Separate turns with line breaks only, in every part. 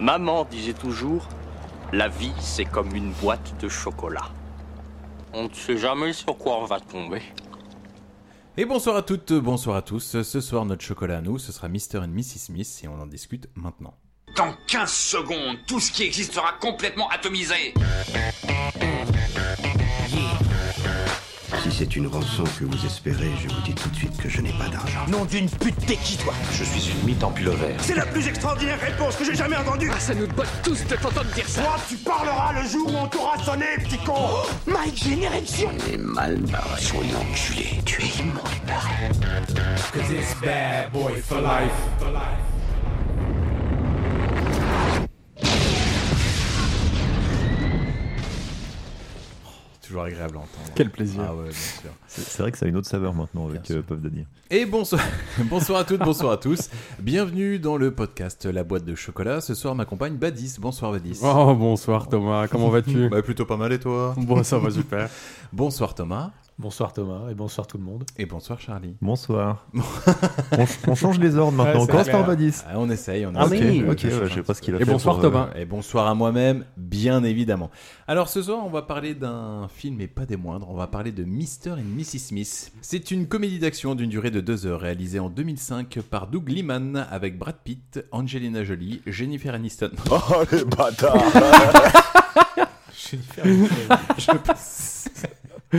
Maman disait toujours, la vie c'est comme une boîte de chocolat. On ne sait jamais sur quoi on va tomber.
Et bonsoir à toutes, bonsoir à tous. Ce soir, notre chocolat à nous, ce sera Mr. and Mrs. Smith et on en discute maintenant.
Dans 15 secondes, tout ce qui existe sera complètement atomisé.
Si c'est une rançon que vous espérez, je vous dis tout de suite que je n'ai pas d'argent.
Nom d'une pute, t'es qui toi
Je suis une mythe en pull vert.
C'est la plus extraordinaire réponse que j'ai jamais entendue
ah, Ça nous botte tous de t'entendre dire ça
Toi, tu parleras le jour où on t'aura sonné, petit con oh,
Mike, j'ai une érection
On est mal barré.
Soyez enculé, tu es immonde barré.
Cause it's bad boy for life. For life.
Oh, toujours agréable à entendre.
Quel plaisir.
Ah ouais, bien sûr.
C'est vrai que ça a une autre saveur maintenant avec euh, Puff Daddy.
Et bonsoir, bonsoir à toutes, bonsoir à tous. Bienvenue dans le podcast La boîte de chocolat. Ce soir, m'accompagne Badis. Bonsoir Badis.
Oh, bonsoir Thomas, comment vas-tu
Bah plutôt pas mal et toi
Bon, ça va super.
bonsoir Thomas.
Bonsoir Thomas et bonsoir tout le monde.
Et bonsoir Charlie.
Bonsoir. on, on, change les ordres maintenant. Encore ouais, on Badis.
Ah, on essaye. On
ah, ok, okay. okay ouais, je sais pas ce qu'il a
et
fait.
Et bonsoir
pour,
Thomas.
Euh, et bonsoir à moi-même, bien évidemment. Alors ce soir, on va parler d'un film et pas des moindres. On va parler de Mr. and Mrs. Smith. C'est une comédie d'action d'une durée de deux heures réalisée en 2005 par Doug Liman avec Brad Pitt, Angelina Jolie, Jennifer Aniston.
Oh les bâtards
Jennifer Aniston. je pense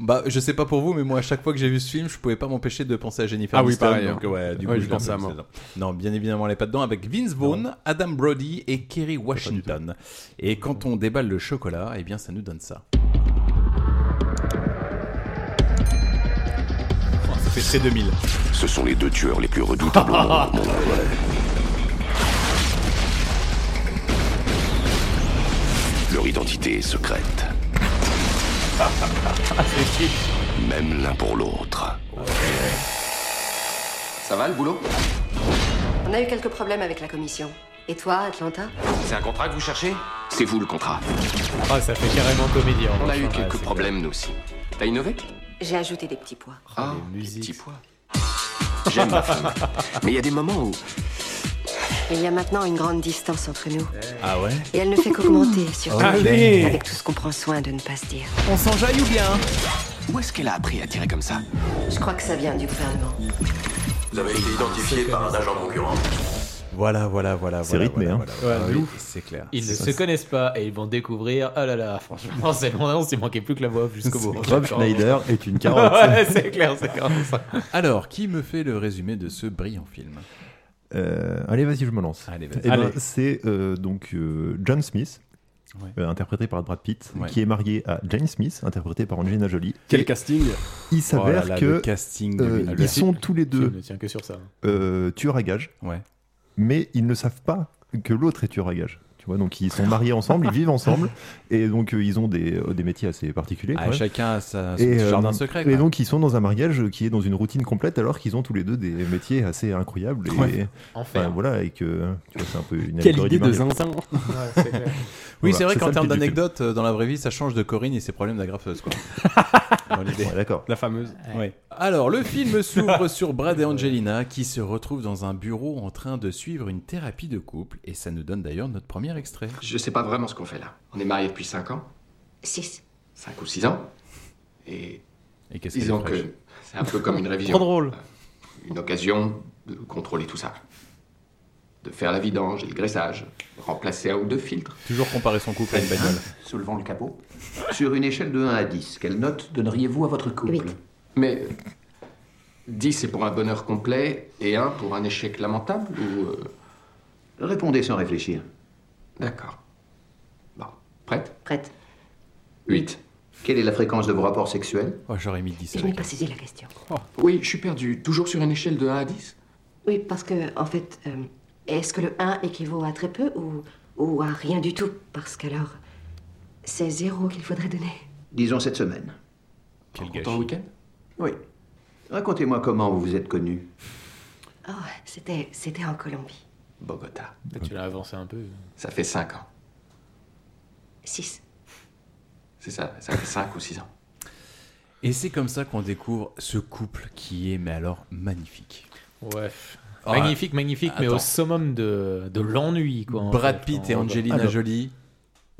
bah, je sais pas pour vous, mais moi, à chaque fois que j'ai vu ce film, je pouvais pas m'empêcher de penser à Jennifer
ah oui,
Aniston.
Pareil,
donc, ouais, du coup,
ouais,
je,
pense à moi.
Non, bien évidemment, elle est pas dedans. Avec Vince Vaughn, Adam Brody et Kerry Washington. Et quand on déballe le chocolat, eh bien, ça nous donne ça. Oh, ça fait très 2000.
Ce sont les deux tueurs les plus redoutables au monde. Leur identité est secrète.
Ah,
Même l'un pour l'autre. Ouais.
Ça va le boulot
On a eu quelques problèmes avec la commission. Et toi, Atlanta
C'est un contrat que vous cherchez C'est vous le contrat.
Ah, oh, ça fait carrément comédie. hein.
On a eu quelques problèmes, nous aussi. T'as innové
J'ai ajouté des petits pois.
Ah, oh, les, les petits pois. J'aime ma femme. Mais il y a des moments où...
Il y a maintenant une grande distance entre nous.
Ah ouais
Et elle ne fait qu'augmenter, surtout
Allez
avec tout ce qu'on prend soin de ne pas se dire.
On s'enjaille ou bien
Où est-ce qu'elle a appris à tirer comme ça
Je crois que ça vient du gouvernement.
Vous avez été identifié par un agent concurrent.
Voilà, voilà, voilà.
C'est
voilà,
rythmé,
voilà, hein.
Voilà,
ouais, oui, c'est clair.
Ils ne se connaissent pas et ils vont découvrir. Oh là là, franchement, c'est l'annonce, il manquait plus que la voix jusqu'au bout.
Rob Schneider est une carotte.
ouais, c'est clair, c'est clair.
Alors, qui me fait le résumé de ce brillant film
euh, allez, vas-y, je me lance. Eh ben, c'est euh, donc euh, John Smith. Ouais. interprété par Brad Pitt, ouais. qui est marié à Jane Smith, interprété par Angelina Jolie.
Quel et casting
Il s'avère oh que
le casting
ils le sont film, tous les deux euh,
ne tient que sur ça.
tueurs à gages,
ouais.
mais ils ne savent pas que l'autre est tueur à gages. Tu vois, donc ils sont mariés ensemble, ils vivent ensemble, et donc euh, ils ont des, euh, des, métiers assez particuliers.
Ah, chacun a sa, son et, euh, jardin secret. Quoi.
Et donc ils sont dans un mariage qui est dans une routine complète, alors qu'ils ont tous les deux des métiers assez incroyables. Et,
ouais. enfin,
enfin, voilà, et que c'est un peu une
Quelle idée de zinzin
ouais, clair. Oui, voilà, c'est vrai qu'en termes d'anecdote, dans la vraie vie, ça change de Corinne et ses problèmes d'agrafeuse.
ouais, D'accord.
La fameuse.
Alors, le film s'ouvre sur Brad et Angelina qui se retrouvent dans un bureau en train de suivre une thérapie de couple, et ça nous donne d'ailleurs notre première extrait.
Je sais pas vraiment ce qu'on fait là. On est mariés depuis 5 ans
6.
5 ou 6 ans. Et.
Et qu'est-ce
Disons
que
c'est un peu comme une révision.
Trop drôle.
Une occasion de contrôler tout ça. De faire la vidange et le graissage. Remplacer un ou deux filtres.
Toujours comparer son couple à une bagnole.
Soulevant le capot.
Sur une échelle de 1 à 10, quelle note donneriez-vous à votre couple
8.
Mais. 10 c'est pour un bonheur complet et 1 pour un échec lamentable ou. Euh...
Répondez sans réfléchir.
D'accord. Bon. Prête
Prête.
8.
Quelle est la fréquence de vos rapports sexuels
oh, J'aurais mis 10.
Je n'ai pas saisi la question.
Oh. Oui, je suis perdu. Toujours sur une échelle de 1 à 10
Oui, parce que, en fait, euh, est-ce que le 1 équivaut à très peu ou, ou à rien du tout Parce qu'alors, c'est zéro qu'il faudrait donner.
Disons cette semaine.
Quel gâchis. week-end
Oui. Racontez-moi comment vous vous êtes connus.
Oh, c'était, c'était en Colombie.
Bogota.
Tu l'as avancé un peu.
Ça fait 5 ans.
6.
C'est ça, ça fait 5 ou 6 ans.
Et c'est comme ça qu'on découvre ce couple qui est, mais alors, magnifique.
Ouais. Magnifique, magnifique, mais au summum de, de l'ennui. quoi. en
Brad
fait,
Pitt
en- Ah,
et Angelina
Alors,
Jolie.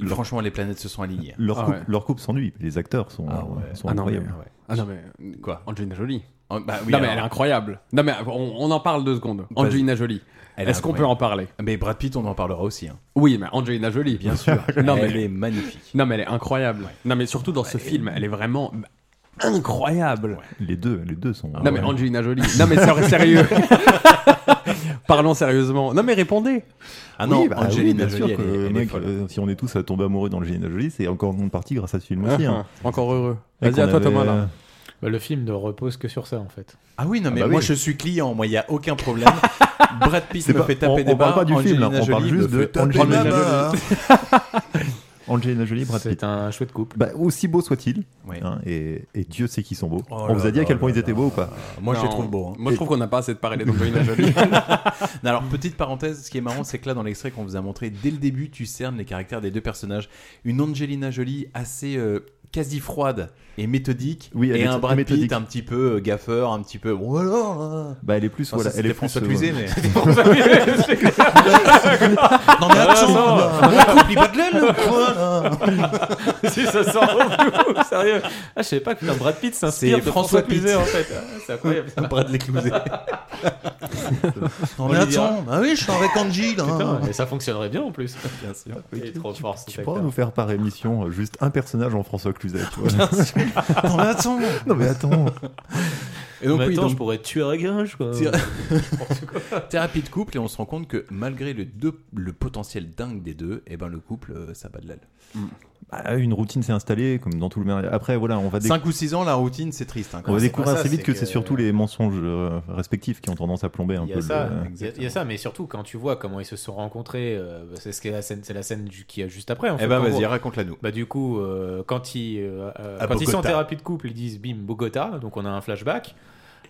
Franchement, les planètes se sont alignées.
Leur
Ah
couple,
ouais.
leur couple s'ennuie. Les acteurs sont, sont
Ah non, mais,
incroyables.
ah non, mais-
Quoi
Angelina Jolie.
Oh, bah oui,
non, mais
alors.
elle est incroyable. Non, mais on, on en parle deux secondes.
Vas-y.
Angelina Jolie.
Elle est
Est-ce qu'on peut en parler
Mais Brad Pitt, on en parlera aussi. hein.
Oui, mais Angelina Jolie.
Bien sûr.
non, mais
Elle est magnifique.
Non, mais elle est incroyable. Non, mais surtout dans ce film, elle est vraiment incroyable.
Les deux, les deux
Ah
sont.
non, mais Angelina Jolie. Ah Non, mais c'est sérieux. Parlons sérieusement. Non, mais répondez.
Ah
Oui, bah oui, bien sûr que, mec, euh, si on est tous à tomber amoureux d'Angelina Jolie, c'est encore une partie grâce à ce film aussi. hein.
Encore heureux.
Et
Vas-y, à
qu'on
toi, Thomas.
avait-
là.
Bah, le film ne repose que sur ça en fait.
Ah oui, non, mais
bah
moi
oui.
je suis client, moi il n'y a aucun problème. Brad Pitt
C'est
me
pas-
fait taper
on-
des
on parle
barres,
pas du film, là,
Angelina
on parle
Jolie
juste
me
de
fait taper
Angelina
des barres.
Jolie. Angelina Jolie, Brad Pitt.
C'est un chouette couple.
Bah, aussi beau soit-il,
Ouais.
hein, et, et Dieu sait qu'ils sont beaux.
Oh
on
là
vous a dit à
là
quel point
là
ils étaient
là.
beaux ou pas
Moi je les
Non.
trouve beaux. hein.
Moi, je trouve qu'on n'a pas assez de parler d'Angelina Jolie.
Non, Alors, petite parenthèse, ce qui est marrant, c'est que là, dans l'extrait qu'on vous a montré, dès le début, tu cernes les caractères des deux personnages. Une Angelina Jolie assez euh, quasi froide et méthodique,
Oui, elle
et
est
un Brad
méthodique.
Pitt un petit peu euh, gaffeur, un petit peu. Voilà, hein.
Bah, elle est plus.
Enfin,
voilà,
ça,
elle
c'était
est
François
plus,
Cluzet,
euh,
mais.
C'est clair.
non, mais attends,
Ah, non.
mon couple, il bat de l'aile, ou quoi, là
si ça sort au bout, sérieux. Ah, je savais pas que putain, Brad Pitt s'inspire
C'est
de
François
François,
Pitt.
Cluzet en fait. Ah, C'est incroyable. ça.
Bradley Cluzet. Non, mais
On lui dira.
attends, bah oui, je suis hein. avec Angie, là.
Putain, mais ça fonctionnerait bien en plus.
Bien sûr.
Il est trop fort cet
Tu pourras
acteur.
nous faire par émission euh, juste un personnage en François Cluzet, tu vois.
Non, mais attends.
non mais attends.
Et donc,
Mais
oui,
attends,
donc,
je pourrais tuer à gage quoi.
Thé- Thérapie de couple et on se rend compte que malgré le, deux- le potentiel dingue des deux, eh ben le couple euh, ça bat de l'aile.
Bah, une routine s'est installée comme dans tout le mariage. Après voilà, on va déc-
5 ou 6 ans la routine c'est triste. hein, quand
on va
même.
découvrir
pas
assez
ça,
vite
c'est
que, c'est
que-
surtout les mensonges euh, respectifs qui ont tendance à plomber un
Il y
peu
a ça,
le-
il y a- il y a ça, mais surtout quand tu vois comment ils se sont rencontrés, euh, c'est ce qu'est la scène, c'est la scène du, qui a juste après. En
Eh
fait,
ben
en
vas-y
gros.
raconte-la nous.
Bah du coup, euh, quand ils, euh, euh,
À
quand ils sont en
Bogota.
thérapie de couple, ils disent bim Bogota, donc on a un flashback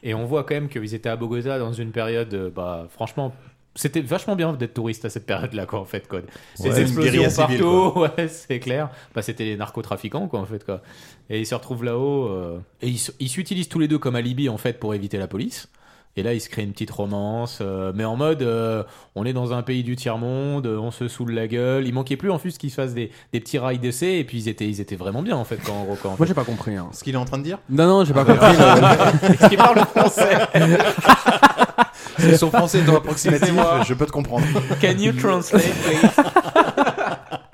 et on voit quand même qu'ils étaient à Bogota dans une période, euh, bah franchement. C'était vachement bien d'être touriste à cette période-là, quoi, en fait, quoi. Ces
Ouais, une guérilla
explosions
civile,
partout, ouais, c'est clair. Bah, c'était les narcotrafiquants, quoi, en fait, quoi. Et ils se retrouvent là-haut, euh, et ils s- ils s'utilisent tous les deux comme alibi, en fait, pour éviter la police. Et là, il se crée une petite romance, euh, mais en mode, euh, on est dans un pays du tiers-monde, euh, on se saoule la gueule. Il manquait plus en plus qu'ils se fassent des, des petits rails d'essai, et puis ils étaient, ils étaient vraiment bien en fait quand en gros, quand, en
Moi,
fait.
j'ai pas compris. hein.
Ce qu'il est en train de dire Ah, bah,
Non, non, j'ai pas compris.
Est-ce qu'ils parlent français
C'est son français étant approximatif,
Excusez-moi.
je peux te comprendre.
Can you translate please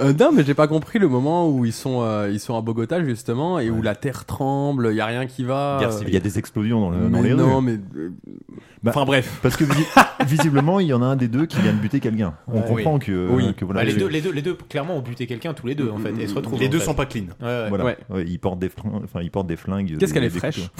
Euh, non, mais j'ai pas compris le moment où ils sont, euh, ils sont à Bogota justement et où la terre tremble, il y a rien qui va.
Guerre
Euh,
Il y a des explosions dans, le- dans
mais
les
non,
rues.
mais euh,
Bah,
enfin bref.
Parce que visi- visiblement, il y en a un des deux qui vient de buter quelqu'un. On
Ouais. Ah,
comprend que,
Oui.
euh, que voilà,
Bah, les,
que-
deux, les, deux, les deux, clairement, ont buté quelqu'un tous les deux en fait, et se retrouvent.
Les
en
deux
fait.
sont pas clean.
Ouais, ouais.
voilà.
Ouais.
Ouais, ils portent des flingues. Enfin, ils portent des flingues. des-
Qu'est-ce qu'elle est
des
fraîche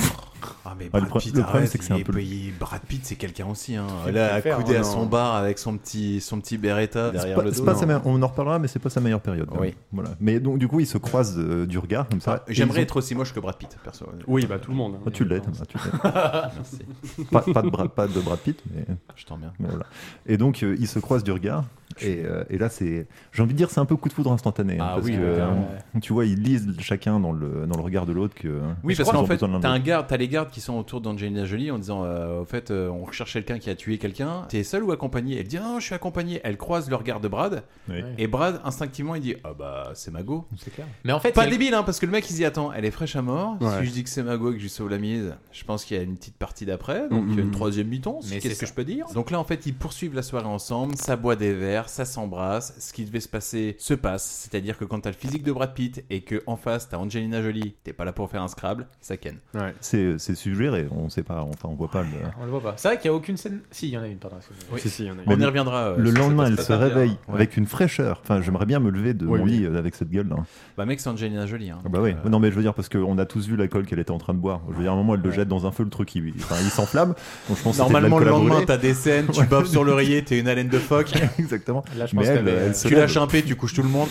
Ah mais
Ah, le
Brad
pro-
Pitt,
le problème,
arrête,
c'est que c'est
il
un peu le-
payé- Brad Pitt c'est quelqu'un aussi. Hein.
C'est
Là
le préfère,
accoudé
hein,
à
non.
son bar avec son petit, son petit Beretta
C'est
derrière
pas-
le dos.
c'est pas
non.
sa meilleure- on en reparlera, mais c'est pas sa meilleure période. quand
Oui.
même. Voilà. Mais donc, du coup, ils se croisent euh, du regard comme ça.
Ah, J'aimerais être aussi moche que Brad Pitt, perso.
Oui, bah tout le monde. hein.
Ah, tu l'es, Thomas, tu l'es.
Merci.
pas, pas de Brad, pas de Brad Pitt, mais,
Je t'en bien.
mais voilà. Et donc, euh, ils se croisent du regard. Et, euh, et là, c'est, j'ai envie de dire, c'est un peu coup de foudre instantané. hein,
Ah
parce
oui,
que,
ouais,
euh,
ouais.
tu vois, ils lisent chacun dans le, dans le regard de l'autre que.
Oui,
qu'ils
parce
ont
qu'en fait,
besoin de l'un de
t'as un garde, t'as les gardes qui sont autour d'Angelina Jolie en disant, euh, au fait, euh, on recherche quelqu'un qui a tué quelqu'un. T'es seul ou accompagné Elle dit, non, je suis accompagné. Elle croise le regard de Brad
Oui.
et Brad instinctivement il dit, ah bah c'est Mago.
C'est clair. Mais en fait,
Pas
il y a-
débile, hein, parce que le mec il se dit, attends, elle est fraîche à mort.
Ouais.
Si je dis que c'est Mago et que je lui sauve la mise, je pense qu'il y a une petite partie d'après, donc
Mhm.
il y a une troisième mi-temps.
Mais c'est
Qu'est-ce que
ça.
je peux dire Donc là, en fait, ils poursuivent la soirée ensemble, ça boit des verres, ça s'embrasse. Ce qui devait se passer se passe. C'est-à-dire que quand t'as le physique de Brad Pitt et que en face t'as Angelina Jolie, t'es pas là pour faire un Scrabble, ça ken.
Ouais.
C'est, c'est suggéré, on sait pas, enfin, on voit pas le.
on le voit pas. C'est vrai qu'il y a aucune scène. Si, il y en a une, pardon. excusez-moi.
Si, si, il y en a.
Mais
on y
le-
reviendra. euh,
Le
sur cette
lendemain,
aspect.
elle se
pas bien.
réveille
Ouais.
avec une fraîcheur. Enfin, j'aimerais bien me lever de
Oui,
mon lit euh, avec cette gueule. là.
Bah, mec, c'est Angelina Jolie. Hein.
Ah bah oui.
Euh,
Non mais je veux dire parce qu'on a tous vu la colle qu'elle était en train de boire. Je veux dire à un moment elle le jette dans un feu le truc il, enfin, il s'enflamme. Donc je pense que c'était de
Normalement, le
l'alcool à
lendemain,
brûler.
t'as des scènes, tu baves sur l'oreiller, t'es une haleine de phoque, euh,
exactement.
Là, je
mais
pense
elle,
qu'elle avait-
bah, elle se
tu
lève.
lâches un P, tu couches tout le monde.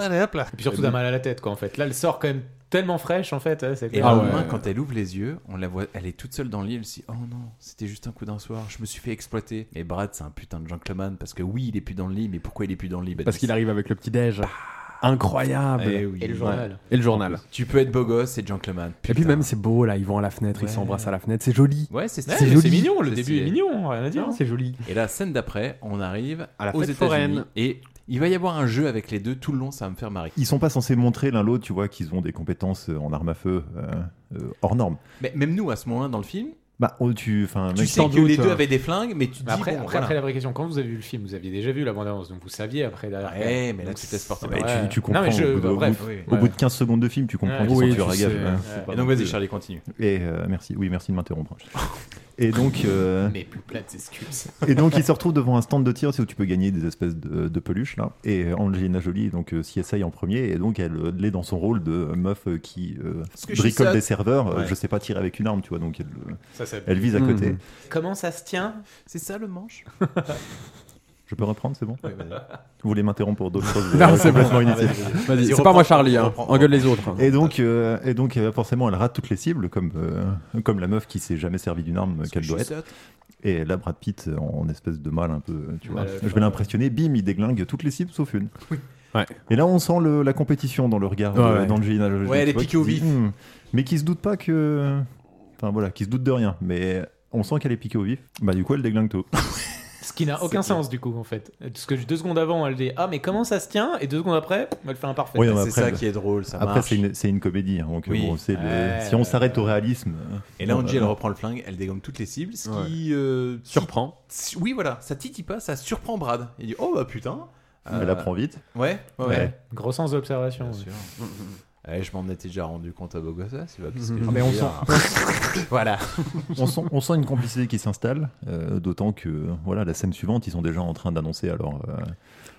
Allez, hop là.
Et puis surtout d'un mal à la tête, quoi, en fait. Là, elle sort quand même tellement fraîche, en fait. ouais, c'est
Et
clair.
le
Ah
lendemain,
ouais.
quand elle ouvre les yeux, on la voit, elle est toute seule dans le lit, elle se dit Oh non, c'était juste un coup d'un soir, je me suis fait exploiter. Et Brad, c'est un putain de gentleman parce que oui, il est plus dans le lit, mais pourquoi il est plus dans le lit Bah,
Parce qu'il arrive avec le petit déj. incroyable.
Et, oui. Et le journal.
Et le journal.
Tu peux être beau gosse et gentleman.
Et puis même c'est beau là, ils vont à la fenêtre, ils
Ouais.
s'embrassent à la fenêtre, c'est joli.
Ouais, c'est
C'est
stylé.
joli.
C'est mignon, le
C'est
début est
stylé.
mignon, rien à dire, c'est joli.
Et la scène d'après, on arrive à la
Aux
fête
États-Unis.
foraine et il va y avoir un jeu avec les deux tout le long, ça va me faire marrer.
Ils sont pas censés montrer l'un l'autre, tu vois, qu'ils ont des compétences euh, en armes à feu euh, euh, hors normes.
Mais même nous à ce moment-là dans le film,
Bah, oh, tu, enfin,
tu
mec,
sais
sans
que
doute,
les deux
euh,
avaient des flingues, mais tu te dis
après,
bon,
après,
voilà.
après, la vraie question, quand vous avez vu le film, vous aviez déjà vu la bande-annonce, donc vous saviez après derrière.
Ouais, mais là,
Donc,
tu te laisses porter
c'est-
bah, tu-
ouais.
tu, comprends
Non, mais je-
au, bout de,
bah,
au
bref,
bout de-
oui.
au bout de 15 secondes de film, tu comprends
Ouais.
qu'ils
Oui,
sont tueurs à
tu
gage.
sais,
hein.
ouais.
C'est pas
Et donc,
non
vas-y,
plus-
Charlie, continue.
Et euh, merci, oui, merci de m'interrompre. Et donc, euh,
Mais plus plates excuses.
et donc, ils se retrouvent devant un stand de tir, c'est où tu peux gagner des espèces de, de peluches là. Et euh, Angelina Jolie donc euh, s'y essaye en premier, et donc elle, euh, elle est dans son rôle de meuf euh, qui euh,
que je suis
bricole
sotte.
des serveurs. euh,
Ouais.
Je sais pas tirer avec une arme, tu vois, donc elle, euh,
Ça, ça-
elle vise à côté.
Mhm. Comment ça se tient
C'est ça le manche
Je peux reprendre, c'est bon Vous voulez m'interrompre pour d'autres choses
Non,
euh,
c'est
complètement
bon. Ah,
inutiles
Vas-y, Vas-y, c'est reprends, pas moi, Charlie, hein. reprends, reprends. Engueule les autres.
Et donc, euh, et donc euh, forcément, elle rate toutes les cibles, comme, euh, comme la meuf qui s'est jamais servi d'une arme qu'elle doit
je
être.
saute.
Et là, Brad Pitt, euh, en espèce de mal un peu, euh, tu vois.
Mal, euh,
je vais l'impressionner, bim, il déglingue toutes les cibles sauf une. Et là, on sent le- la compétition dans le regard de-
Ouais, ouais.
d'Angelina Jolie,
Ouais, elle
tu
est
vois,
piquée au
qui se dit,
vif.
Hmm. Mais qui se doute pas que. Enfin voilà, qui se doute de rien. Mais on sent qu'elle est piquée au vif. Bah, du coup, elle déglingue tout.
Ce qui n'a aucun sens du coup en fait. Parce que deux secondes avant elle dit Ah mais comment ça se tient Et deux secondes après elle fait un parfait.
Oui, non, mais après, Après,
marche.
c'est une, c'est une comédie. hein, donc,
Oui.
bon, c'est le-
Ouais,
si on s'arrête au réalisme.
Et là,
bon,
Angie,
bah,
elle reprend le flingue, elle dégomme toutes les cibles, ce qui euh,
surprend.
Oui, voilà, ça titille pas, ça surprend Brad. Il dit oh bah putain. Euh,
Elle apprend vite.
Ouais, ouais. ouais.
Gros sens d'observation. ouais.
Ouais, je m'en étais déjà rendu compte à Bogota, c'est pas parce que
Mhm.
Ah,
je
Mais on
veux dire. voilà.
on, sent, on sent une complicité qui s'installe, euh, d'autant que voilà, la scène suivante, ils sont déjà en train d'annoncer à, leur, euh,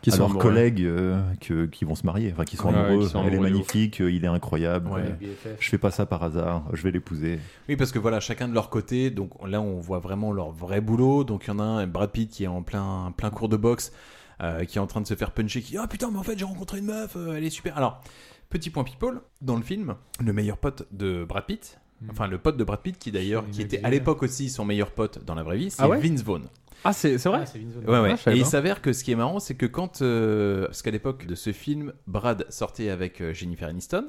Qu'ils
à
sont
leurs
amoureux.
collègues euh, que- qu'ils vont se marier, enfin qu'ils sont
Ouais,
amoureux.
qu'ils sont
elle est
amoureux de ouf.
magnifique, euh, il est incroyable.
Ouais.
euh, je fais pas ça par hasard, je vais l'épouser.
Oui, parce que voilà, chacun de leur côté, donc là on voit vraiment leur vrai boulot. Donc il y en a un, Brad Pitt, qui est en plein, plein cours de boxe, euh, qui est en train de se faire puncher, qui dit Ah putain, mais en fait j'ai rencontré une meuf, euh, elle est super. Alors, petit point people, dans le film, le meilleur pote de Brad Pitt,
Hmm.
enfin le pote de Brad Pitt, qui d'ailleurs, qui était à l'époque aussi son meilleur pote dans la vraie vie, c'est
Ah ouais
Vince Vaughn.
Ah, c'est c'est vrai
Ouais, ouais.
Ah, je savais
et il
pas.
s'avère que ce qui est marrant, c'est que quand. euh, parce qu'à l'époque de ce film, Brad sortait avec euh, Jennifer Aniston.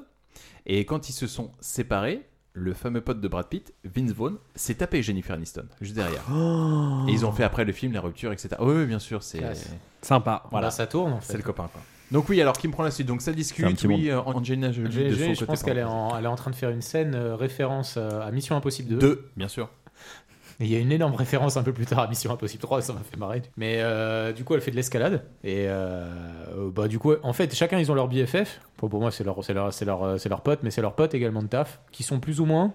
Et quand ils se sont séparés, le fameux pote de Brad Pitt, Vince Vaughn, s'est tapé Jennifer Aniston, juste derrière.
Oh.
Et ils ont fait après le film, la rupture, etc. Oui, oui, bien sûr, c'est.
Classe. Sympa.
Voilà,
Bah, ça tourne en fait.
c'est le copain, quoi. Donc, oui, alors qui me prend la suite Donc, ça
C'est un
discute.
petit
Oui, euh, Angelina Jolie,
J'ai-
de
j'ai-
son
je
côté,
pense qu'elle est, en- elle est en train de faire une scène euh, référence euh, à Mission Impossible 2.
Deux, bien sûr.
Et il y a une énorme référence un peu plus tard à Mission Impossible 3, ça m'a fait marrer. Mais euh, du coup, elle fait de l'escalade. Et euh, bah, du coup, en fait, chacun, ils ont leur BFF. Bon, pour moi, c'est leur, c'est leur, c'est leur, euh, c'est leur pote, mais c'est leur pote également de taf, qui sont plus ou moins,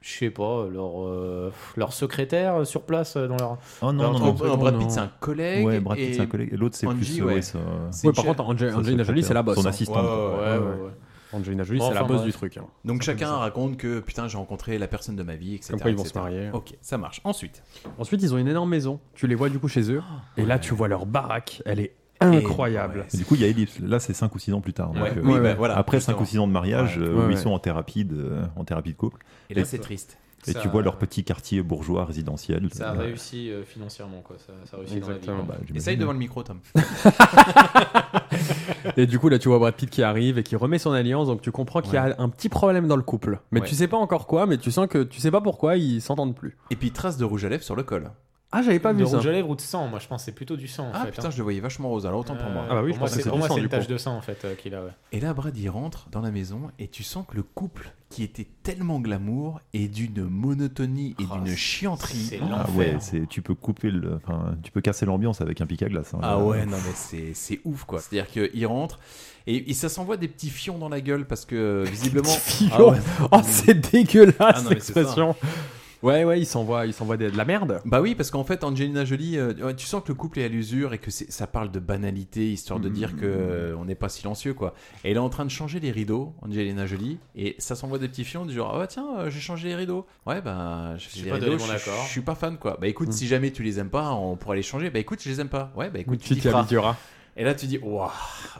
je sais pas, leur, euh, leur secrétaire sur place euh, dans leur.
Oh non,
leur
non,
truc.
non, non, non. Ouais, Brad Pitt,
et
c'est un collègue. Et L'autre, c'est
Angie,
plus. euh,
ouais.
ouais, ça-
Oui, par contre, Ange-
ça,
Angelina Jolie, c'est la boss.
Son
hein.
assistante.
Angelina Jolie, c'est la
Enfin,
boss
bref.
du truc. hein.
Donc chacun raconte que putain j'ai rencontré la personne de ma vie, etc.
Comme quoi, ils vont
etc..
se marier.
Ok, ça marche. Ensuite.
Ensuite, ils ont une énorme maison. Tu les vois du coup chez eux.
Oh.
Et là, tu vois leur baraque. Elle est incroyable.
Et du coup, il y a Ellipse. Là, c'est 5 ou 6 ans plus tard. Donc,
Ouais.
euh,
Oui, bah,
voilà,
après 5 ou
justement.
6 ans de mariage,
Ouais.
euh,
Ouais,
où
ouais.
ils sont en thérapie de, en thérapie de couple.
Et là, c'est triste.
Et
Ça-
tu vois leur petit quartier bourgeois résidentiel.
Ça a
Euh,
réussi euh, financièrement, quoi. Ça, ça a réussi
Exactement.
dans la
Bah,
vie. quoi.
j'imagine.
Essaye devant le micro, Tom.
hein.
Et du coup, là, tu vois Brad Pitt qui arrive et qui remet son alliance. Donc, tu comprends qu'il y a un petit problème dans le couple. Mais
Ouais.
tu sais pas encore quoi, mais tu sens que tu sais pas pourquoi ils s'entendent plus.
Et puis trace de rouge à lèvres sur le col.
Ah, j'avais pas
de
vu ça.
rouge à lèvres ou de sang, moi je pense que c'est plutôt du sang. en
Ah
fait,
putain,
hein.
je le voyais vachement rose, alors autant pour
Euh,
moi.
Ah bah oui,
pour
je
moi,
pensais que
c'est
c'était
pour
du
moi,
sang,
c'est
du
une tache
coup.
de sang en fait euh, qu'il a. ouais.
Et là, Brad, il rentre dans la maison et tu sens que le couple qui était tellement glamour est d'une monotonie
Ah,
et d'une chianterie.
Ah ouais, c'est- tu peux couper le, enfin, tu peux casser l'ambiance avec un pic à glace. hein.
Ah
Euh,
ouais, non mais c'est- c'est ouf quoi. C'est-à-dire qu'il rentre et, et ça s'envoie des petits fions dans la gueule parce que euh, visiblement. Ah ouais.
Oh, c'est
Mm.
dégueulasse
Ah non, mais c'est ça.
l'expression. Ouais, ouais, ils s'envoient, ils s'envoient des- de la merde.
Bah oui, parce qu'en fait, Angelina Jolie, euh, ouais, tu sens que le couple est à l'usure et que c'est- ça parle de banalité, histoire
Mm-hmm.
de dire que euh, on n'est pas silencieux, quoi. Et elle est en train de changer les rideaux, Angelina Jolie, et ça s'envoie des petits fions du genre, ah bah tiens, euh, j'ai changé les rideaux. Ouais, bah, je
pas donné mon accord.
je suis pas fan, quoi. Bah écoute, si jamais tu les aimes pas, on pourra les changer. Bah écoute, je les aime pas. Ouais, bah écoute,
Tu t'y
feras.
habitueras.
Et là, tu dis, waouh,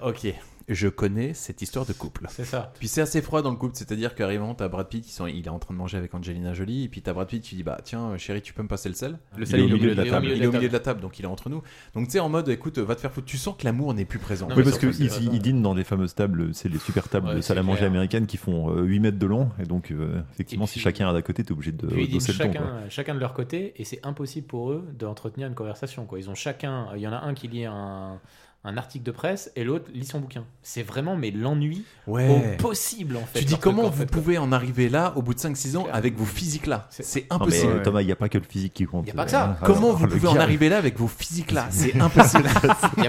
ok. je connais cette histoire de couple.
C'est ça.
Puis c'est assez froid dans le couple, c'est-à-dire qu'arrivant, t'as Brad Pitt, ils sont- il est en train de manger avec Angelina Jolie, et puis t'as Brad Pitt, tu dis bah tiens euh, chérie, tu peux me passer le sel
Le sel,
il est au milieu de la table. Il est au milieu de la table, donc il est entre nous. Donc tu sais en mode écoute, va te faire foutre. Tu sens que l'amour n'est plus présent.
oui, parce qu'ils ils dînent dans les fameuses tables, c'est les super tables de salle à manger américaine qui font euh, 8 mètres de long. Et donc, euh, effectivement,
Et
si
puis-
chacun est d'à côté, t'es obligé de
Puis ils dînent
dosser le ton. quoi.
chacun, chacun de leur côté et c'est impossible pour eux d'entretenir une conversation. Quoi. Ils ont chacun, il y en a un qui lit un, un article de presse et l'autre lit son bouquin. C'est vraiment mais l'ennui
Ouais.
au possible en fait.
Eh. Tu dis comment vous pouvez en arriver là au bout de 5-6 ans avec vos physiques là C'est
Non, mais,
impossible.
euh, Thomas, il n'y a pas que le physique qui compte.
Ah, Y a pas que ça.
Ah,
Comment
alors,
vous
le
pouvez en
gars-
arriver là avec vos physiques là C'est impossible.
Y a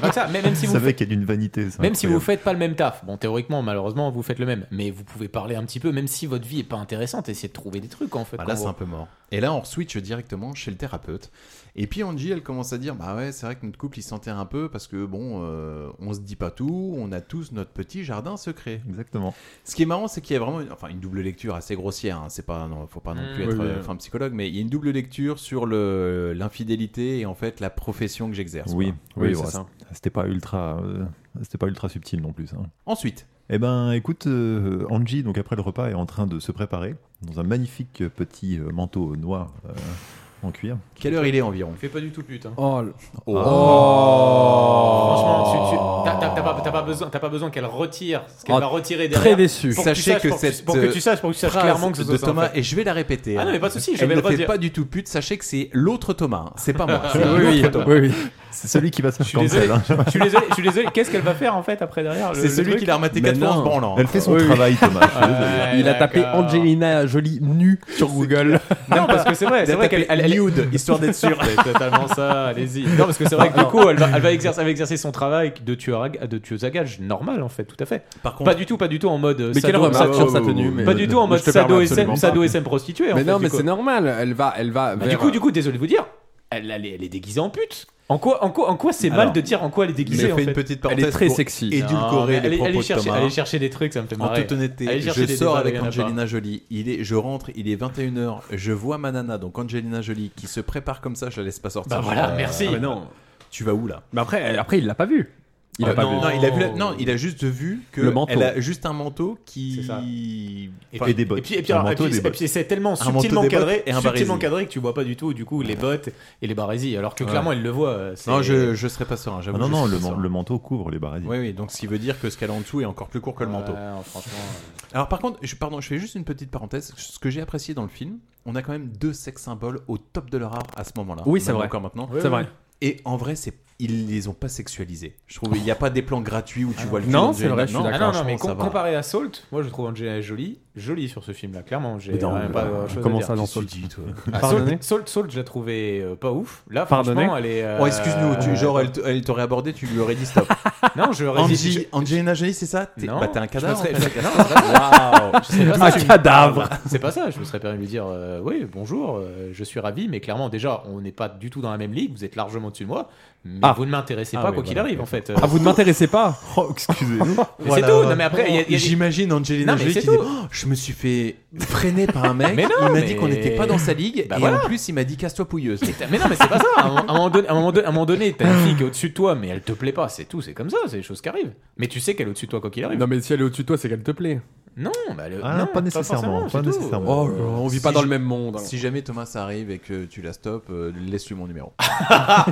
pas que ça, mais même si vous
Ça
faites-
mec est d'une vanité. c'est
Même si vous
incroyable.
faites pas le même taf, bon théoriquement malheureusement vous faites le même, mais vous pouvez parler un petit peu, même si votre vie est pas intéressante, essayez de trouver des trucs en fait.
Bah
quand
là, c'est
vous-
un peu mort. Et là, on switch directement chez le thérapeute. Et puis Angie, elle commence à dire Bah ouais, c'est vrai que notre couple, il s'enterre un peu parce que bon, euh, on se dit pas tout, on a tous notre petit jardin secret.
Exactement.
Ce qui est marrant, c'est qu'il y a vraiment une, enfin, une double lecture assez grossière. hein. C'est pas, non, faut pas non
Mm.
plus
Oui,
être
oui,
euh,
oui.
enfin, psychologue, mais il y a une double lecture sur le- l'infidélité et en fait la profession que j'exerce.
Oui,
quoi.
oui, voilà, C'était pas ultra, euh, c'était pas ultra subtil non plus. hein.
Ensuite.
Eh ben, écoute, euh, Angie, donc après le repas, est en train de se préparer dans un magnifique petit euh, manteau noir euh, en cuir.
Quelle heure il est environ
Fais pas du tout pute. hein.
Oh,
Oh.
Franchement, tu- tu- t'as- t'as- t'as pas, t'as pas besoin, t'as pas besoin qu'elle retire ce qu'elle
Oh,
va retirer derrière.
Très déçu.
Pour que tu
Sachez
saches,
que,
pour
cette euh,
pour que tu saches, pour que tu saches
phrase
clairement que ce
de
soit ça, en
Thomas
fait.
et je vais la répéter.
Ah non,
hein.
mais pas de souci, je
Elle
vais
ne
le
fait
redire.
pas du tout pute. Sachez que c'est l'autre Thomas. hein. C'est pas moi. c'est l'autre
Oui, oui,
Thomas.
oui, oui.
C'est celui qui va se hein.
Je suis désolé. Je suis désolé. je suis désolé. Qu'est-ce qu'elle va faire en fait après derrière le-
C'est
Ah, le
celui
truc
qui l'a rematé quatre fois en se branlant.
Elle fait son
Oui, oui.
travail, Thomas. je suis désolé.
Ouais,
Il a tapé
d'accord.
Angelina Jolie nue sur Google.
Non, parce que c'est vrai, c'est vrai qu'elle elle, elle-
histoire d'être sûre.
C'est totalement ça, allez-y. Non, parce que c'est vrai que du coup, elle va, elle va exercer, elle va exercer son travail de tueur à, de tueuse à gage, normal en fait, tout à fait.
Par
pas du tout, pas du tout en mode. euh,
Mais quelle
sado-
remarque
sado-
sur sa tenue, mais-
Pas du tout en
Je
mode
te permets
sado SM,
absolument
sado
pas.
SM prostituée. en
Mais
fait,
non,
du
mais
coup.
c'est normal. Elle va, elle va.
Bah,
vers-
du coup, du coup, désolé de vous dire, elle, elle est, elle est déguisée en pute. En quoi, en quoi, en quoi c'est mal
Alors,
de dire en quoi elle est déguisée
je
en
fais
fait
une petite parenthèse Elle est très pour sexy. édulcorer
Non, mais
les
allez-
propos
allez
de
chercher,
Thomas.
allez chercher des trucs, ça me fait
En
marrer.
toute honnêteté,
Allez
je
chercher des
sors
débats,
avec
il y en a pas.
Angelina Jolie. Il est, je rentre, il est 21h. Je vois ma nana, donc Angelina Jolie, qui se prépare comme ça. Je la laisse pas sortir.
Bah voilà,
Euh,
merci.
ah, mais non. Tu vas où là
Mais après, après, il l'a pas vu. Il
Ah,
l'a pas
non.
vu.
Non, il a vu la-
Oh.
non, il a juste vu que
Le manteau.
elle a juste un manteau qui
Et,
Enfin,
puis- Et puis, et puis,
Un
alors, et
manteau
puis-
et des
et
bottes.
puis c'est tellement
Un manteau,
subtilement
des
cadré,
bottes et un
subtilement
barési.
cadré que tu vois pas du tout, du coup, les bottes et les barésies. Alors que
Ouais.
clairement, il le voit. euh, c'est-
Non, je, je serais pas serein.
Ah
j'avoue,
non,
je
non,
serais
le,
pas
man-
serein.
le manteau couvre les barres.
Oui, oui, donc ce qui veut dire que ce qu'elle a en dessous est encore plus court que le manteau.
Ouais, non, franchement, euh.
Alors par contre, je, pardon, je fais juste une petite parenthèse. Ce que j'ai apprécié dans le film, on a quand même deux sex symboles au top de leur art à ce moment-là.
Oui, c'est
Même
vrai.
Encore maintenant.
Oui, C'est oui. vrai.
Et en vrai, c'est ils les ont pas sexualisés. Je trouve il n'y a pas des plans gratuits où tu vois le
non,
cul
c'est
d'Angelina.
vrai, je suis
Ah non,
d'accord,
non, mais
franchement,
com-
ça va.
comparé à Salt, moi je trouve Angelina Jolie jolie sur ce film-là, clairement. J'ai
Mais non,
rien, euh, pas
mais
grand-chose à
comment
dire.
ça dans
Qu'est-ce que
Salt
tu dis, toi Ah,
Pardonnez
Salt, Salt, Salt, je la trouvais euh, pas ouf. Là,
Pardonnez
franchement, elle est. euh,
Oh, excuse-nous, tu- genre elle, t- elle t'aurait abordé, tu lui aurais dit stop.
Non, je l'aurais dit-
Angie- Angelina Jolie, c'est ça T'es-
Non,
Bah, t'es un
je me
cadavre.
serais-
en fait. Ah,
Non, c'est pas ça. Waouh, je sais pas
Un
ça.
cadavre.
C'est pas ça, je me serais permis de lui dire euh, Oui, bonjour, euh, je suis ravi, mais clairement, déjà, on n'est pas du tout dans la même ligue, vous êtes largement au-dessus de moi, mais
Ah.
vous ne m'intéressez
Ah
pas,
oui,
quoi qu'il
voilà,
arrive, en
d'accord.
fait.
Ah, vous ne m'intéressez pas
Oh, excusez-nous.
Mais c'est tout, non, mais après, il y a- il y a des-
J'imagine Angelina
Non, mais
Jolie
c'est
qui dit
tout.
Oh, Je me suis fait freiner par un mec,
Mais non,
il m'a
mais-
dit qu'on n'était pas dans sa ligue,
Bah
et
voilà.
en plus il m'a dit casse-toi pouilleuse.
Mais non, mais c'est pas ça. À un, à un moment donné, à un moment donné- à un moment donné, t'as une fille qui est au-dessus de toi, mais elle te plaît pas. C'est tout, c'est comme ça, c'est des choses qui arrivent. Mais tu sais qu'elle est au-dessus de toi, quoi qu'il arrive.
Non, mais si elle est au-dessus de toi, c'est qu'elle te plaît.
Non, bah, elle-
Ah,
non,
pas nécessairement,
forcément,
pas
c'est tout.
nécessairement.
Oh, on vit pas dans le même monde. hein.
Si jamais Thomas ça arrive et que tu la stops, euh, laisse-lui mon numéro.
Ah.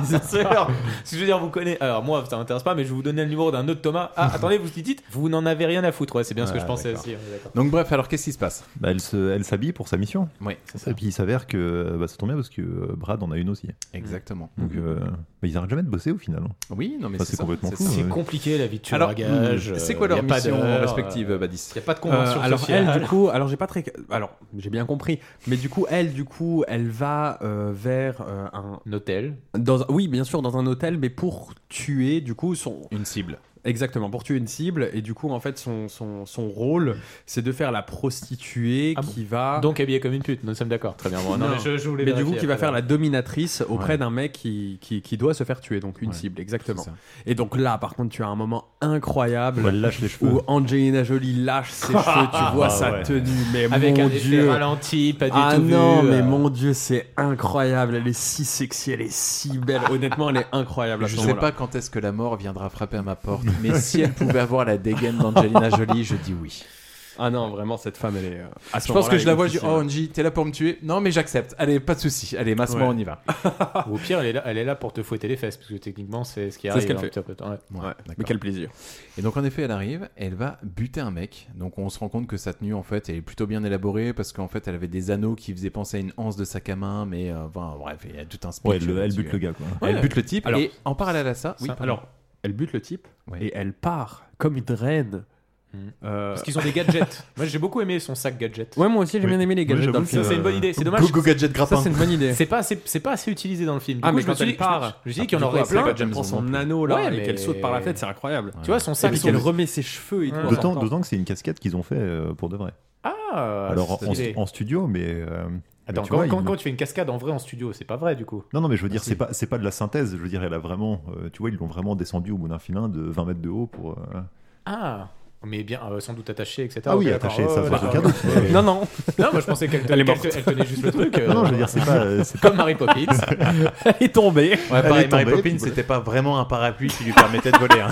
C'est sûr. Si je veux dire, vous connaissez. Alors, moi, ça m'intéresse pas, mais je vais vous donner le numéro d'un autre Thomas. Ah, attendez, vous dites, vous n'en avez rien à foutre. Ouais, c'est bien ce que
Ah,
je pensais
d'accord.
aussi. on est d'accord.
Donc bref, alors qu'est-ce qui se passe
Bah, elle se- elle s'habille pour sa mission.
Oui,
Et puis il s'avère que bah, ça tombe bien parce que euh, Brad en a une aussi.
Exactement.
Donc
Mhm.
euh, bah, ils arrêtent jamais de bosser au final.
euh,
hein.
Oui, non mais
Enfin,
c'est
c'est
ça,
complètement
c'est
fou.
ça.
ouais.
C'est compliqué la vie de tueur
Alors,
à gage,
hmm,
c'est
euh,
quoi leur
y a pas
mission
d'heure,
respective,
euh,
Badis
Y a pas de convention
Euh, alors
sociale.
elle du coup, alors j'ai pas très, alors j'ai bien compris, mais du coup elle du coup elle va euh, vers euh, un
hôtel.
Dans, un- oui bien sûr dans un hôtel, mais pour tuer du coup son
une cible.
Exactement pour tuer une cible et du coup en fait son son, son rôle c'est de faire la prostituée qui va
Ah Donc habillée comme une pute, nous sommes d'accord. Très bien. Bon, non,
Non.
mais je, je voulais
Mais du coup
vérifier
qui va
après,
faire
là.
la dominatrice auprès
Ouais.
d'un mec qui, qui, qui doit se faire tuer donc une cible exactement.
c'est ça.
Et donc là par contre tu as un moment incroyable
Bah,
Où elle lâche les cheveux.
où Angelina Jolie lâche ses cheveux, tu
Bah,
vois
Ah
sa
ouais.
tenue mais
Avec
mon
un effet
dieu
ralenti, pas du
ah
tout
non,
vu,
mais
euh.
mon dieu, c'est incroyable. Elle est si sexy, elle est si belle. Honnêtement, elle est incroyable. à
Je
ce
sais
moment-là.
pas quand est-ce que la mort viendra frapper à ma porte. mais si elle pouvait avoir la dégaine d'Angelina Jolie, je dis oui.
Ah non, vraiment, cette femme, elle est. euh, à ce
je pense
moment-là,
que je la
elle
vois,
est
je dis
difficile.
Oh, Angie, t'es là pour me tuer Non, mais j'accepte. Allez, pas de souci. Allez, masse-moi,
Ouais.
on y va.
Ou Ah, au pire, elle est, là, elle est là pour te fouetter les fesses, parce que techniquement, c'est ce qui
C'est
arrive.
ce qu'elle
hein,
fait.
petit peu de temps, ouais.
Ouais, d'accord.
Mais quel plaisir.
Et donc en effet, elle arrive, elle va buter un mec. Donc on se rend compte que sa tenue en fait, elle est plutôt bien élaborée parce qu'en fait, elle avait des anneaux qui faisaient penser à une anse de sac à main, mais euh, enfin, bref, il y a tout un speech euh,
Ouais, elle le- elle
là-dessus.
bute le gars, quoi.
Elle
Ouais.
bute le type
Alors-
et en parallèle à ça, oui,
Ça-
pardon.
alors, elle bute le type
Ouais.
et elle part comme une reine. Euh,
Parce qu'ils ont des gadgets. Moi, j'ai beaucoup aimé son sac gadget.
Ouais, moi aussi, j'ai bien aimé les gadgets dans le
Ça,
film.
c'est une bonne idée. C'est dommage.
Go, go, gadget grappin.
Ça, c'est une bonne idée.
C'est
pas assez, c'est pas assez utilisé dans le film. Du
Ah,
coup,
mais
je me
quand
suis
elle
dit,
part,
je me suis dit qu'il y en aurait
plein.
plein.
Elle prend son anneau là et qu'elle saute par la fête, c'est incroyable.
Tu vois, son sac,
Et
son-
qu'elle remet ses cheveux et
euh,
tout.
D'autant d'autant que c'est une casquette qu'ils ont fait euh, pour de vrai.
Ah,
Alors
c'est
en,
stylé.
en studio, mais. euh, mais
Attends,
tu
quand,
vois,
quand-
il me-
quand tu fais une cascade en vrai en studio, c'est pas vrai du coup.
Non, non, mais je veux dire, c'est pas, c'est pas de la synthèse. Je veux dire, elle a vraiment. euh, tu vois, ils l'ont vraiment descendu au bout d'un filin de 20 mètres de haut pour. euh,
Ah, mais bien, euh, sans doute attaché, etc.
Ah oui,
Ok, d'accord.
attaché,
Ouais,
ça
ouais,
se voit
d'accord.
aucun doute.
Ouais.
Non, non.
Non, moi je pensais qu'elle
Elle est
tenait, qu'elle
morte.
te- elle tenait juste le truc. euh,
Non, non, je veux dire, c'est pas. euh, c'est pas-
Comme Mary Poppins.
Elle est tombée. Ouais,
Ouais, pareil, Mary
tombée,
Poppins,
puis-
c'était pas vraiment un parapluie qui lui permettait de voler. hein.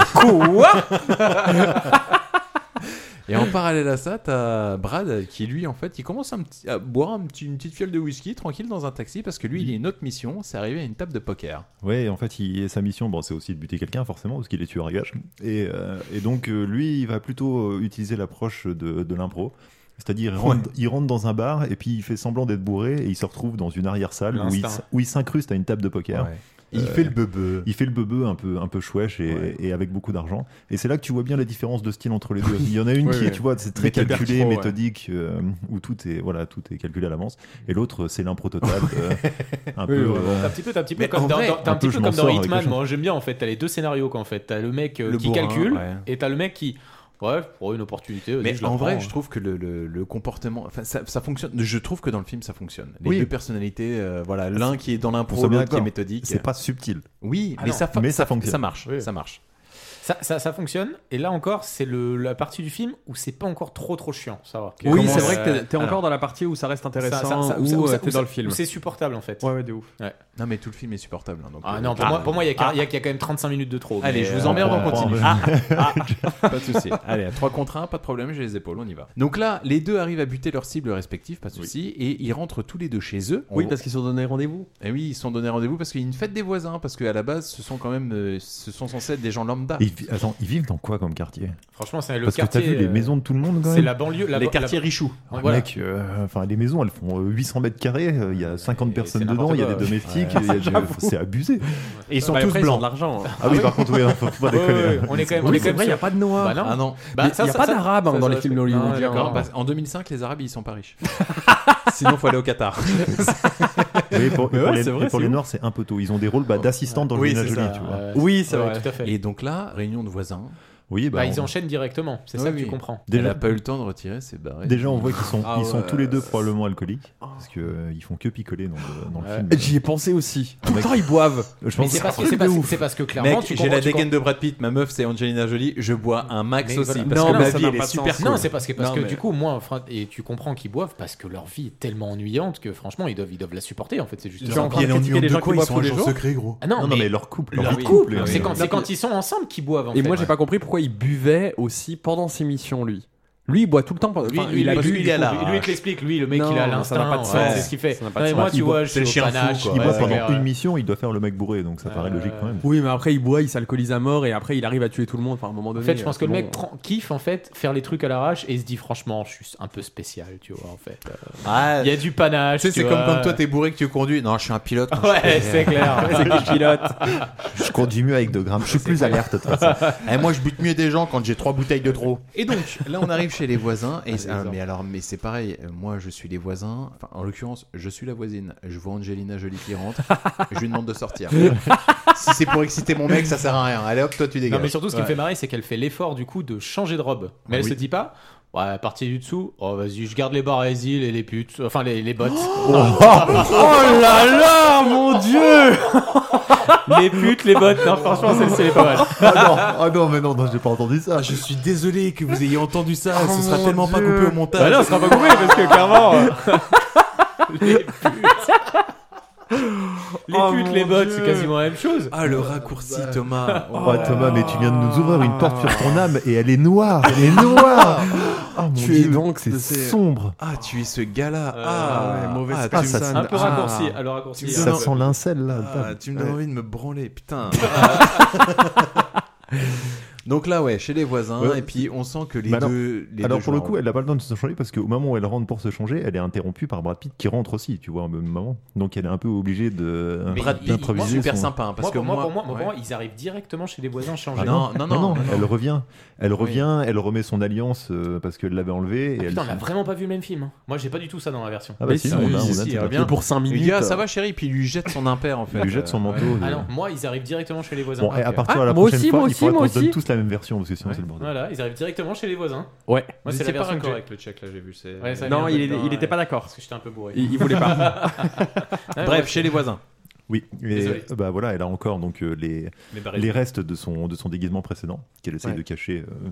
Et en parallèle à ça, t'as Brad qui lui, en fait, il commence un petit- à boire un petit- une petite fiole de whisky tranquille dans un taxi parce que lui, il a une autre mission, c'est arriver à une table de poker.
Ouais, en fait, il, sa mission, bon, c'est aussi de buter quelqu'un, forcément, parce qu'il est tueur à gage. Et, euh, et donc, euh, lui, il va plutôt euh, utiliser l'approche de, de l'impro. C'est-à-dire, il, rentre- il rentre dans un bar et puis il fait semblant d'être bourré et il se retrouve dans une arrière-salle où il,
L'instinct.
s- où il s'incruste à une table de poker.
Ouais. Et il fait le beubeu.
Euh, Il fait le beubeu un peu, un peu chouèche et, et avec beaucoup d'argent. Et c'est là que tu vois bien la différence de style entre les deux. Il y en a une
Oui,
qui est,
oui.
tu vois, c'est très
Mais qui est
calculé,
perpro, ouais.
méthodique, euh, où tout est, voilà, tout est calculé à l'avance. Et l'autre, c'est l'impro total. euh, un
Oui,
peu.
voilà.
euh,
T'as un petit peu, t'as un petit peu
Mais en
comme dans,
vrai,
dans- t'as un
un peu,
petit
je
peu
m'en
comme dans
sors avec
Hitman.
quelque
Moi, j'aime bien en fait. T'as les deux scénarios qu'en fait. T'as le mec euh,
Le
qui
bourrin,
calcule
ouais.
et t'as le mec qui, ouais, pour une opportunité. vas-y,
Euh, Mais
je hein. la
en vrai,
prends.
je trouve que le, le- le comportement, enfin, ça, ça fonctionne. Je trouve que dans le film, ça fonctionne. Les
Oui.
deux personnalités, euh, voilà, l'un qui est dans
On
l'impro,
soit bien
l'autre qui est
d'accord.
méthodique.
C'est pas subtil.
Oui,
Ah
mais,
non.
ça, fa-
Mais
ça,
ça fonctionne.
ça marche,
Oui.
ça marche.
Ça, ça, ça fonctionne. Et là encore, c'est le- la partie du film où c'est pas encore trop trop chiant. Ça va.
Oui,
Comment
c'est vrai que
ça-
t'es- t'es encore
alors,
dans la partie où ça reste
ça- ça-
intéressant,
ça- ça-
où
ça-
euh, t'es
ça-
dans le film.
où C'est supportable en fait.
Ouais, ouais, de ouf.
Ouais.
Non, mais tout le film est supportable. hein, donc,
Ah
euh,
non, pour moi, pour moi, il y, a qu'un- il y a- il y a quand même 35 minutes de trop.
Allez,
mais,
je vous
euh,
emmerde,
on
on continue.
prend-
Ah, ah, pas de souci. Allez, à 3 contre 1, pas de problème, j'ai les épaules, on y va. Donc là, les deux arrivent à buter leurs cibles respectives, pas de souci, et ils rentrent tous les deux chez eux.
Oui, parce qu'ils se sont donné rendez-vous.
Et oui, ils se sont donnés rendez-vous parce qu'il y a une fête des voisins, parce qu'à la base, ce sont quand même, euh, ce sont censés être des gens lambda.
Et ils vi- attends, ils vivent dans quoi comme quartier
euh, Franchement, c'est le
Parce que t'as
quartier.
vu les
euh,
maisons de tout le monde quand
C'est
même
la banlieue. la
les
ban-
quartiers
la-
richoux.
Ah,
voilà.
Mec, euh, enfin les maisons elles font euh, 800 mètres carrés, euh, il y a 50
Et
personnes
c'est
dedans, il y a des
n'importe quoi.
domestiques, il y a des- c'est abusé.
Et ils sont
Bah,
tous
après, Ils ont
blancs.
de l'argent.
Ah oui, par contre, oui, faut faut pas
Ouais,
déconner.
ouais,
là.
on est quand même. on
Oui,
est quand
c'est
même
vrai, il n'y a
sur-
pas de
Bah
noirs.
non.
Ah non.
Bah,
Mais
ça,
y a
ça,
pas
ça-
d'Arabes, hein,
ça,
dans
ça,
les films
ça-
hollywoodiens. hein.
Non, d'accord.
Non, bah, en 2005, les Arabes, ils sont pas riches. Sinon, faut aller au Qatar.
Oui, pour,
Mais
pour
ouais,
les,
c'est vrai,
et pour
c'est
les
ouf.
Noirs, c'est un peu tôt. Ils ont des rôles bah, d'assistants dans le
Oui,
Lina
c'est
Jolie,
ça,
tu vois.
Ouais,
Oui, c'est
ouais,
vrai.
Tout à fait.
Et donc là, réunion de voisins.
Oui, bah,
Bah, ils
on-
enchaînent directement. C'est
Oui,
ça que tu
oui.
comprends.
Elle
Déjà-
a pas eu le temps de retirer, c'est barré.
Déjà, on voit qu'ils sont,
Ah
ils sont
ouais.
tous les deux probablement alcooliques, parce qu'ils ils font que picoler dans le, dans le
Ouais.
film.
J'y ai pensé aussi. Tout le temps, ils boivent.
Je
Mais
pense
c'est
que
parce, que-
c'est
c'est parce-
ouf.
c'est parce que clairement,
Mec,
tu
j'ai
comprends-
la
tu
dégaine de Brad Pitt, ma meuf c'est Angelina Jolie, je bois un max
Mais
aussi.
voilà.
Parce
Non,
que
mais
ma
ça
vie
n'a
elle est
pas de
super
sens.
cool.
Non, c'est parce que, parce
Non,
que
mais-
du coup, moi, enfin, et tu comprends qu'ils boivent parce que leur vie est tellement ennuyante que franchement, ils doivent, ils doivent la supporter. En fait, c'est juste.
Tu
ça.
en train de critiquer les gens qui boivent tous les jours.
gros
Ah non,
Non, non, mais leur couple.
leur couple, c'est quand, c'est quand ils sont ensemble qu'ils boivent. En
Et
fait.
moi, j'ai pas compris pourquoi il buvait aussi pendant ses missions, lui. Lui, il boit tout le temps. pendant-
Lui,
enfin,
lui,
il a
parce
bu.
qu'il
du
est à
coup.
la-
Lui, lui, il te l'explique. Lui, le mec,
Non,
il a
ça n'a
l'instinct.
pas de
ouais,
sens.
C'est ce qu'il fait.
Ça n'a pas de
Ouais,
sens.
Moi,
Il
tu
boit-
vois, je
c'est le
suis
chien
au
fou,
panache.
quoi.
Il
Ouais,
boit
ouais,
pendant
ouais.
une mission, il doit faire le mec bourré, donc ça paraît
Euh,
logique quand même.
Oui, mais après, il boit, il s'alcoolise à mort, et après, il arrive à tuer tout le monde. Enfin, à un moment
En
donné.
fait, je pense
euh,
que le
bon.
mec prend- kiffe en fait faire les trucs à l'arrache et il se dit franchement, je suis un peu spécial, tu vois en fait. Euh, Il y a du panache.
Tu sais,
tu
c'est comme
vois.
quand toi t'es bourré que tu conduis. Non, je suis un pilote. quand je
Ouais,
conduis.
c'est clair. c'est qui pilote.
Je conduis mieux avec 2 grammes, je suis plus alerte de toute façon.
Eh, moi, je bute mieux des gens quand j'ai trois bouteilles de trop. Et donc, là, on arrive chez les voisins. Et
c'est
ah,
bizarre.
mais alors, mais c'est pareil. euh, Moi, je suis les voisins. Enfin, en l'occurrence, je suis la voisine. Je vois Angelina Jolie qui rentre. je lui demande de sortir. si c'est pour exciter mon mec, ça sert à rien. Allez, hop, toi, tu dégages.
Non, mais surtout, ce qui me
Ouais.
fait marrer, c'est qu'elle fait l'effort du coup de changer de robe. Mais
Ah
elle
oui.
se dit pas, ouais, à partir du dessous, oh vas-y, je garde les barésiles et les putes, enfin les, les bottes.
Oh là là, mon dieu
les putes, les bottes, non, franchement, c'est- c'est pas mal.
Ah non, ah non, mais non, non j'ai pas entendu ça.
Je suis désolé que vous ayez entendu ça.
Oh
ce sera tellement pas coupé au montage.
Bah non, ce sera pas compris parce que clairement. euh, les putes. Les putes, les bottes, c'est quasiment la même chose.
Ah, le raccourci, Thomas.
Oh, Thomas, mais tu viens de nous ouvrir une porte sur ton âme et elle est noire. Elle est noire. Oh, mon
Tu
Dieu,
es-
donc c'est
c'est-
sombre.
Ah, tu es ce gars-là. Ah,
ouais,
mauvaise
ah,
personne.
tu me-
Un peu raccourci,
Ah.
alors euh, raccourci.
Tu me
Ça
donnes-
sent l'incel, là,
Ah,
dame.
tu me donnes
Ouais.
envie de me branler, putain. Ah. Donc là, ouais, chez les voisins,
Ouais.
et puis on sent que les
Mais alors-
deux. les
alors
deux
pour le
joueurs-
coup, elle n'a pas le temps de se changer parce qu'au moment où elle rentre pour se changer, elle est interrompue par Brad Pitt qui rentre aussi, tu vois, au même moment. Donc elle est un peu obligée de
Mais Brad Pitt,
d'improviser
super
son-
sympa, hein, parce
Moi,
que
pour moi,
moi,
pour moi, pour
ouais.
moi, ils arrivent directement chez les voisins changer.
Ah
non, non, non, non, non.
elle revient, elle revient, elle remet son alliance euh, parce qu'elle l'avait enlevée. et
Ah,
elle
Ah Putain, on
se-
a vraiment pas vu le même film. hein. Moi, j'ai pas du tout ça dans la version.
Ah bah si, on a- on a- on a- pour cinq
Les
minutes,
gars,
euh,
ça va, chérie, puis il lui jette son impair en fait.
Il lui jette son manteau,
Ah
euh,
non, moi, ils arrivent directement chez les voisins. euh,
Bon, et
Ah,
à partir de la prochaine fois, il faudra qu'on se donne tous la même version parce que sinon c'est le bordel.
Voilà, ils arrivent directement chez les voisins.
Ouais.
Moi,
Vous
c'est la
étiez pas
version
raccord
correcte, le check, là, j'ai vu. c'est-
Ouais, ça
Non,
vient
il
de
est-
dedans,
il était
ouais.
pas d'accord. Parce que j'étais un peu bourré. Ah,
Il, il voulait pas.
Ouais,
Bref,
ouais.
chez les voisins.
Oui, mais
Désolé.
bah voilà, elle a encore donc euh, les,
Les barrettes.
les restes de son, de son déguisement précédent qu'elle essaye
Ouais.
de cacher euh,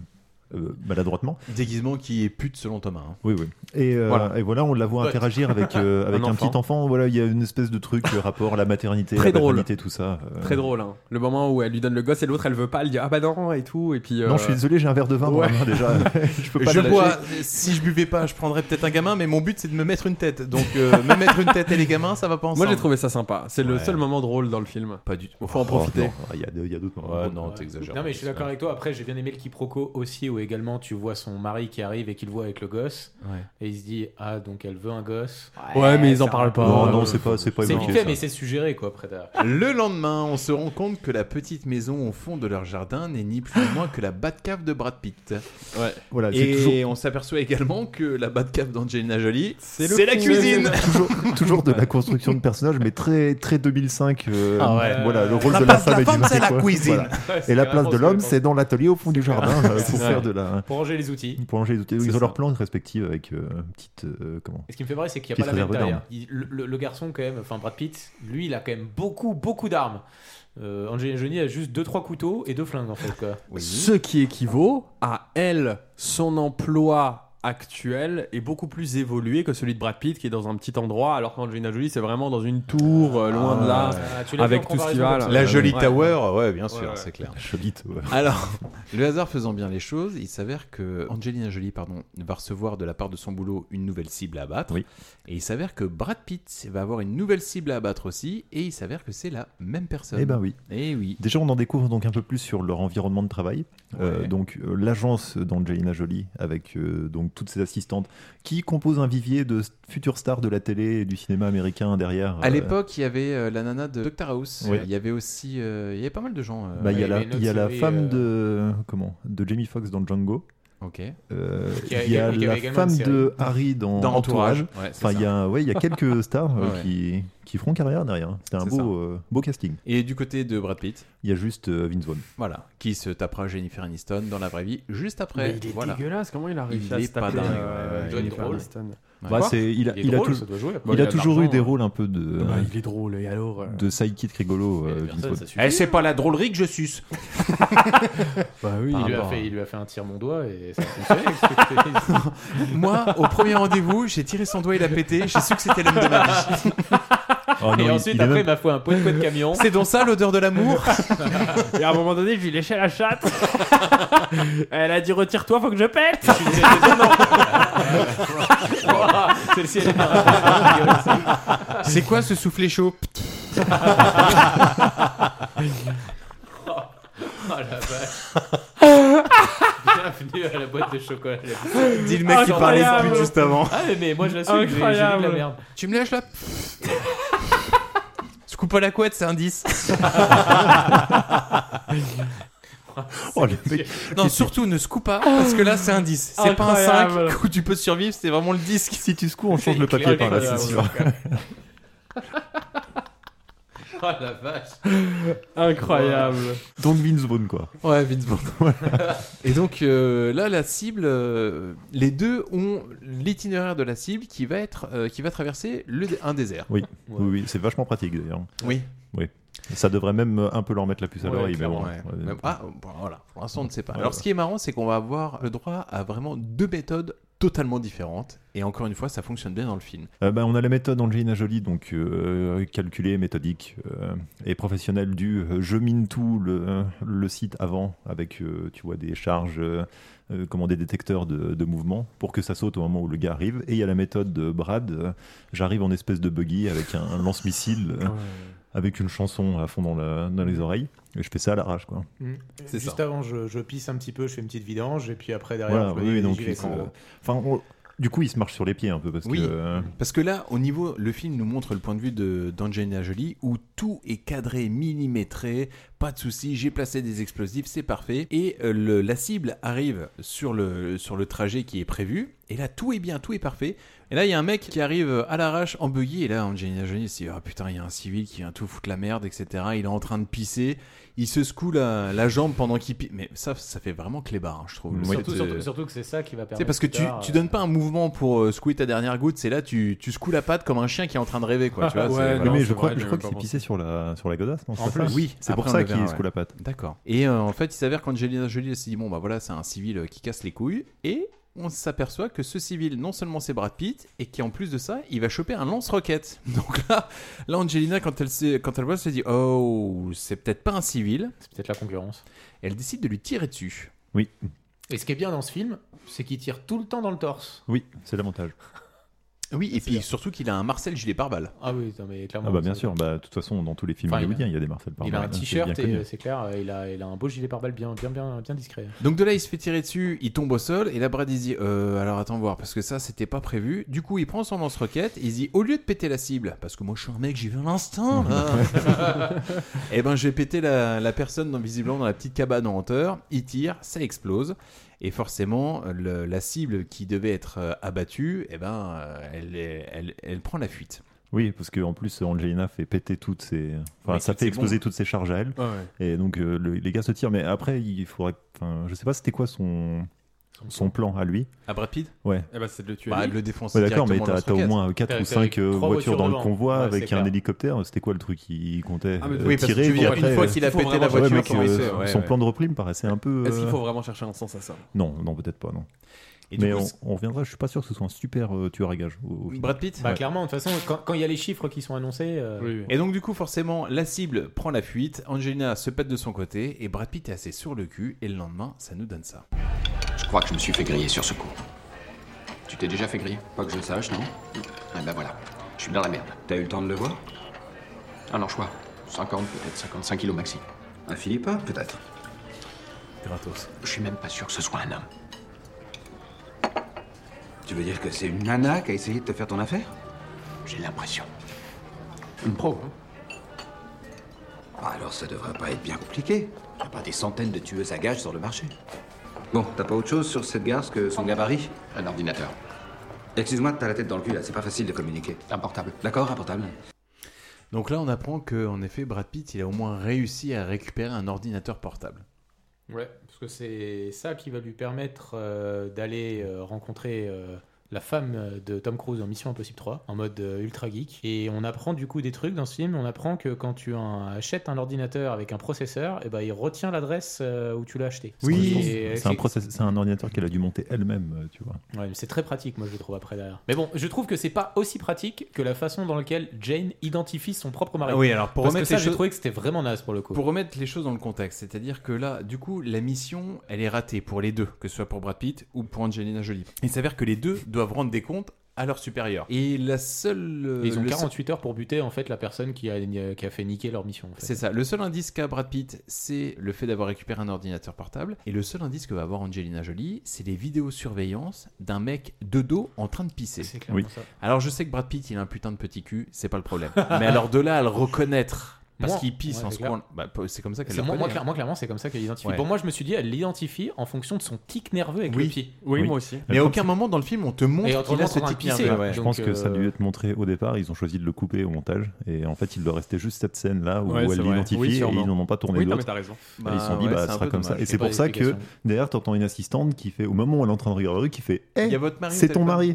euh, maladroitement.
Déguisement qui est pute selon Thomas. hein.
Oui, oui. Et, euh, et voilà.
Voilà.
on la voit
Ouais.
interagir avec, euh, avec
Un
un,
enfant.
petit enfant. Voilà, il y a une espèce de truc, le rapport, la maternité,
Très
la
drôle.
paternité, tout ça. euh.
Très drôle, hein. Le moment où elle lui donne le gosse et l'autre elle veut pas, elle dit ah bah non et tout. Et puis, euh,
Non, je suis désolé, j'ai un verre de vin dans la
ouais.
main, déjà. je peux pas
je
le lâcher.
bois, si je buvais pas, je prendrais peut-être un gamin, mais mon but c'est de me mettre une tête. Donc euh, me mettre une tête et les gamins, ça va pas ensemble.
Moi j'ai trouvé ça sympa. C'est le
Ouais.
seul moment drôle dans le film.
Pas du tout.
Faut en
Oh,
profiter.
non,
Oh,
Il y a de- il y a d'autres moments.
Ouais, non, t'exagères.
Non mais je suis d'accord avec toi. Après j'ai bien aimé le quiproquo aussi où également tu vois son mari qui arrive et qu'il voit avec le gosse
Ouais.
et il se dit ah donc elle veut un gosse.
Ouais, mais ils
ça
en parlent
va.
pas.
Non, non, c'est pas, c'est pas
C'est
évoqué,
vite fait
ça.
mais c'est suggéré quoi après derrière.
Le lendemain, on se rend compte que la petite maison au fond de leur jardin n'est ni plus ni moins que la Batcave de Brad Pitt.
Ouais.
Voilà, c'est
et
toujours-
on s'aperçoit également que la Batcave d'Angelina Jolie,
C'est le
c'est la
cuisine.
cuisine.
toujours, toujours de la construction de personnages, mais très, très 2005. euh,
Ah ouais.
Voilà, le rôle
La
de la
place de la
femme et du
femme,
mari,
c'est la
quoi.
cuisine.
Voilà.
Ouais, c'est
Et la
carrément
place de
ce que je
l'homme,
pense.
c'est dans l'atelier au fond du jardin euh, pour
ça.
faire de la.
Pour ranger les outils.
Pour ranger les outils.
C'est
Ils ont
ça.
leurs plantes respectives avec euh, une petite. euh, comment
Et ce qui me fait marrer c'est qu'il n'y a
Petite
pas la même
réserve
derrière. Il- le, le- le garçon quand même, enfin Brad Pitt, lui il a quand même beaucoup beaucoup d'armes. Euh, Angelina Jolie a juste deux trois couteaux et deux flingues en fait quoi.
Ce qui équivaut à elle, son emploi actuel est beaucoup plus évolué que celui de Brad Pitt qui est dans un petit endroit alors qu'Angelina Jolie c'est vraiment dans une tour euh, loin de là
Ah, tu l'as vu
avec
en
tout ce qui
comparaison
va
comme ça.
là.
La Jolie
Ouais.
Tower, ouais, bien sûr,
Ouais.
c'est clair.
Chobite. ouais.
Alors, le hasard faisant bien les choses, il s'avère que Angelina Jolie pardon, va recevoir de la part de son boulot une nouvelle cible à abattre.
Oui.
Et il s'avère que Brad Pitt va avoir une nouvelle cible à abattre aussi. Et il s'avère que c'est la même personne.
Eh ben oui.
Eh oui.
Déjà, on en découvre donc un peu plus sur leur environnement de travail. Euh,
Ouais.
donc, euh, l'agence d'Angelina Jolie, avec euh, donc toutes ses assistantes, qui composent un vivier de s- futures stars de la télé et du cinéma américain derrière.
À
euh,
l'époque, il y avait euh, la nana de Dr House.
Oui.
Il y avait aussi, euh, il y avait pas mal de gens. euh,
bah, il y a
Ouais,
la,
mais notre
il y a la
série,
femme de comment de Jamie Foxx dans Django.
Ok.
Euh,
Qui a-
Il y a
qui avait
la
également
femme
une série.
de Harry dans,
Dans Entourage.
Entourage.
Ouais, c'est
enfin, il y a, ouais, il y a quelques stars euh,
Ouais.
qui, qui feront carrière derrière. C'était un
C'est
beau, euh, beau casting.
Et du côté de Brad Pitt,
Il y a juste euh, Vince Vaughn.
voilà, qui se tapera Jennifer Aniston dans la vraie vie juste après.
Mais il est
voilà.
dégueulasse, comment il a réussi
Il
à
est
se taper,
pas dingue, ouais,
euh,
ouais,
il doit être
Jennifer
drôle.
Aniston.
Bah,
Quoi
c'est- il a,
Il est
il a
drôle,
toujours-
ça doit jouer.
il a toujours eu des
hein.
rôles un peu de,
Bah, il est drôle et alors euh,
de sidekick rigolo. euh, Vince Vaughn.
Eh, c'est pas la drôlerie que je suce.
Bah
Il
oui.
lui, a
rapport,
fait, il lui a fait un tir mon doigt et ça a fonctionné. parce que c'était-
Moi, au premier rendez-vous, j'ai tiré son doigt, il a pété, j'ai su que c'était l'homme de ma vie.
Ah,
Oh, non,
et
il-
ensuite,
il est
après, il
même-
m'a fait un point de coup de camion.
C'est donc ça l'odeur de l'amour
Et à un moment donné, je lui léchais la chatte. Elle a dit retire-toi, faut que je pète.
Je lui disais, non, non. Ouah, Celle-ci, elle est marrante.
C'est quoi ce soufflet chaud
Oh la vache. Bienvenue à la boîte de chocolat.
Dis le mec qui parlait de pute juste avant.
Ah, mais, mais moi, je l'assume, j'ai j'ai dit de la
Incroyable.
merde.
Tu me lèches là Se coupe pas la couette, c'est un 10.
Oh, le mec,
Non, surtout ne se coupe pas,
Ah.
parce que là c'est un 10. C'est pas un
Incroyable.
5 où tu peux survivre, c'est vraiment le disque.
si tu secoues, on change le papier par
éclairé,
là,
quoi,
c'est
là,
sûr.
Oh la vache.
Incroyable.
Donc Vince Vaughn, quoi.
Ouais, vite bon. Et donc euh, là, la cible, euh, les deux ont l'itinéraire de la cible qui va être, euh, qui va traverser le, un désert.
Oui, oui, oui, c'est vachement pratique d'ailleurs.
Oui.
Ça devrait même euh, un peu leur mettre la puce à
Ouais,
l'oreille, mais bon.
Ouais.
ouais.
Mais- ah, bon, voilà, pour l'instant on ne sait pas.
Ouais.
Alors ce qui est marrant, c'est qu'on va avoir le droit à vraiment deux méthodes totalement différentes Et encore une fois, ça fonctionne bien dans le film.
Euh, bah, on a la méthode Angelina Jolie, donc euh, calculée, méthodique euh, et professionnelle du euh, je mine tout le, le site avant avec euh, tu vois des charges, euh, comment des détecteurs de, de mouvement pour que ça saute au moment où le gars arrive. Et il y a la méthode de Brad, j'arrive en espèce de buggy avec un, un lance-missile. Ouais avec une chanson à fond dans, la, dans, les oreilles. Et je fais ça à l'arrache, quoi.
Mmh. Juste ça. avant, je, je, pisse un petit peu, je fais une petite vidange, et puis après derrière. Voilà, je oui, donc
enfin, on... du coup, il se marche sur les pieds un peu parce
oui,
Mmh.
que. euh,
Parce que là, au niveau, le film nous montre le point de vue de d'Angelina Jolie où tout est cadré, millimétré, pas de souci, j'ai placé des explosifs, c'est parfait. Et euh, le, la cible arrive sur le sur le trajet qui est prévu. Et là, tout est bien, tout est parfait. Et là, il y a un mec qui arrive à l'arrache en buggy. Et là, Angelina Jolie se dit Ah oh, putain, il y a un civil qui vient tout foutre la merde, etc. Il est en train de pisser. Il se secoue la, la jambe pendant qu'il pisse. Mais ça, ça fait vraiment clébard, hein, je trouve.
Oui, surtout, surtout, surtout, que c'est ça qui va permettre.
C'est parce que tu,
tard,
euh.
tu donnes pas un mouvement pour euh, secouer ta dernière goutte. C'est là, tu, tu secoues la patte comme un chien qui est en train de rêver. Quoi, tu vois,
ouais, non, mais je crois, vrai, je crois que c'est pissé sur la, sur la godasse. Non,
en plus, oui,
c'est pour ça qu'il ouais. secoue la patte.
D'accord. Et euh, en fait, il s'avère qu'Angelina Jolie se dit Bon, bah voilà, c'est un civil qui casse les couilles. Et on s'aperçoit que ce civil, non seulement c'est Brad Pitt, et qui en plus de ça, il va choper un lance-roquette. Donc là, là Angelina, quand elle, sait, quand elle voit, elle se dit Oh, c'est peut-être pas un civil.
euh, C'est peut-être la concurrence.
Et elle décide de lui tirer dessus.
Oui.
Et ce qui est bien dans ce film, c'est qu'il tire tout le temps dans le torse.
Oui, c'est l'avantage. Ah
Oui, et
hein.
puis bien. surtout qu'il a un Marcel gilet pare-balles.
Ah oui, non, mais clairement.
Ah bah bien sûr, bah, de toute façon, dans tous les films hollywoodiens, enfin, il, il y a des Marcel hein,
pare-balles. Il a un t-shirt et euh, c'est clair, il a, il a un beau gilet pare-balles bien, bien, bien, bien discret.
Donc de là, il se fait tirer dessus, il tombe au sol, et là, Brad, il dit euh, Alors attends, voir, parce que ça, c'était pas prévu. Du coup, il prend son lance-roquette, il dit Au lieu de péter la cible, parce que moi, je suis un mec, j'y vais à l'instinct, et ben, j'ai pété la, la personne, dans, visiblement, dans la petite cabane en hauteur, il tire, ça explose. Et forcément, le, la cible qui devait être abattue, eh ben, elle, elle, elle prend la fuite.
Oui, parce qu'en plus, Angelina fait péter toutes ses. Enfin, oui, ça fait exploser bombes. toutes ses charges à elle. Ah ouais. Et donc, euh, le, les gars se tirent. Mais après, il faudrait. Enfin, je sais pas, c'était quoi son. Son, son plan à lui.
À Brad Pitt
Ouais.
Eh ben, c'est de le tuer.
Bah, le défoncer.
Ouais, d'accord, mais t'as, au moins 4 ou 5 voitures dans devant. le convoi ouais, avec un hélicoptère. C'était quoi le truc Il comptait ah, mais oui, tirer.
Parce que après, une fois qu'il a pété la voiture,
mec, euh, son plan de repli me paraissait un peu. euh,
Est-ce qu'il faut vraiment chercher un sens à ça
Non, non, peut-être pas, non. Et mais coup, on, on, reviendra, je suis pas sûr que ce soit un super euh, tueur à gage. Au,
au Brad Pitt
bah, ouais. Clairement, de toute façon, quand il y a les chiffres qui sont annoncés. Euh... Oui, oui.
Et donc, du coup, forcément, la cible prend la fuite, Angelina se pète de son côté, et Brad Pitt est assez sur le cul, et le lendemain, ça nous donne ça.
Je crois que je me suis fait griller sur ce coup. Tu t'es déjà fait griller Pas que je le sache, non Ah bah ben voilà, je suis dans la merde.
T'as eu le temps de le voir
Un anchois, 50 peut-être, 55 kilos maxi. hein,
Un Philippa, peut-être
Gratos.
Je suis même pas sûr que ce soit un homme.
Tu veux dire que c'est une nana qui a essayé de te faire ton affaire
J'ai l'impression. Une pro.
Bah hein? alors ça devrait pas être bien compliqué. Y a pas des centaines de tueuses à gages sur le marché. Bon, t'as pas autre chose sur cette garce que son gabarit
Un ordinateur.
Excuse-moi, t'as la tête dans le cul là, c'est pas facile de communiquer.
Un portable.
D'accord, un portable.
Donc là, on apprend que, en effet, Brad Pitt, il a au moins réussi à récupérer un ordinateur portable.
Ouais, parce que c'est ça qui va lui permettre euh, d'aller euh, rencontrer euh, la femme de Tom Cruise dans Mission Impossible 3 en mode euh, ultra geek. Et on apprend du coup des trucs dans ce film. On apprend que quand tu un, achètes un ordinateur avec un processeur, et ben bah, il retient l'adresse euh, où tu l'as acheté.
Oui, c'est un, process... un, ordinateur qu'elle a dû monter elle-même, euh, tu vois.
Ouais, c'est très pratique, moi je le trouve après derrière. Mais bon, je trouve que c'est pas aussi pratique que la façon dans laquelle Jane identifie son propre mari.
Oui, alors pour
Ah Parce
remettre
que ça,
les choses...
trouvé que c'était vraiment naze pour le coup.
Pour remettre les choses dans le contexte, c'est-à-dire que là, du coup, la mission, elle est ratée pour les deux, que ce soit pour Brad Pitt ou pour Angelina Jolie. Il s'avère que les deux doivent rendre des comptes à leur supérieur. Et la seule. Euh,
ils ont 48 seul... heures pour buter en fait la personne qui a, euh, qui a fait niquer leur mission. En fait.
C'est ça. Le seul indice qu'a Brad Pitt, c'est le fait d'avoir récupéré un ordinateur portable. Et le seul indice que va avoir Angelina Jolie, c'est les vidéosurveillances d'un mec de dos en train de pisser.
C'est clairement oui. ça.
Alors je sais que Brad Pitt, il a un putain de petit cul, c'est pas le problème. Mais alors de là à le reconnaître parce qu'il pisse ouais, en secouant. Bah, c'est comme ça qu'elle
moi, moi, clair, moi, clairement, c'est comme ça qu'elle l'identifie. Ouais. Pour moi, je me suis dit, elle l'identifie en fonction de son tic nerveux avec
hein. oui.
le pied.
Oui, oui, moi aussi. Mais à aucun moment dans le film, on te montre qu'il a ce tic pissé.
Ouais. Je Donc, pense que euh... ça a dû être montré au départ. Ils ont choisi de le couper au montage. Et en fait, il leur restait juste cette scène-là où elle l'identifie oui, et ils n'en ont pas tourné d'autres. Ils se sont dit, bah, ça sera comme ça. Et c'est pour ça que derrière, t'entends une assistante qui fait, au moment où elle est en train de regarder, qui fait, eh,
Eh,
c'est ton mari.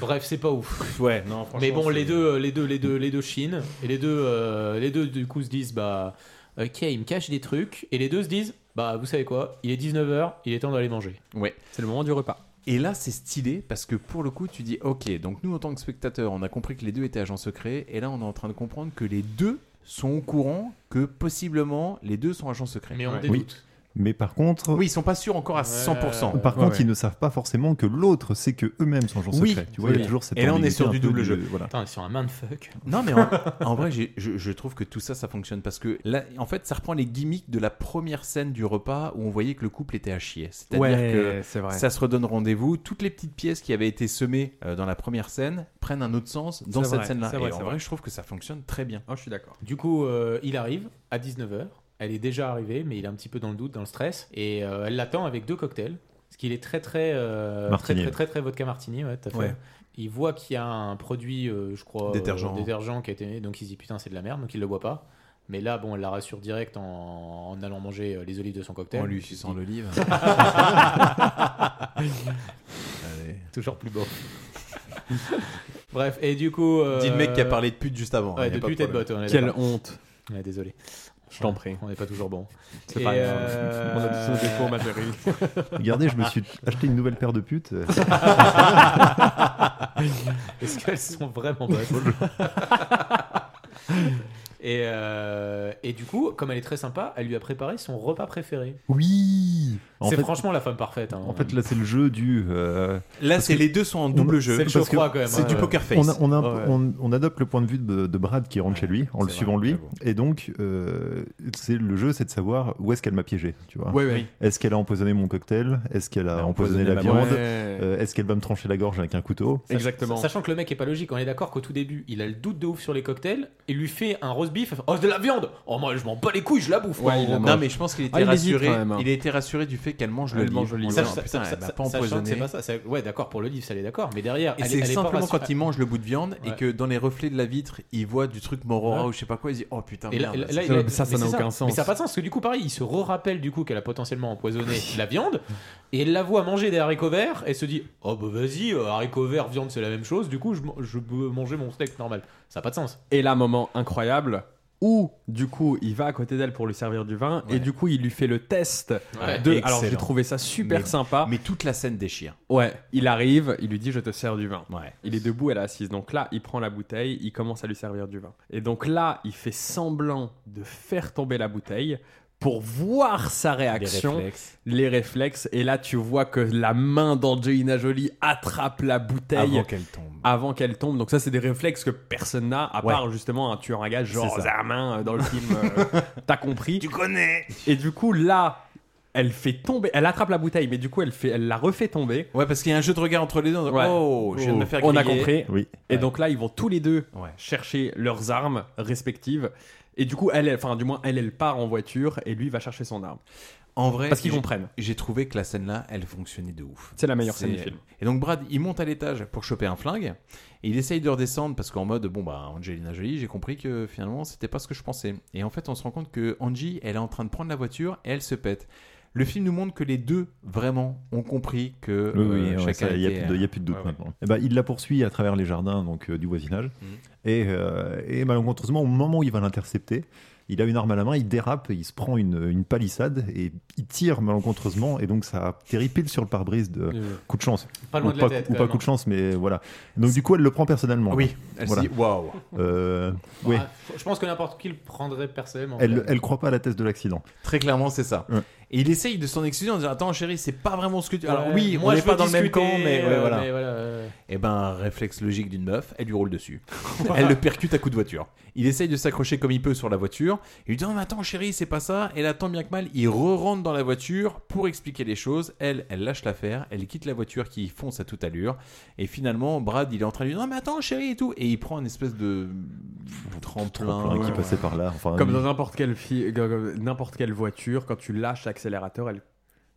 Bref, c'est pas ouf.
Ouais,
Mais bon, les deux, euh, les deux, les deux, les deux Chine et les deux euh, les deux du coup se disent bah ok il me cache des trucs et les deux se disent bah vous savez quoi il est 19h il est temps d'aller manger
ouais
c'est le moment du repas
Et là, c'est stylé parce que pour le coup, tu dis ok, donc nous en tant que spectateurs, on a compris que les deux étaient agents secrets, et là, on est en train de comprendre que les deux sont au courant que possiblement les deux sont agents secrets.
Mais on
Ouais.
dédoute.
Mais par contre.
Oui, ils sont pas sûrs encore à 100%.
Par contre, ils ne savent pas forcément que l'autre sait que eux-mêmes sont agents
Oui.
secrets. Tu vois, il y
Oui.
a toujours cette
Et là, on est
ambiguïté
sur
un
du
peu
double jeu.
voilà.
Putain, sur un mindfuck.
Non, mais en, en vrai, j'ai- je, je trouve que tout ça, ça fonctionne parce que là, en fait, ça reprend les gimmicks de la première scène du repas où on voyait que le couple était à chier. C'est-à-dire
Ouais, c'est
que
vrai.
ça se redonne rendez-vous. Toutes les petites pièces qui avaient été semées euh, dans la première scène prennent un autre sens dans
C'est
cette
vrai,
scène-là.
c'est
Et
vrai,
en
c'est
vrai,
vrai.
je trouve que ça fonctionne très bien.
Ah, je suis d'accord.
Du coup, euh, il arrive à 19h. Elle est déjà arrivée, mais il est un petit peu dans le doute, dans le stress. Et euh, elle l'attend avec deux cocktails. Parce qu'il est très, très, euh, très,
Martini,
très,
ouais.
très, très vodka martini. Ouais, tout à fait.
Ouais.
Il voit qu'il y a un produit, euh, je crois, euh,
Détergent.
détergent qui a été. Donc il se dit putain, c'est de la merde. Donc il le boit pas. Mais là, bon, elle la rassure direct en, en allant manger euh, les olives de son cocktail.
En lui
Donc, il se
suçant
dit-
l'olive. Allez.
Toujours plus beau. Bref, et du coup. euh,
Dis le mec qui a parlé de pute juste avant, hein,
Ouais,
y a
de
pas de
pute et de
problème.
botte. on est
Quelle
d'accord.
honte.
Ouais, désolé.
Je t'en prie.
On n'est pas toujours bon.
C'est
Et,
pas grave.
euh,
On a tous nos défauts, ma chérie.
Regardez, je me suis acheté une nouvelle paire de putes.
Est-ce qu'elles sont vraiment bonnes et, euh, et du coup, comme elle est très sympa, elle lui a préparé son repas préféré.
Oui En
C'est
fait-
franchement la femme parfaite. hein.
En fait, là, c'est le jeu du. euh,
Là,
parce
c'est
que-
les deux sont en double
on-
jeu.
C'est le
parce
jeu froid, quand même,
c'est hein. du poker face.
On, a- on a-
Ouais.
on- on adopte le point de vue de, de Brad qui rentre chez lui en le suivant lui. Et donc, euh, c'est le jeu, c'est de savoir où est-ce qu'elle m'a piégé. Tu vois.
Ouais, ouais.
Est-ce qu'elle a empoisonné mon cocktail Est-ce qu'elle a, Bah, empoisonné,
empoisonné
la
ma
viande
viande.
Euh, Est-ce qu'elle va me trancher la gorge avec un couteau
Sach- Sachant que le mec est pas logique, on est d'accord qu'au tout début, il a le doute de ouf sur les cocktails et lui fait un roast beef. Oh, c'est de la viande Oh, moi, je m'en bats les couilles, je la bouffe quoi, en gros.
non, mais je pense
Ah,
qu'il était rassuré.
hein.
Il a été rassuré du fait qu'elle mange le
Elle
livre.
mange le
en
livre.
disant,
Ça- ça-
putain,
ça-
elle m'a
ça-
pas
sachant que
empoisonné.
c'est pas ça, c'est- Ouais, d'accord, pour le livre, ça elle est d'accord. Mais derrière,
Et
elle-
c'est
elle est pas
simplement
rassurée.
quand il mange le bout de viande et
Ouais.
que dans les reflets de la vitre, il voit du truc morora
Ouais.
ou je sais pas quoi, il dit oh putain,
Et là-
merde,
là- là, il a- mais c'est Mais ça n'a pas de sens, parce que du coup, pareil, il se re-rappelle du coup qu'elle a potentiellement empoisonné la viande, et elle la voit manger des haricots verts, et se dit Oh bah vas-y, euh, haricots verts, viande, c'est la même chose, du coup, je, m- je peux manger mon steak normal. Ça n'a pas de sens.
Et là, moment incroyable où du coup il va à côté d'elle pour lui servir du vin et du coup il lui fait le test
Ouais.
de
Excellent.
alors j'ai trouvé ça super
Mais-
sympa
mais toute la scène déchire
ouais il arrive il lui dit je te sers du vin
ouais.
il est debout elle est assise donc là il prend la bouteille il commence à lui servir du vin et donc là il fait semblant de faire tomber la bouteille pour voir sa réaction
réflexes.
les réflexes. et là tu vois que la main d'Angelina Jolie attrape la bouteille
Avant qu'elle tombe.
avant qu'elle tombe donc ça c'est des réflexes que personne n'a à
Ouais.
part justement un tueur à gage genre
C'est ça.
Zarmin euh, dans le film euh, t'as compris tu
connais
et du coup là elle fait tomber elle attrape la bouteille mais du coup elle fait elle la refait tomber
ouais parce qu'il y a un jeu de regard entre les deux oh, je viens de me faire
on a
griller.
compris
Oui.
et donc là ils vont tous les deux chercher leurs armes respectives et du coup elle elle- enfin du moins elle elle part en voiture et lui va chercher son arme
En vrai,
parce qu'ils
j'ai-
comprennent
J'ai trouvé que la scène-là, elle fonctionnait de ouf.
C'est la meilleure scène du film.
Et donc Brad, il monte à l'étage pour choper un flingue. Et il essaye de redescendre parce qu'en mode, bon bah Angelina Jolie, j'ai compris que finalement c'était pas ce que je pensais. Et en fait, on se rend compte que Angie, elle est en train de prendre la voiture et elle se pète. Le film nous montre que les deux vraiment ont compris que
Oui, oui,
euh,
ouais,
chacun
ça, il n'y a,
était,
plus de- il y a plus de doute
ouais, ouais.
maintenant. Eh ben, il la poursuit à travers les jardins donc, euh, du voisinage.
Mm.
Et, euh, et malencontreusement, au moment où il va l'intercepter, il a une arme à la main, il dérape, il se prend une, une palissade et il tire malencontreusement. Et donc ça atterrit pile sur le pare-brise de
Oui, oui.
coup de chance.
Pas
ou
loin de la
pas,
tête,
ou
quand
pas
même,
coup de
hein.
chance, mais voilà. Donc du coup, elle le prend personnellement.
euh, Oui, elle se dit, waouh.
Euh, oui.
Ah, f- je pense que n'importe qui le prendrait personnellement.
Elle, elle croit pas à la thèse de l'accident.
Très clairement, c'est ça. Et il essaye de s'en excuser en disant Attends, chérie, c'est pas vraiment ce que tu. Alors,
Ouais,
oui,
moi,
on n'est
je
pas
veux
dans le même camp,
discuter,
mais, ouais,
euh,
voilà.
mais voilà, ouais.
Et ben, réflexe logique d'une meuf, elle lui roule dessus. elle le percute à coups de voiture. Il essaye de s'accrocher comme il peut sur la voiture. Il lui dit Non, mais attends, chérie, c'est pas ça. Et là, tant bien que mal, il re-rentre dans la voiture pour expliquer les choses. Elle, elle lâche l'affaire. Elle quitte la voiture qui fonce à toute allure. Et finalement, Brad, il est en train de lui dire Non, mais attends, chérie, et tout. Et il prend une espèce de tremplin.
Tremplin qui passait par là, enfin,
Ah, comme dans n'importe quelle fi- comme- comme n'importe quelle voiture quand tu lâches l'accélérateur elle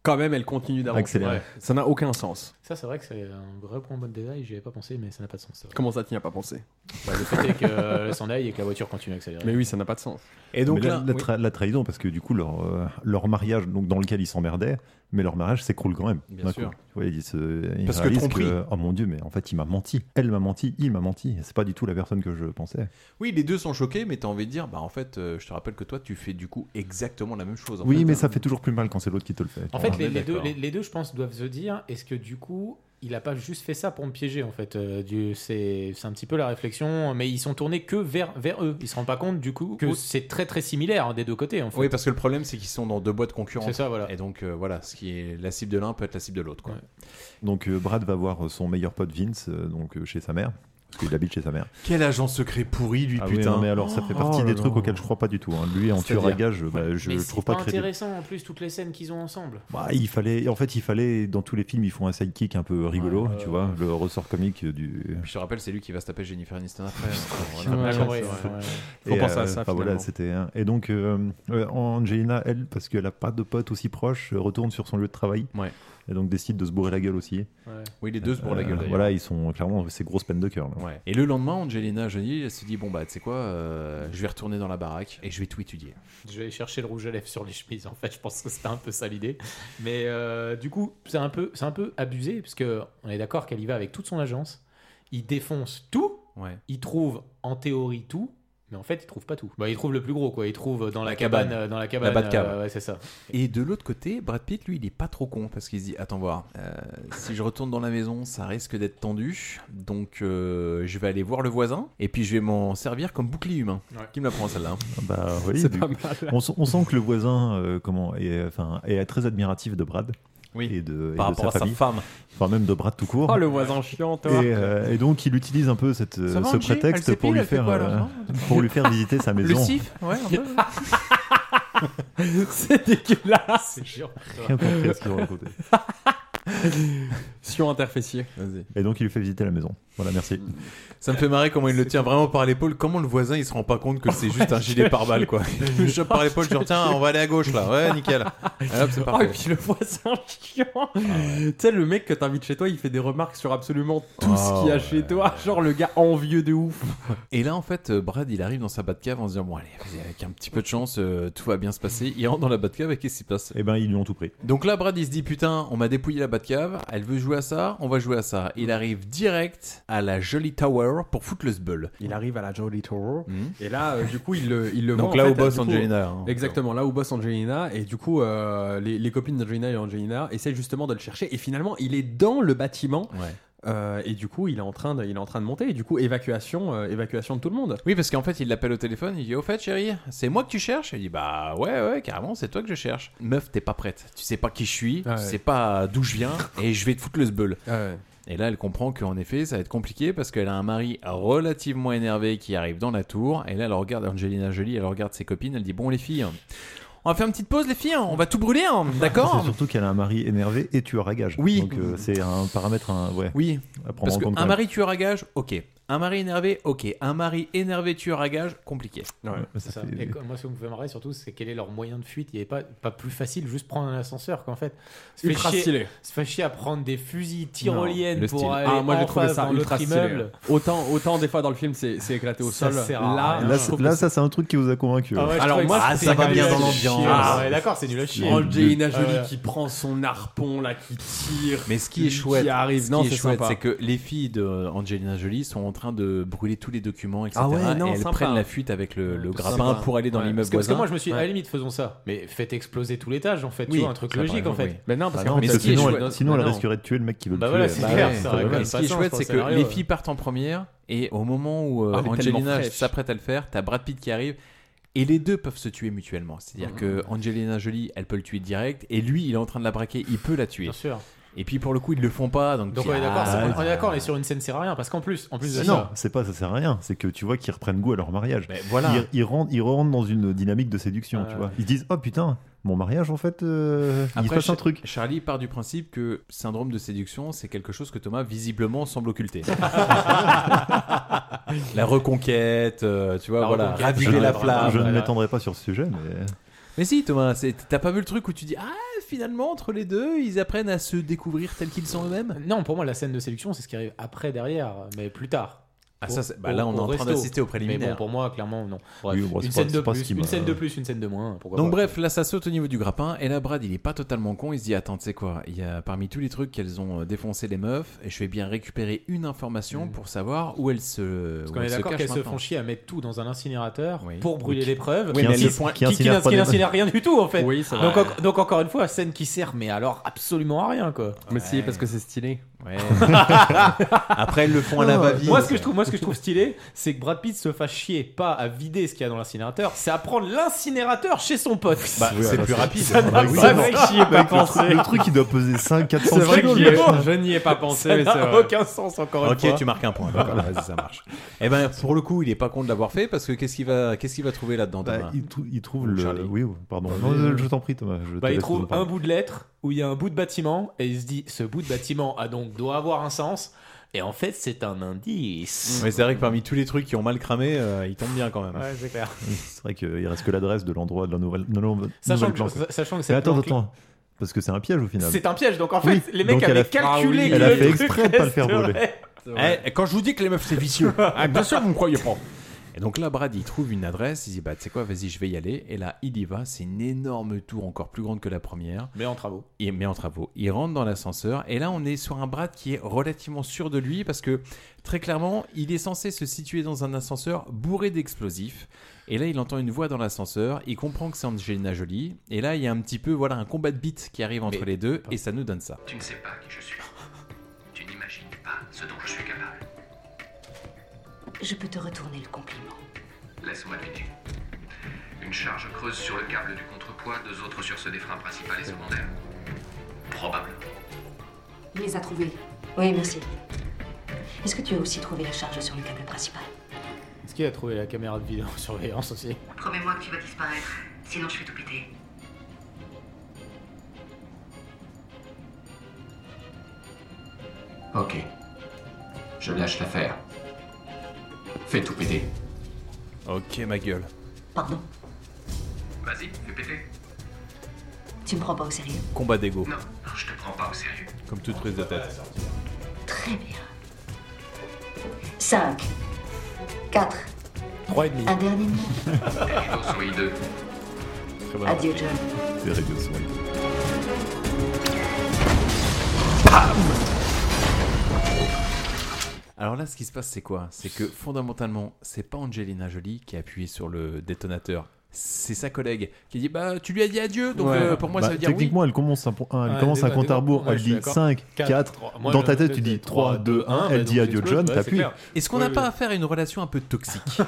quand même elle continue d'avancer
Accélérer.
Ouais. ça n'a aucun sens
Ça, c'est vrai que c'est un vrai point de détail, j'y avais pas pensé, mais ça n'a pas de sens. c'est vrai.
comment ça tu n'y as pas pensé
Bah, le fait est que euh, s'en aille et que la voiture continue à accélérer.
mais oui ça n'a pas de sens
Mais la, la tra- la trahison, parce que du coup, leur, euh, leur mariage, donc, dans lequel ils s'emmerdaient, mais leur mariage s'écroule quand même.
Bien
d'un
sûr.
coup. Tu vois, ils se- ils
Parce que
réalisent
tromperie.
oh mon dieu, mais en fait, il m'a menti. Elle m'a menti, il m'a menti. C'est pas du tout la personne que je pensais.
Oui, les deux sont choqués, mais t'as envie de dire, bah en fait, euh, je te rappelle que toi, tu fais du coup exactement la même chose. En
oui,
fait,
mais
hein.
ça fait toujours plus mal quand c'est l'autre qui te le fait.
En fait,
On
les,
est
les deux,
d'accord.
les, les deux, je pense, doivent se dire est-ce que du coup, il a pas juste fait ça pour me piéger En fait, Euh, du- c'est c'est un petit peu la réflexion, mais ils sont tournés que vers, vers eux. Ils se rendent pas compte du coup que
Oui.
c'est très très similaire hein, des deux côtés. En fait.
Oui, parce que le problème, c'est qu'ils sont dans deux boîtes concurrentes.
C'est ça, voilà.
Et donc, euh, voilà, ce qui est la cible de l'un peut être la cible de l'autre. quoi.
Donc euh, Brad va voir son meilleur pote Vince, euh, donc euh, chez sa mère, parce qu'il habite chez sa mère.
Quel agent secret pourri, lui,
Ah oui,
putain.
non, mais alors ça fait
Oh
partie
là
des
là.
trucs auxquels je crois pas du tout. hein. Lui en tueur à
C'est-à-dire
gage, bah, je
mais
le
c'est
trouve
pas,
pas crédible.
intéressant en plus toutes les scènes qu'ils ont ensemble.
Bah, il fallait, en fait, il fallait dans tous les films, ils font un sidekick un peu rigolo,
Ouais,
tu vois, le ressort comique du.
Je te rappelle, c'est lui qui va se taper Jennifer Aniston après. hein.
Ouais,
Voilà.
ouais, ouais, ouais.
Et, euh, enfin, voilà, c'était. hein. Et donc euh, euh, Angelina, elle, parce qu'elle a pas de pote aussi proche, euh, retourne sur son lieu de travail.
Ouais.
Et donc décide de se bourrer la gueule aussi. Euh,
Ouais.
Oui, les deux se bourrent la gueule, d'ailleurs.
Voilà, ils sont clairement, c'est grosse peine de cœur. là.
Ouais. Et le lendemain, Angelina Jolie, elle se dit Bon, bah, tu sais quoi, euh, je vais retourner dans la baraque et je vais tout étudier.
Je vais chercher le rouge à lèvres sur les chemises. En fait, je pense que c'était un peu ça l'idée. Mais euh, du coup, c'est un peu, c'est un peu abusé parce que on est d'accord qu'elle y va avec toute son agence. Il défonce tout.
Ouais.
Il trouve en théorie tout, mais en fait, il trouve pas tout. Bah, il trouve le plus gros quoi. Il trouve dans la,
La
cabane,
cabane.
euh, dans la
La
cabane.
Batcave.
euh, ouais, c'est ça.
Et de l'autre côté, Brad Pitt, lui, il est pas trop con parce qu'il se dit Attends, voir, euh, si je retourne dans la maison, ça risque d'être tendu. Donc, euh, je vais aller voir le voisin et puis je vais m'en servir comme bouclier humain. Qui me la prend celle-là hein
Bah oui,
C'est
du-
pas mal.
On, sent- on sent que le voisin euh, comment, est, enfin, est très admiratif de Brad.
Oui,
Et de, et
par
de
rapport à sa
famille.
femme.
Enfin, même de Brad tout court.
Oh, le voisin chiant, toi.
Et, euh, et donc, il utilise un peu cette, euh,
Ça va,
ce
Angie
prétexte
Elle
pour,
s'épile,
lui
elle fait
faire,
quoi, là,
euh, pour lui faire visiter sa maison.
ouais,
C'est dégueulasse.
C'est chiant.
Rien compris à ce qu'ils ont raconté.
Sion interfécier.
Et donc, il lui fait visiter la maison. Voilà, merci.
Mm. Ça me fait marrer comment il le tient vraiment par l'épaule. Comment le voisin il se rend pas compte que c'est juste un gilet pare-balles quoi. Je le chope par l'épaule, je dis tiens, on va aller à gauche là. Ouais, nickel. Et hop, c'est
Oh, et
parfait.
puis le voisin chiant. Tu sais, le mec que t'invites chez toi, il fait des remarques sur absolument tout ce
Oh,
qu'il y a chez toi. Genre le gars envieux de ouf.
Et là, en fait, euh, Brad, il arrive dans sa Batcave en se disant Bon, allez, vas-y, avec un petit peu de chance, euh, tout va bien se passer. Il rentre dans la Batcave et qu'est-ce qui se passe
Eh ben, ils lui ont tout pris.
Donc là, Brad, il se dit Putain, on m'a dépouillé la Batcave, elle veut jouer à ça, on va jouer à ça. Il arrive direct à la Jolie Tower pour foutre le Mhm. sbull.
Il arrive à la Jolly Tower. Et là, euh, du coup, il le, il le
Donc
voit,
là
en fait,
où bosse
du coup,
Angelina, hein.
exactement, là où bosse Angelina. Et du coup, euh, les, les copines d'Angelina et Angelina essaient justement de le chercher. Et finalement, il est dans le bâtiment. Euh, et du coup, il est, en train de, il est en train de monter. Et du coup, évacuation, euh, évacuation de tout le monde.
Oui, parce qu'en fait, il l'appelle au téléphone, il dit Au fait, chérie, c'est moi que tu cherches Elle dit Bah ouais, ouais, carrément, c'est toi que je cherche. Meuf, t'es pas prête. Tu sais pas qui je suis,
Ah Ouais.
tu sais pas d'où je viens, et je vais te foutre le sbeul.
Euh,
Ouais.
Et là, elle comprend qu'en effet, ça va être compliqué parce qu'elle a un mari relativement énervé qui arrive dans la tour. Et là, elle regarde Angelina Jolie, elle regarde ses copines, elle dit Bon, les filles, on va faire une petite pause, les filles, on va tout brûler, hein,
C'est
d'accord
surtout qu'elle a un mari énervé et tueur à gage.
Oui.
Donc, euh, c'est un paramètre un, ouais,
Oui.
à prendre
Parce
en compte.
qu'un
quand
mari tueur à gage, ok. Un mari énervé, ok. Un mari énervé tueur à gage, compliqué.
même.
C'est
Ça
ça.
fait-
Et quoi- moi, ce que me fait marrer surtout, c'est quel est leur moyen de fuite. Il n'y avait pas, pas plus facile juste prendre un ascenseur qu'en fait. Se
Ultra
fait chier-
stylé.
Se fait chier à prendre des fusils tyroliennes
Non, le
pour
style.
aller
Ah, moi,
en
j'ai trouvé
face
ça
dans
ultra
l'autre
stylé.
immeuble.
Autant, autant des fois dans le film, c'est c'est éclaté au
Ça
sol.
sert à
Là,
rien.
Là,
je
c'est-
trouve
là,
que
ça, c'est un truc qui vous a convaincu. hein. ouais.
Alors moi, c'était quand même nul à chier.
Ah ouais, d'accord, c'est nul à chier.
Angelina Jolie
Ouais.
qui prend son harpon là, qui tire.
Mais ce qui est chouette,
Qui arrive.
ce
non,
qui est
c'est
chouette,
sympa.
c'est que les filles de Angelina Jolie sont en train de brûler tous les documents, etc.
Ah ouais, non,
et elles
sympa.
prennent la fuite avec le, le
C'est
grappin
sympa.
pour aller dans
Ouais.
l'immeuble
Parce que-
voisin.
Parce que moi, je me suis dit, à
Ouais.
la limite, faisons ça. Mais faites exploser tout l'étage, en fait.
Oui,
Tu vois, un truc
ça, par
logique, en
exemple,
fait. Ah
oui. Mais non, parce
Bah
qu'en
non,
fait, ce
parce que
qui est
sinon,
chouette-
elle, sinon,
Bah
elle
non.
risquerait de tuer le mec qui veut le
Bah
tuer.
voilà, c'est
Bah
clair,
ouais,
ça
bah
aurait
ouais.
pas de
Ce qui est
sens
chouette,
dans
c'est
le
que
scénario,
les
ouais.
filles partent en première et au moment où euh,
Ah, mais tellement
Angelina
fraîche.
s'apprête à le faire, t'as Brad Pitt qui arrive et les deux peuvent se tuer mutuellement. C'est-à-dire
Mhm.
que Angelina Jolie, elle peut le tuer direct et lui, il est en train de la braquer, il peut la tuer.
Bien sûr.
Et puis pour le coup, ils le font pas. Donc,
Donc
tu
on
dis,
est d'accord,
ah,
c'est- on est d'accord, on est sur une scène sert à rien parce qu'en plus, en plus de
non,
ça,
c'est pas ça sert à rien. C'est que tu vois qu'ils reprennent goût à leur mariage.
voilà.
Ils, ils rentrent, ils rentrent dans une dynamique de séduction.
Ah
Ouais.
Tu vois. Ils se disent oh putain, mon mariage en fait, euh, il se
Après,
passe un
Cha-
truc.
Charlie part du principe que syndrome de séduction, c'est quelque chose que Thomas visiblement semble occulter. la reconquête, euh, tu vois,
La
voilà,
reconquête,
raviver
je-
la
je-
flamme.
Je ne m'étendrai pas sur ce sujet, mais
Mais si, Thomas, c'est- t'as pas vu le truc où tu dis ah finalement entre les deux, ils apprennent à se découvrir tels qu'ils sont eux-mêmes.
Non, pour moi, la scène de séduction, c'est ce qui arrive après, derrière, mais plus tard.
Ah, ça, c'est- bah là, on est en train d'assister au préliminaire.
Mais bon, pour moi, clairement, non. Bref,
Oui, bon, c'est
une
pas-
scène de
c'est pas ce
plus,
qui m'a-
une scène de plus, une scène de moins. pourquoi
Donc
pas.
bref, là ça saute au niveau du grappin et là Brad il est pas totalement con, il se dit attends tu sais quoi, il y a parmi tous les trucs qu'elles ont euh, défoncé les meufs et je vais bien récupérer une information pour savoir où elles se
Mm. Parce
où
qu'on est
elles se
d'accord
cachent
qu'elles se
maintenant.
font chier à mettre tout dans un incinérateur pour brûler
Oui, qui-
les preuves.
Oui, mais
qui,
elles le font-
qui-
qui
qui n'in-
incinèrent pas
qui
les-
n'incinère rien du tout en fait.
Oui, c'est
donc,
vrai.
en- donc encore une fois, scène qui sert, mais alors absolument à rien quoi.
Mais si, parce que c'est stylé.
Ouais. Après, elles le font à la va-vite.
Moi, ce que je trouve, moi, ce que je trouve stylé, c'est que Brad Pitt se fasse chier pas à vider ce qu'il y a dans l'incinérateur, c'est à prendre l'incinérateur chez son pote.
Bah, Oui, c'est alors, plus c'est- rapide.
bah Ça
c'est
n'a
vrai que
pas
oui.
de sens.
J'y ai pas Avec le pensé. truc- le truc, il doit peser 500, 400
C'est vrai que
kilos,
j'y
le
ai-
mec.
je n'y ai pas pensé.
Ça
mais c'est
n'a
vrai. aucun sens encore une
ok,
fois.
tu marques un point. D'accord, vas-y, ça marche. Et ben pour le coup, il est pas con de l'avoir fait parce que qu'est-ce qu'il va, qu'est-ce qu'il va trouver là-dedans
Bah,
Thomas
il, trou- il trouve le.
Charlie.
Oui, oui, pardon.
Bah,
Non,
oui,
je-
oui.
je t'en prie, Thomas. je
Bah,
te
il
laisse
trouve
nous parler.
un bout de lettre où il y a un bout de bâtiment et il se dit ce bout de bâtiment a donc doit avoir un sens et en fait c'est un indice.
Mais c'est vrai que parmi tous les trucs qui ont mal cramé, euh, il tombe bien quand même.
Ouais, c'est clair.
C'est vrai qu'il reste que l'adresse de l'endroit de la nouvelle. Non, non,
Sachant
nouvelle
que-
planque.
sa- sachant que cette
Mais attends,
planque-
attends. Parce que c'est un piège au final.
C'est un piège, donc en fait, les mecs
donc elle
avaient
a fait-
calculé
Ah oui,
que
Elle a
le
fait
truc
exprès de pas le faire
resterait.
brûler.
Eh, et quand je vous dis que les meufs c'est vicieux, ah, bien sûr vous me croyez pas. Et donc là, Brad il trouve une adresse, il dit bah tu sais quoi, vas-y je vais y aller. Et là, il y va, c'est une énorme tour encore plus grande que la première.
Mais en travaux.
Il met en travaux. Il rentre dans l'ascenseur et là on est sur un Brad qui est relativement sûr de lui parce que très clairement, il est censé se situer dans un ascenseur bourré d'explosifs. Et là, il entend une voix dans l'ascenseur, il comprend que c'est Angelina Jolie. Et là, il y a un petit peu voilà un combat de bites qui arrive entre les deux et ça nous donne ça.
Tu ne sais pas qui je suis. Tu n'imagines pas ce dont je suis capable.
Je peux te retourner le compliment.
Laisse-moi deviner. Une charge creuse sur le câble du contrepoids, deux autres sur ceux des freins principal et secondaire. Probable.
Il les a trouvés. Oui, merci. Est-ce que tu as aussi trouvé la charge sur le câble principal
Est-ce qu'il a trouvé la caméra de vidéosurveillance aussi
Promets-moi que tu vas disparaître, sinon je vais tout péter.
Ok. Je lâche l'affaire. Fais tout péter.
Ok ma gueule.
Pardon,
Vas-y, fais péter.
tu me prends pas au sérieux.
Combat d'ego.
Non, non, je te prends pas au sérieux.
Comme toute prise de tête.
Très bien. 5, 4,
3 et demi.
un dernier mot.
Les rideaux sont hideux.
Adieu, John.
Les radios sont
Alors là, ce qui se passe, c'est quoi C'est que fondamentalement, c'est pas Angelina Jolie qui a appuyé sur le détonateur. C'est sa collègue qui dit Bah, tu lui as dit adieu, donc
Ouais.
euh, pour moi,
Bah,
ça veut dire oui.
Techniquement, elle commence un, po- un- elle
Ouais,
commence
débat,
un compte à
débat.
rebours.
Ouais,
elle
je suis
dit
d'accord.
5,
Quatre,
4.
trois. Moi,
Dans
je-
ta tête,
je-
tu dis
c'est
3,
trois,
2,
deux,
1.
un, bah,
Elle
donc
dit adieu,
j'explose,
John,
ouais, c'est
t'appuies.
clair. Est-ce qu'on n'a pas affaire à une relation un peu toxique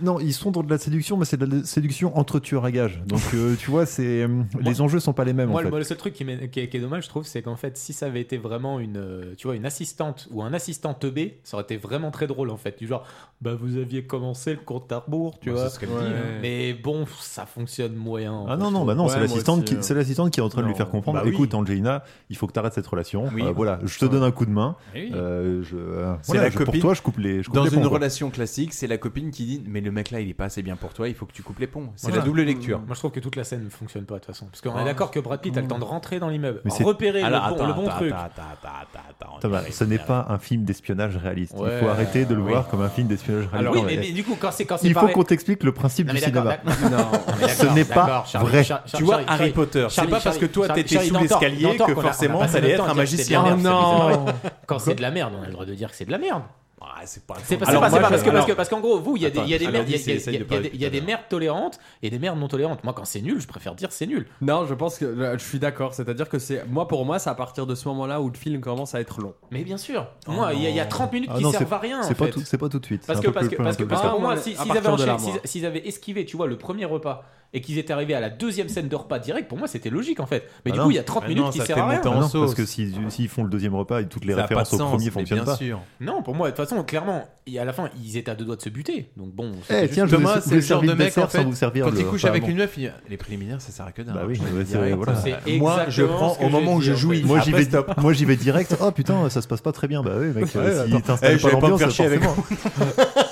Non, ils sont dans de la séduction, mais c'est de la séduction entre tueurs à gages. Donc, euh, tu vois, c'est euh, les enjeux sont pas les mêmes.
Moi,
en
le-
fait.
moi, le seul truc qui, m'est- qui est, qui est dommage, je trouve, c'est qu'en fait, si ça avait été vraiment une, euh, tu vois, une assistante ou un assistant teubé, ça aurait été vraiment très drôle, en fait. Du genre, bah, vous aviez commencé le compte à rebours, tu
Bah,
vois.
c'est ce qu'elle dit, hein.
Mais bon, ça fonctionne moyen. en
Ah
fait,
non, non,
je trouve.
bah non,
Ouais,
c'est
moi
l'assistante
aussi,
qui,
euh,
c'est l'assistante qui est en train de lui faire comprendre
bah oui.
écoute, Angelina, il faut que tu arrêtes cette relation.
Oui.
Euh, voilà, je te donne un coup de main.
Oui.
Euh, je, euh,
C'est
voilà,
la
je-
copine.
Pour toi, je coupe les. Je coupe
Dans
les
une
ponts, quoi.
relation classique, c'est la copine qui dit Mais le mec là, il est pas assez bien pour toi, il faut que tu coupes les ponts. C'est
Voilà.
la double lecture.
Moi, je trouve que toute la scène ne fonctionne pas, de toute façon. Parce qu'on
Ah,
est d'accord que Brad Pitt a le temps de rentrer dans l'immeuble,
Mais c'est-
repérer le
Alors,
bon, le bon
attends,
truc.
attends, attends, attends, attends, attends.
Thomas, ce n'est pas un film d'espionnage réaliste.
Ouais,
il faut arrêter de le
oui.
voir comme un film d'espionnage réaliste.
Alors, oui,
Non,
mais,
mais-
mais du coup, quand c'est quand c'est
Il faut
pareil-
qu'on t'explique le principe
Non,
du
mais d'accord,
cinéma.
d'accord. Non, mais
Ce
d'accord,
n'est pas
d'accord, Charlie,
vrai.
Charlie, Charlie,
Tu vois,
Charlie,
Harry
Charlie,
Potter, c'est
Charlie,
pas parce que toi,
Charlie,
t'étais
Charlie,
sous
dans Thor,
l'escalier
dans Thor,
que
qu'on a- on a
forcément,
pas
ça
le
allait
temps
être
de
un
dire que c'est de la
magicien.
merde,
Oh
c'est
non.
bizarre. Quand c'est de la merde, on a le droit de dire que c'est de la merde.
Ah, c'est pas.
C'est pas, c'est
Alors,
pas- c'est
moi,
pas parce que
alors-
parce que parce qu'en gros vous il y a des il y a des
Attends,
merdes il y a-
Alexis,
il y a-
essaye de
il y a des-
parler
il y a des merdes tolérantes et des merdes non tolérantes. Moi quand c'est nul je préfère dire c'est nul.
Non, je pense que euh, je suis d'accord. C'est-à-dire que c'est moi pour moi, c'est à partir de ce moment-là où le film commence à être long.
Mais bien sûr. Moi il y a- il y a 30 minutes
Ah
qui
non,
servent
c'est-
à rien. en
C'est pas
fait.
tout, c'est pas tout de suite.
Parce
C'est
que,
un peu
parce que,
plus-
parce que,
un peu
parce que
plus
pour
tard.
moi, si-
à
s'ils
partir
avaient,
de
enchaîné-
là, moi.
s'ils- s'ils avaient esquivé, tu vois, le premier repas et qu'ils étaient arrivés à la deuxième scène de repas direct, pour moi, c'était logique en fait.
Ah
Mais du
non.
coup, il y a 30
Ah
minutes
non,
qui
ça
servent
fait
à rien.
monter en sauce. parce que si- s'ils font le deuxième repas, toutes les
Ça a
références
pas de
au
sens,
premier
mais
fonctionnent
bien
pas.
sûr.
Non, pour moi, de toute façon, clairement, et à la fin, ils étaient à deux doigts de se buter. Donc bon,
Eh,
c'est juste-
tiens, je vous ai-
Thomas,
vous
c'est le
ai
genre
servi
de
le
mec
dessert
en fait.
sans vous servir
quand
le-
il couche
enfin,
avec
bon.
une meuf, il- les préliminaires, ça sert à que dalle.
Bah oui,
Je le
ouais,
dis
c'est-
direct,
voilà.
ça sert à-
C'est
Ah. Moi, je
exactement
prends
ce que
au
j'ai
moment où
dit,
je
en
jouis.
fait. Moi, j'y
Après,
vais,
stop.
moi j'y vais direct. Oh putain, ça se passe pas très bien. Bah oui, mec,
Ouais,
si
attends.
t'installes
Eh, je
pas
vais pas me
l'ambiance,
faire chier avec
forcément.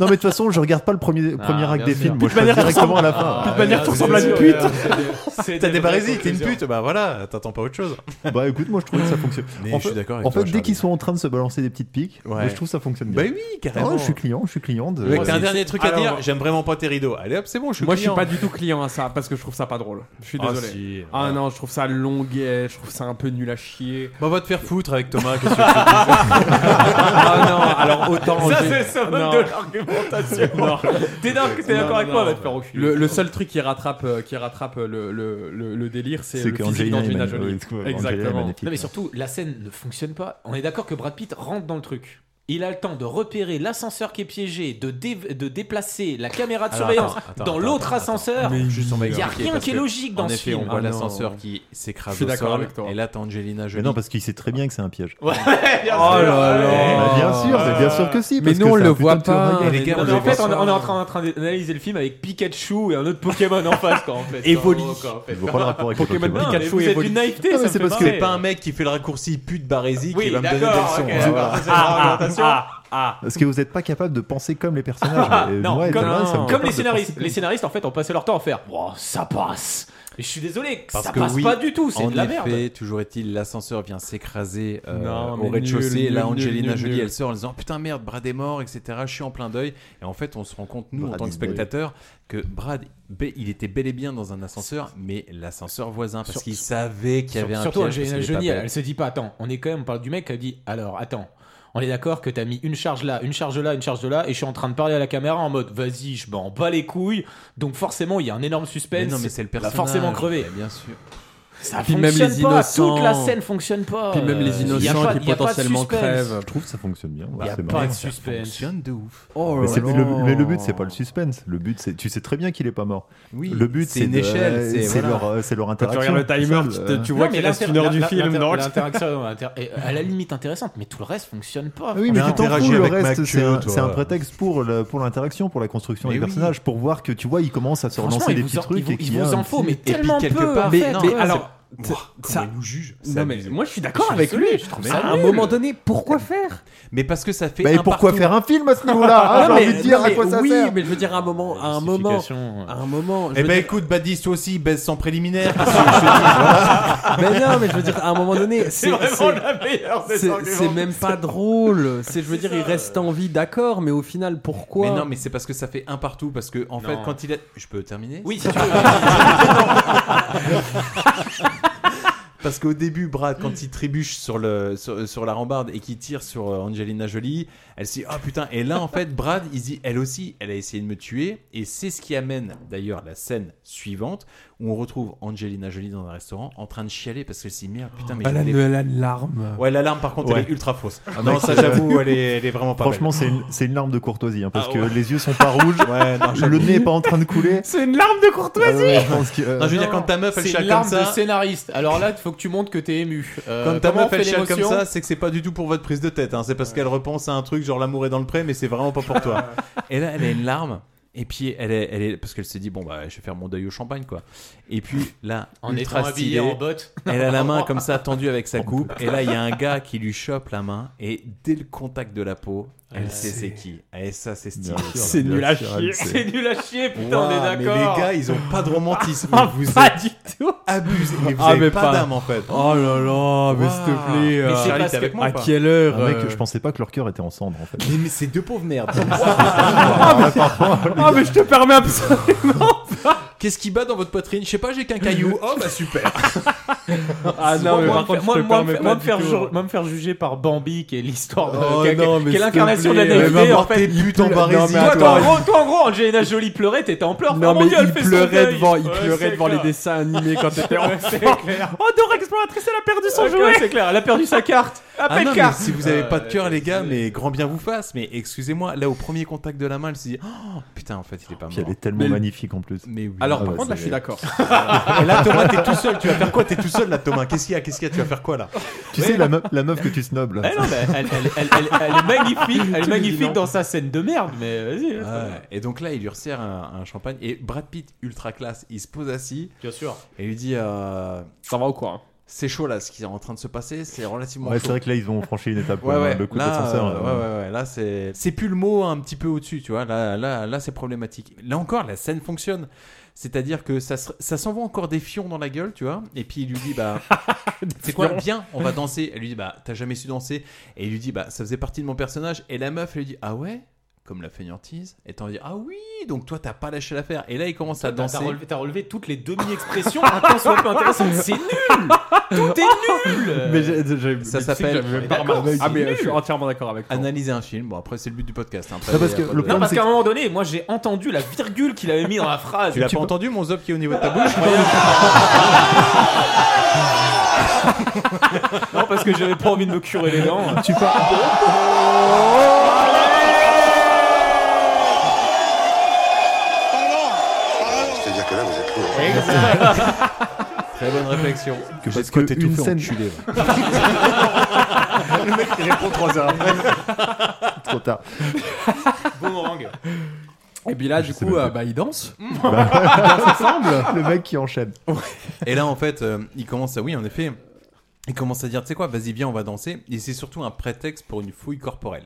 Non, mais de toute façon, je regarde pas le premier,
Ah,
premier acte
bien
des
sûr.
films. Moi, je
Toute manière,
passe directement à la
ressemble-
fin. Ah,
toute manière, tu ressembles à une pute. T'as des
parésies
parasites, t'es une pute. Bah voilà, t'attends pas autre chose.
Bah écoute, moi je trouve que ça fonctionne.
Mais
en
je
fait,
suis d'accord avec
En
toi,
fait, dès
Charles.
qu'ils sont en train de se balancer des petites piques,
Ouais.
moi, je trouve que ça fonctionne
Bah
bien.
oui, carrément.
Ah, je suis client, je suis client de.
Mec, t'as un dernier truc à
Alors-
dire J'aime vraiment pas tes rideaux. Allez hop, c'est bon, je suis
Moi,
client.
je suis pas du tout client à ça parce que je trouve ça pas drôle. Je suis
Ah,
désolé.
si.
Ah non, je trouve ça longuet, je trouve ça un peu nul à chier.
Bah, va te faire foutre avec Thomas. qu'est-ce que tu veux
ah non, alors autant.
Ça,
j'ai-
c'est le summum
Non.
de l'argumentation.
Non.
T'es d'accord- t'es
Non,
d'accord avec
non,
moi,
non.
va te faire reculer.
Le, le seul truc qui rattrape, euh, qui rattrape euh, le, le, le, le délire, c'est
C'est
le
qu'Angelina
physique
est magnifique.
d'Angelina Jolie.
Oui, c'est cool, Angelina est
Exactement.
magnifique.
Non, mais surtout, la scène ne fonctionne pas. On est d'accord que Brad Pitt rentre dans le truc. Il a le temps de repérer l'ascenseur qui est piégé, de, dé- de déplacer la caméra de
Alors,
surveillance
attends, attends,
dans
attends,
l'autre
attends,
ascenseur.
attends. Juste, on va
Il n'y a
expliquer,
rien
parce
qui est
que,
logique dans
en
ce
effet,
film.
on voit
Ah non.
l'ascenseur qui s'écrase
Je suis
au
d'accord
sol,
avec toi.
Et là, t'as Angelina
Mais
Jolie.
non, parce qu'il sait très bien que c'est un piège.
Ouais, Bah, bien
Oh
sûr.
là là.
Mais bien sûr, mais bien sûr que si.
Mais
parce
nous,
que
on
c'est
le
un
voit
putain de
pas.
tueur à
Les
gages.
gars,
Non, mais
on
en
les
fait,
voit
on,
pas.
on est en train, en train d'analyser le film avec Pikachu et un autre Pokémon en face, quoi, en fait.
Evoli.
Oh, quoi, en fait.
Je vois pas le rapport avec les
Pokémon
Pokémon.
mais
Pikachu
vous
et
êtes
Evoli.
une naïveté,
Non,
ça
mais
me
c'est
fait
parce que
marrer.
c'est pas un mec qui fait le raccourci pute barésie qui
Oui,
va me donner des
d'accord,
leçons.
ok,
hein, voilà.
d'accord, ça, c'est la représentation.
Parce que vous n'êtes pas capable de penser comme les personnages. Et
Non,
moi,
comme,
Thomas, ça me
comme
fait
les
peur de
scénaristes.
penser
Les scénaristes, en fait, ont passé leur temps à faire Oh, ça passe Mais je suis désolé,
Parce
ça
que
passe
oui,
pas du tout, c'est
en
de la
effet,
merde
toujours est-il, l'ascenseur vient s'écraser euh,
Non, mais
au rez-de-chaussée.
nul,
Là,
nul,
Angelina
nul,
Jolie,
nul.
elle sort en disant Putain, merde, Brad est mort, etc. Je suis en plein deuil. Et en fait, on se rend compte, nous, en
Brad
tant que
is dead.
spectateurs, que Brad, be- il était bel et bien dans un ascenseur, mais l'ascenseur voisin, parce
Sur-
qu'il savait qu'il y avait un
Surtout
piège. parce
Angelina
qu'il est pas
Jolie,
bête.
elle, elle se dit pas Attends, on est quand même, on parle du mec qui a dit Alors, attends, on est d'accord que t'as mis une charge là, une charge là, une charge là, et je suis en train de parler à la caméra en mode Vas-y, je m'en bats les couilles. Donc, forcément, il y a un énorme
Mais
suspense.
non, mais c'est le
il va
personnage.
forcément crever.
Mais Bien sûr.
Ça
Puis
fonctionne
même les
pas,
innocents.
toute la scène fonctionne pas.
Puis même les
Euh, y a
innocents
pas-
qui
y a pas de
potentiellement
suspense.
crèvent.
Je trouve que ça fonctionne bien.
Il n'y a
c'est
pas
marrant.
de suspense. Oh
Fonctionne de ouf.
Mais, c'est- mais le, mais le but, c'est
Oh.
pas le suspense. Le but, c'est tu sais très bien qu'il est pas mort.
Oui,
le but,
c'est
c'est
une
de-
échelle, c'est-
C'est
voilà.
leur, euh, c'est leur interaction. Euh,
tu
Non, mais l'inter- la- la- l'inter- l'interaction, non, l'inter- est à la limite intéressante, mais tout le reste fonctionne
Ah
pas.
Oui, mais
franchement.
tu t'en
interagis
fous, le
avec
reste,
Mathieu,
c'est un,
toi.
c'est un prétexte pour le- pour l'interaction, pour la construction
Mais
des
oui.
personnages, pour voir que tu vois, ils commencent à se
Franchement,
relancer
il
des
vous
petits
en-
trucs.
il vous-
et
il
qu'il y a
vous
un
en faut,
petit-
mais
Et puis,
tellement
quelque
peu, en
part,
fait.
Mais,
Non,
mais
ouais,
alors,
c'est- Ouah,
ça-
comment il nous juge c'est
non mais
abusé.
moi je suis d'accord
Je suis
avec lui.
désolé, je trouve ça
à un
nul.
moment donné, pourquoi faire
Mais parce que ça fait.
Mais
un
Bah, pourquoi
partout.
faire un film à ce niveau-là hein,
Non,
J'ai
mais-
envie de dire
non,
à
mais
quoi ça
oui,
sert.
mais je veux dire à un moment, à un moment,
Justification, euh.
à un moment. je
Eh
veux
ben
dire-
écoute, Badis, toi aussi, baisse sans préliminaire.
Mais non, mais je veux dire à un moment donné, c'est c'est-
meilleure
c'est- c'est même pas drôle. C'est je veux dire, il reste en vie, d'accord, mais au final, pourquoi
Mais non, mais c'est parce que ça fait un partout. Parce que, en fait, quand il a. Je peux terminer
Oui,
Parce qu'au début, Brad, quand il trébuche sur, le, sur, sur la rambarde et qu'il tire sur euh, Angelina Jolie, elle se dit Oh putain Et là, en fait, Brad, il se dit Elle aussi, elle a essayé de me tuer. Et c'est ce qui amène d'ailleurs la scène suivante où on retrouve Angelina Jolie dans un restaurant en train de chialer parce qu'elle se dit Merde, putain, mais
Elle
je
a
l'ai-
une, elle a une larme.
Ouais, l'alarme, par contre,
Ouais.
elle est ultra fausse. non,
mec,
ça,
c'est-
j'avoue, elle est, elle est vraiment pas
Franchement, c'est une, c'est une larme de courtoisie, hein, parce
Ah
que les yeux sont pas rouges,
belle. Ouais, non, j'avoue.
le nez est pas en train de couler.
C'est une larme de courtoisie.
Euh, je pense que, euh,
Non, je veux dire, quand ta meuf, elle
C'est une
chiale comme
larme de
ça.
scénariste. Alors là, il faut que tu montres que t'es ému. Euh,
Quand ta
comment
meuf
on
elle
fait
chiale comme
l'émotion
ça, c'est que c'est pas du tout pour votre prise de tête. hein. C'est parce qu'elle repense à un truc genre l'amour est dans le pré, mais c'est vraiment pas pour toi. et là, elle a une larme. Et puis elle est, elle est parce qu'elle se dit bon bah je vais faire mon deuil au champagne quoi. Et puis là,
En
ultra
étant habillé
stylé,
en bottes.
elle a la main comme ça tendue avec sa coupe. Et là, il y a un gars qui lui chope la main et dès le contact de la peau, elle sait Ah, c'est qui. Et ça c'est stylé.
C'est nul à chier.
C'est nul à chier, putain,
Ouah,
on est
mais
d'accord.
les gars, ils ont pas de romantisme. vous
Pas
êtes
du tout.
abusés. Mais vous
Ah,
avez
mais
pas,
pas-
d'âme en fait.
Oh là là, mais s'il te
Waouh.
plaît.
Mais
euh,
c'est
Charlie,
parce
t'es
que-
avec moi ou pas à quelle heure
Ah, mec,
euh,
je pensais pas que leur cœur était en cendres en fait.
Mais, mais c'est deux pauvres merdes.
Ah mais je te permets absolument.
Qu'est-ce qui bat dans votre poitrine Je sais pas, j'ai qu'un caillou. Oh bah super.
Ah non, mais
Moi,
par
me faire-
contre,
moi,
je te
moi,
permets
me-
pas
moi, me
du
faire
tout. hein.
ju- moi, me faire juger par Bambi, qui est l'histoire
Euh,
de.
Oh
qui-
non, mais
qui est
s'il te
l'incarnation de la
plaît. Mais
naïveté,
va
en fait.
T'es putes en
Non,
barésie.
mais
Toi,
attends.
toi, en gros, toi, en gros, Angelina Jolie pleurait, t'étais en pleurs.
Non
Oh mon
mais
Dieu, elle
il
fait son
pleurait
deuil.
devant, il
Ouais,
pleurait
c'est
devant les
clair.
dessins animés quand t'étais
Ouais,
enfant.
c'est clair.
Oh Dora l'exploratrice, elle a perdu son
Ok,
jouet.
C'est clair, elle a perdu sa carte.
Ah
Appelle
non, mais
carte.
si vous avez
Euh,
pas de cœur, les gars,
c'est-
mais grand bien vous fasse. Mais excusez-moi, là au premier contact de la main, elle se dit oh, putain, en fait, il est pas
Puis elle
mort.
est tellement
Mais-
magnifique en plus.
Mais oui. bah,
Alors
Ah
par
ouais,
contre là je
c'est
suis d'accord.
et là, Ah, Thomas, t'es tout seul. Tu vas faire quoi T'es tout seul là, Thomas. Qu'est-ce qu'il y a Qu'est-ce qu'il y a Tu vas faire quoi là
Tu sais, la meuf, la meuf que tu snobs là.
Eh non, mais elle, elle- elle- elle- elle est magnifique, elle est magnifique dans sa scène de merde, mais vas-y.
Ouais. Et donc là, il lui resserre un, un champagne. Et Brad Pitt, ultra classe, il se pose assis
Bien sûr.
et lui dit euh,
Ça va ou quoi hein?
c'est chaud là ce qui est en train de se passer, c'est relativement
Ouais,
chaud.
c'est vrai que là, ils ont franchi une étape,
Ouais,
euh,
ouais.
le coup
Là,
d'ascenseur,
euh,
euh,
ouais, ouais, ouais. Là, c'est c'est plus le mot hein, un petit peu au-dessus, tu vois. Là, là, là, c'est problématique. Là encore, la scène fonctionne. C'est-à-dire que ça, se- ça s'envoie encore des fions dans la gueule, tu vois. Et puis il lui dit, bah, c'est quoi
fions.
Bien, on va danser. Elle lui dit, bah, t'as jamais su danser. Et il lui dit, bah, ça faisait partie de mon personnage. Et la meuf, elle lui dit, ah ouais Comme la feignantise. Et t'en dis, ah oui, donc toi, t'as pas lâché l'affaire. Et là, il commence à
T'as
danser.
t'as relevé, t'as relevé toutes les demi-expressions un temps soit peu intéressantes. C'est nul Tout est nul
Mais j'ai- j'ai- mais
Ça
tu
s'appelle-
sais que j'avais
Ah,
pas remarqué.
d'accord,
Ah, mais
c'est
euh, je suis
nul.
entièrement d'accord avec toi. Analyser un film, bon après c'est le but du podcast. Hein,
Non, parce que le
Non, parce qu'à un moment donné, moi j'ai entendu la virgule qu'il avait mis dans la phrase.
Tu l'as pas
peux-
entendu mon zop qui est au niveau de ta bouche
Non, parce que j'avais pas envie de me curer les dents.
Tu parles.
C'est-à-dire que là, vous êtes
Eh,
lourd.
Très bonne réflexion.
Que
J'ai
parce
de quoi
que
t'étouffer,
une scène-
enculé, va.
Le mec qui répond trois heures après. Trop tard.
Boomerang.
Et puis là, du coup, euh, bah, ils dansent.
Bah.
Ils dansent ensemble.
Le mec qui enchaîne.
Et là, en fait, euh, il commence à. Oui, en effet, il commence à dire, tu sais quoi, vas-y, viens, on va danser. Et c'est surtout un prétexte pour une fouille corporelle.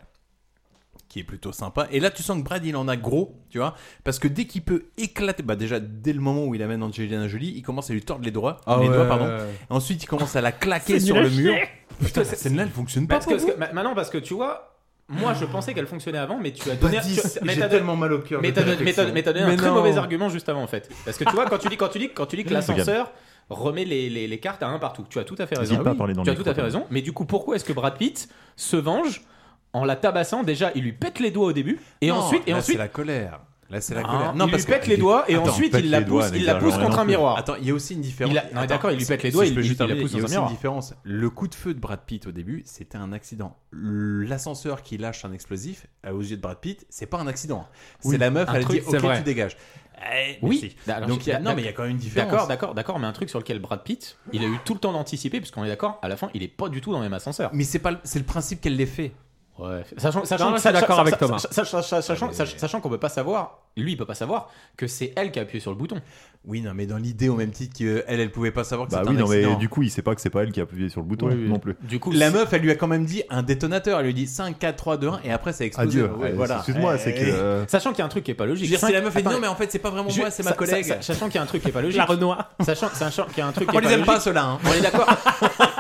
Qui est plutôt sympa. Et là, tu sens que Brad, il en a gros, tu vois. Parce que dès qu'il peut éclater. Bah, déjà, dès le moment où il amène Angelina Jolie, il commence à lui tordre les doigts.
Ah
les doigts,
ouais.
pardon. Et ensuite, il commence à la claquer
C'est
sur
nul
le
à
mur.
chier.
Putain, cette scène-là, elle fonctionne pas.
Parce que,
pour
parce
vous
que- ma- maintenant, parce que tu vois. Moi, je pensais qu'elle fonctionnait avant, mais tu as donné.
Baptiste,
tu- mais
Bah, j'ai
t'as don-
tellement mal au cœur de
Mais
ta
t'as don- mais t'as-
réflexion.
mais t'as donné
Mais
un très
non.
mauvais argument juste avant, en fait. Parce que tu vois, quand tu dis, quand tu dis, quand tu dis que
Oui,
l'ascenseur remet les, les- les cartes à un partout, tu as tout à fait raison.
N'hésite pas à parler dans
tu
le
as tout
micro,
à fait
quand même.
raison. Mais du coup, pourquoi est-ce que Brad Pitt se venge en la tabassant Déjà, il lui pète les doigts au début, et
Non,
ensuite, et
là,
ensuite, Ah,
C'est la colère. Là, c'est la
Non,
colère.
il lui pète les doigts et ensuite, il la pousse- il la pousse contre un miroir.
Attends, il y a aussi une différence.
Il a- non,
Attends,
d'accord, il lui
si-
pète les
si
doigts,
je
il-
peux
il-
juste
il la
terminer,
pousse
Il y a
dans un
aussi
miroir.
une différence. Le coup de feu de Brad Pitt au début, c'était un accident. L'ascenseur qui lâche un explosif, euh, aux yeux de Brad Pitt, c'est pas un accident.
Oui,
C'est la meuf,
un
elle
truc,
dit
c'est
OK,
vrai.
tu dégages. Eh,
Oui. Bah,
merci.
Alors,
Donc,
je-
il y a-
d'ac-
non, mais il y a quand même une différence.
D'accord, d'accord, d'accord, mais un truc sur lequel Brad Pitt, il a eu tout le temps d'anticiper, parce qu'on est d'accord, à la fin, il est pas du tout dans le même ascenseur.
Mais c'est pas, le- c'est le principe qu'elle l'ait fait.
Ouais. Sachant,
Non,
sachant,
je suis d'accord
sachant-
avec
sa-
Thomas.
sa- sa- sa-
Ah,
sa- sachant- sach- sachant qu'on peut pas savoir, lui, il peut pas savoir que c'est elle qui a appuyé sur le bouton.
Oui, non, mais dans l'idée, au même titre qu'elle, elle pouvait pas savoir que
Bah
c'était
oui,
un
non, mais
accident.
du coup, il sait pas que c'est pas elle qui a appuyé sur le bouton
Oui, oui.
non plus.
Du coup,
la meuf, elle lui a quand même dit un détonateur. Elle lui dit 5, 4, 3, 2, 1, et après, ça explose.
Adieu. Eh, excuse-moi, c'est que, euh,
Sachant qu'il y a un truc qui est pas
Je veux
logique.
dire, si
Cinq-
la meuf elle dit
Attends,
non, mais en fait, c'est pas vraiment
je-
moi, c'est
sa-
ma collègue.
sa- sa- Sachant qu'il y a un truc qui est pas logique.
La Renoir.
Sachant, sachant qu'il y a un truc qui
On
est
les
pas
aime pas,
logique.
ceux-là, hein.
On est d'accord.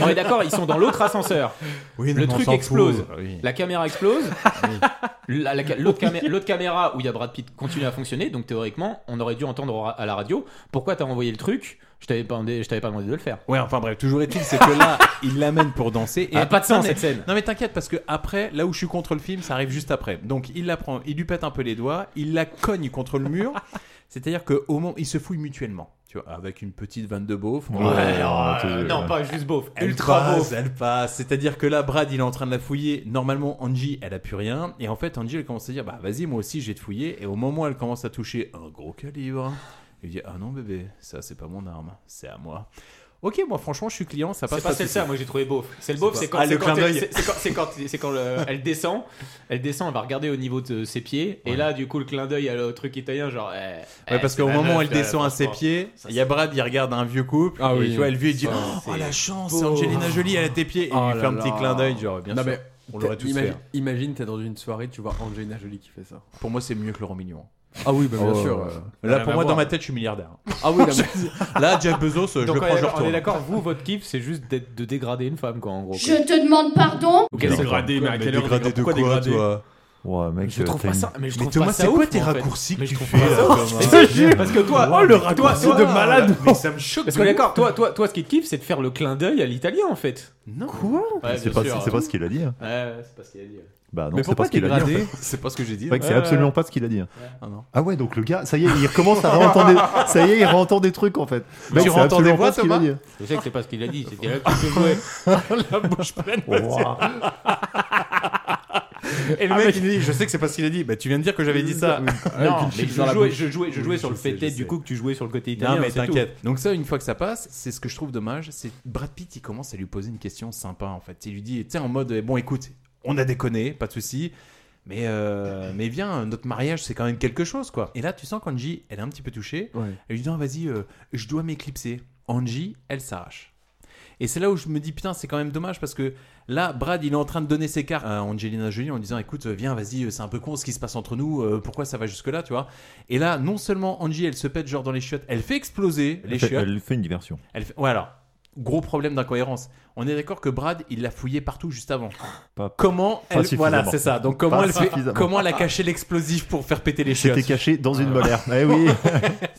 on est d'accord, ils sont dans l'autre ascenseur.
Oui, non,
le
mais on
truc
s'en fout.
explose.
Oui.
La caméra explose. La- la- L'autre camé- l'autre caméra où il y a Brad Pitt continue à fonctionner. Donc théoriquement, on aurait dû entendre ra- à la radio pourquoi t'as envoyé le truc. Je t'avais pas, demandé- je t'avais pas demandé de le faire.
Ouais, enfin bref, toujours est-il, c'est que là, il l'amène pour danser.
Ah, pas de sens,
Non, mais-
cette scène.
Non, mais t'inquiète, parce que après, là où je suis contre le film, ça arrive juste après. Donc, il la prend, il lui pète un peu les doigts, il la cogne contre le mur. C'est-à-dire qu'au moment, ils se fouillent mutuellement. Tu vois, avec une petite vanne de beauf.
Ouais, ouais,
non, pas juste beauf,
oh, Elle
ultra
passe,
beauf.
Elle passe. C'est-à-dire que là, Brad, il est en train de la fouiller. Normalement, Angie, elle a plus rien. Et en fait, Angie, elle commence à dire, bah vas-y, moi aussi, je vais te fouiller. Et au moment où elle commence à toucher un gros calibre, il dit, ah non, bébé, ça, c'est pas mon arme, c'est à moi. Ok, moi, franchement, je suis client, ça passe.
C'est pas
de
celle-là,
souci.
moi j'ai trouvé beauf. C'est le beauf,
C'est
c'est
quoi
quand,
Ah,
c'est
le clin
quand elle-
d'œil.
c'est- c'est quand, c'est quand, c'est quand le- elle descend, elle descend, elle va regarder au niveau de ses pieds, et là du coup le clin d'œil au truc italien, genre. eh,
Ouais,
eh,
parce
c'est
qu'au
ma
moment où
meuf,
elle
là,
descend à ses
franchement.
pieds, il y a Brad, il regarde un vieux couple.
Ah
et
oui.
tu vois, elle lui, il dit
Ça,
Oh,
c'est
la chance,
beau.
c'est Angelina Jolie, elle a tes pieds. Et il lui fait un petit clin d'œil, genre, bien
Non,
sûr.
mais
On l'aurait tous
imagine,
fait.
Imagine, t'es dans une soirée, tu vois Angelina Jolie qui fait ça.
Pour moi, c'est mieux que Laurent Mignon.
Ah oui, bah, bien
Oh,
sûr.
euh,
euh,
Là,
rien
pour
à
moi, dans
voir.
ma tête, je suis milliardaire.
Ah oui, non,
mais- Là, Jeff Bezos, je
Donc,
le
on
prends,
est
je
d'accord- on
retourne.
est d'accord, vous, votre kiff, c'est juste d'être- de dégrader une femme, quoi, en gros.
Je te demande pardon
Ok, d'accord.
Dégradé, mais à
Mais
quelle heure
dégradé de
pourquoi
quoi,
dégradé
toi Ouais, mec,
Je trouve
t'as
pas
une-
ça. Mais, je
Mais
trouve
Thomas,
pas ça
c'est quoi
ouf,
tes
en fait.
raccourcis
Mais
que
je
tu
trouve pas
fais,
ça
là,
ouf.
Thomas
Mais je te jure, Parce que toi,
Oh, le raccourci de malade.
Mais
ça me choque.
Parce que d'accord, toi, toi, toi, ce qui te kiffe, c'est de faire le clin d'œil à l'italien, en fait.
Non.
Quoi
C'est pas- c'est pas ce qu'il a dit, hein.
Ouais, ouais, c'est pas ce qu'il a dit. ouais.
Bah non,
Mais
c'est pas
pourquoi
ce qu'il a dit.
dégradé
en fait.
C'est pas ce que j'ai dit.
C'est vrai que c'est
Ouais.
absolument pas ce qu'il a dit.
Ah non.
Ah ouais, donc le gars, ça y est, il recommence à réentendre des... ça y est, il réentend des trucs en fait.
Mais
Mec,
tu
c'est
réentends des
absolument
voix,
pas ce qu'il a
Thomas
dit.
Je sais que c'est pas ce qu'il a dit, c'était là que tu peux jouer.
La bouche pleine.
Ouah.
Et le mec, il dit Je sais que c'est pas ce qu'il a dit. Bah, tu viens de dire que j'avais dit ça. Ah,
Non, mais je jouais, je jouais, je jouais sur le fait du coup que tu jouais sur le côté italien.
Non, mais
c'est tout.
t'inquiète. Donc, ça, une fois que ça passe, c'est ce que je trouve dommage. C'est Brad Pitt, il commence à lui poser une question sympa en fait. Il lui dit Tu sais, en mode eh, Bon, écoute, on a déconné, pas de souci. Mais, euh, mais viens, notre mariage, c'est quand même quelque chose, quoi. Et là, tu sens qu'Angie, elle est un petit peu touchée.
Ouais.
Elle lui dit Non, vas-y, euh, je dois m'éclipser. Angie, elle s'arrache. Et c'est là où je me dis, putain, c'est quand même dommage parce que là, Brad, il est en train de donner ses cartes à Angelina Jolie en disant, écoute, viens, vas-y, c'est un peu con ce qui se passe entre nous, euh, pourquoi ça va jusque-là, tu vois. Et là, non seulement Angie, elle se pète genre dans les chiottes, elle fait exploser les
Elle fait-
chiottes.
elle fait une diversion.
Elle fait- Ouais, alors, gros problème d'incohérence. On est d'accord que Brad, il l'a fouillé partout juste avant.
Pas-
comment
pas
elle...
suffisamment.
Voilà, c'est ça. Donc comment
Pas
elle, fait...
suffisamment.
comment elle a caché l'explosif pour faire péter les chiottes Ah.
C'était caché dans une molaire. Eh oui.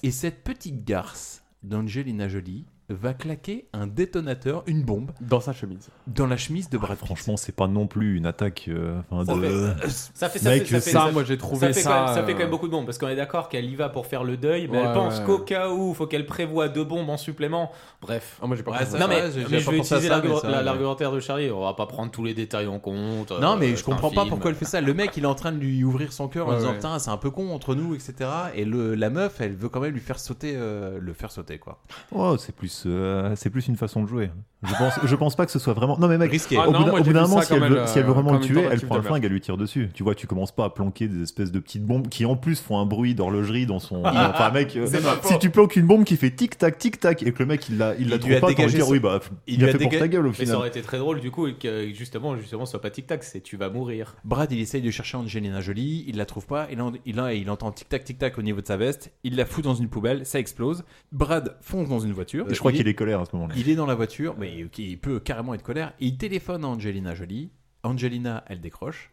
Et cette petite garce d'Angelina Jolie va claquer un détonateur, une bombe.
Dans sa chemise.
Dans la chemise de Brad Pitt.
Ah, Franchement, c'est pas non plus une attaque. euh, enfin,
Ça
de-
fait-
euh,
ça fait-
mec,
ça fait-
euh,
ça- ça fait quand même- ça fait
euh,
quand même beaucoup de bombes parce qu'on est d'accord qu'elle y va pour faire le deuil, mais
Ouais,
elle pense
ouais.
qu'au cas où, faut qu'elle prévoie deux bombes en supplément. Bref.
Ah, moi, j'ai pas
pensé à ça.
non, mais,
Ouais, j'ai-
mais
j'ai
je
pas
vais
pensé à
utiliser
ça, mais
l'argu-
ça,
la-
ouais.
l'argumentaire de Charlie. On va pas prendre tous les détails en compte. euh,
Non, mais
c'est
je
un
comprends pas
film.
pourquoi elle fait ça. Le mec, il est en train de lui ouvrir son cœur en
Ouais,
disant
ouais.
Putain, c'est un peu con entre nous, etc. Et le, la meuf, elle veut quand même lui faire sauter, euh, le faire sauter, quoi.
Oh, c'est plus, euh, c'est plus une façon de jouer. Je pense, je pense pas que ce soit vraiment. Non, mais mec,
Risqué.
Ah
au
non,
bout d'un-
moi,
au bout
j'ai
d'un
vu
moment,
ça
si elle,
comme
veut,
une-
si elle veut vraiment
comme
le
une
tuer, elle
tentative
prend
de
le flingue,
meurtre.
elle lui tire dessus. Tu vois, tu commences pas à planquer des espèces de petites bombes qui en plus font un bruit d'horlogerie dans son. enfin, mec, euh,
C'est pas faux.
si tu planques une bombe qui fait tic tac tic tac et que le mec il la, il la
lui
trouve
a
pas, t'as envie de
dégagé
dire
son-
oui bah, il,
lui
a
a
fait pour
déga-
ta gueule au
Mais ça aurait
final.
été très drôle du coup que justement, justement, ce soit pas tic tac, c'est tu vas mourir.
Brad, il essaye de chercher Angelina Jolie, il la trouve pas, il, en- il, en- il entend tic-tac, tic-tac au niveau de sa veste, il la fout dans une poubelle, ça explose. Brad fonce dans une voiture.
Et je crois
Il
qu'il est colère à ce moment-là.
Il est dans la voiture, mais ok, il peut carrément être colère. Et il téléphone à Angelina Jolie. Angelina, elle décroche.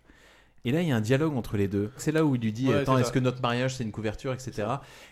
Et là, il y a un dialogue entre les deux. C'est là où il lui dit
Ouais,
Attends,
c'est
est-ce
ça.
que notre mariage, c'est une couverture, etc.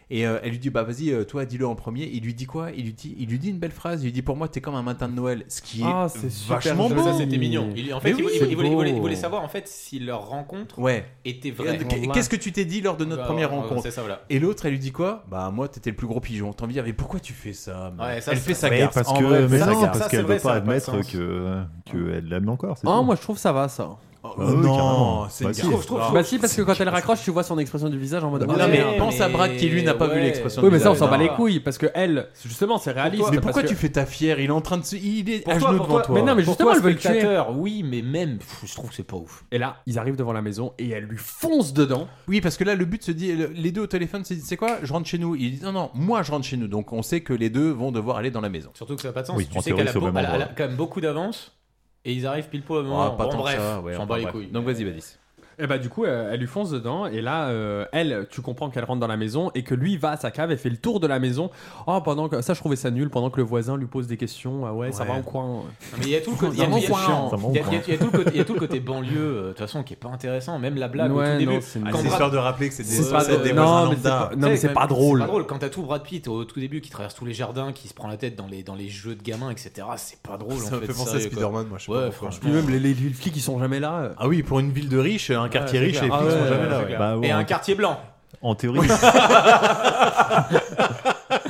Et euh, elle lui dit Bah vas-y, euh, toi, dis-le en premier. Il lui dit quoi il lui dit, il lui dit une belle phrase. Il lui dit Pour moi, t'es comme un matin de Noël. Ce qui
Ah,
est,
c'est super
vachement
joli.
beau.
Ça,
Ça, c'était mignon. Il- en fait,
Mais
il,
oui,
il- il voulait, il voulait- il voulait
beau.
savoir en fait si leur rencontre
Ouais.
était vraie.
Qu'est-ce que tu t'es dit lors de notre
Bah,
première
ouais, ouais,
rencontre
c'est ça, voilà.
Et l'autre, elle lui dit quoi Bah moi, t'étais le plus gros pigeon. T'as envie de dire, mais pourquoi tu fais ça, man
Ouais, ça,
Elle
c'est-
fait sa
Ouais,
garce.
Parce
En
que,
vrai, elle fait
mais
sa
non,
garce.
parce qu'elle
vrai,
veut
ça
pas
a pas de
admettre
sens.
que qu'elle l'aime encore. c'est
Ah,
tout.
moi, je trouve ça va, ça.
Bah oui, carrément.
c'est
Bah
une
si.
garce. Ah.
Bah si, parce que quand elle raccroche, tu vois son expression du visage en mode.
Non,
Ah,
mais
merde.
pense à Brad qui, lui, n'a pas vu
ouais.
l'expression
Oui,
du
mais ça, on s'en
visage.
bat les couilles parce que elle, justement, c'est réaliste.
Mais
parce
pourquoi
que-
tu fais ta fière Il est en train de se. Il est à
Pour toi,
genoux
pour
devant
toi.
toi.
Mais non, mais
Pour
justement,
toi,
elle veut le tuer.
spectateur, Oui, mais même, pff, je trouve que c'est pas ouf.
Et là, ils arrivent devant la maison et elle lui fonce dedans.
Oui, parce que là, le but se dit. le- Les deux au téléphone se disent c'est quoi Je rentre chez nous. Il dit non, non, moi je rentre chez nous. Donc on sait que les deux vont devoir aller dans la maison.
Surtout que ça n'a pas de sens.
Oui, en
tu sais
théorie,
qu'elle a,
c'est au
beau-
même
elle a- elle a
endroit.
quand même beaucoup d'avance et ils arrivent pile poil au même
Ah,
moment.
pas
Bon,
tant que
bref,
ça, ouais,
s'en
enfin,
bat les
bref.
couilles.
Donc vas-y, Badis.
Et bah du coup, euh, elle lui fonce dedans et là, euh, elle, tu comprends qu'elle rentre dans la maison et que lui va à sa cave et fait le tour de la maison. Oh, pendant que ça, je trouvais ça nul pendant que le voisin lui pose des questions. Ah ouais, ça
Ouais.
va ou quoi hein
Non, mais il y a tout le côté, il y a-
Ça
il y a-
m'envoie.
Ça
il y a- il y a-
m'envoie.
il y a tout le côté- il y a tout le côté banlieue, euh, de toute façon, qui est pas intéressant. Même la blague au
Ouais,
tout début.
non, c'est une-
Quand
Ah, c'est
Brad-
de rappeler que c'est
C'est pas-
c'est
euh,
voisins
non, mais c'est
lambda.
pas- non,
Tu
mais
sais,
c'est
quand
pas
même,
drôle.
C'est pas drôle. Quand t'as tout Brad Pitt au tout début qui traverse tous les jardins, qui se prend la tête dans les, dans les jeux de gamins, etc. C'est pas drôle.
Ça
en
me
fait,
fait penser à
sérieux, quoi.
Spider-Man, moi je sais
Ouais,
pas pourquoi.
franchement.
Puis même les, les, les flics, ils sont jamais là. euh.
Ah oui, pour une ville de riches, un quartier
c'est
riche, les
clair.
flics
Ah
sont
ouais,
jamais là.
c'est
ouais.
clair.
Bah ouais,
Et
en-
un quartier blanc.
En théorie.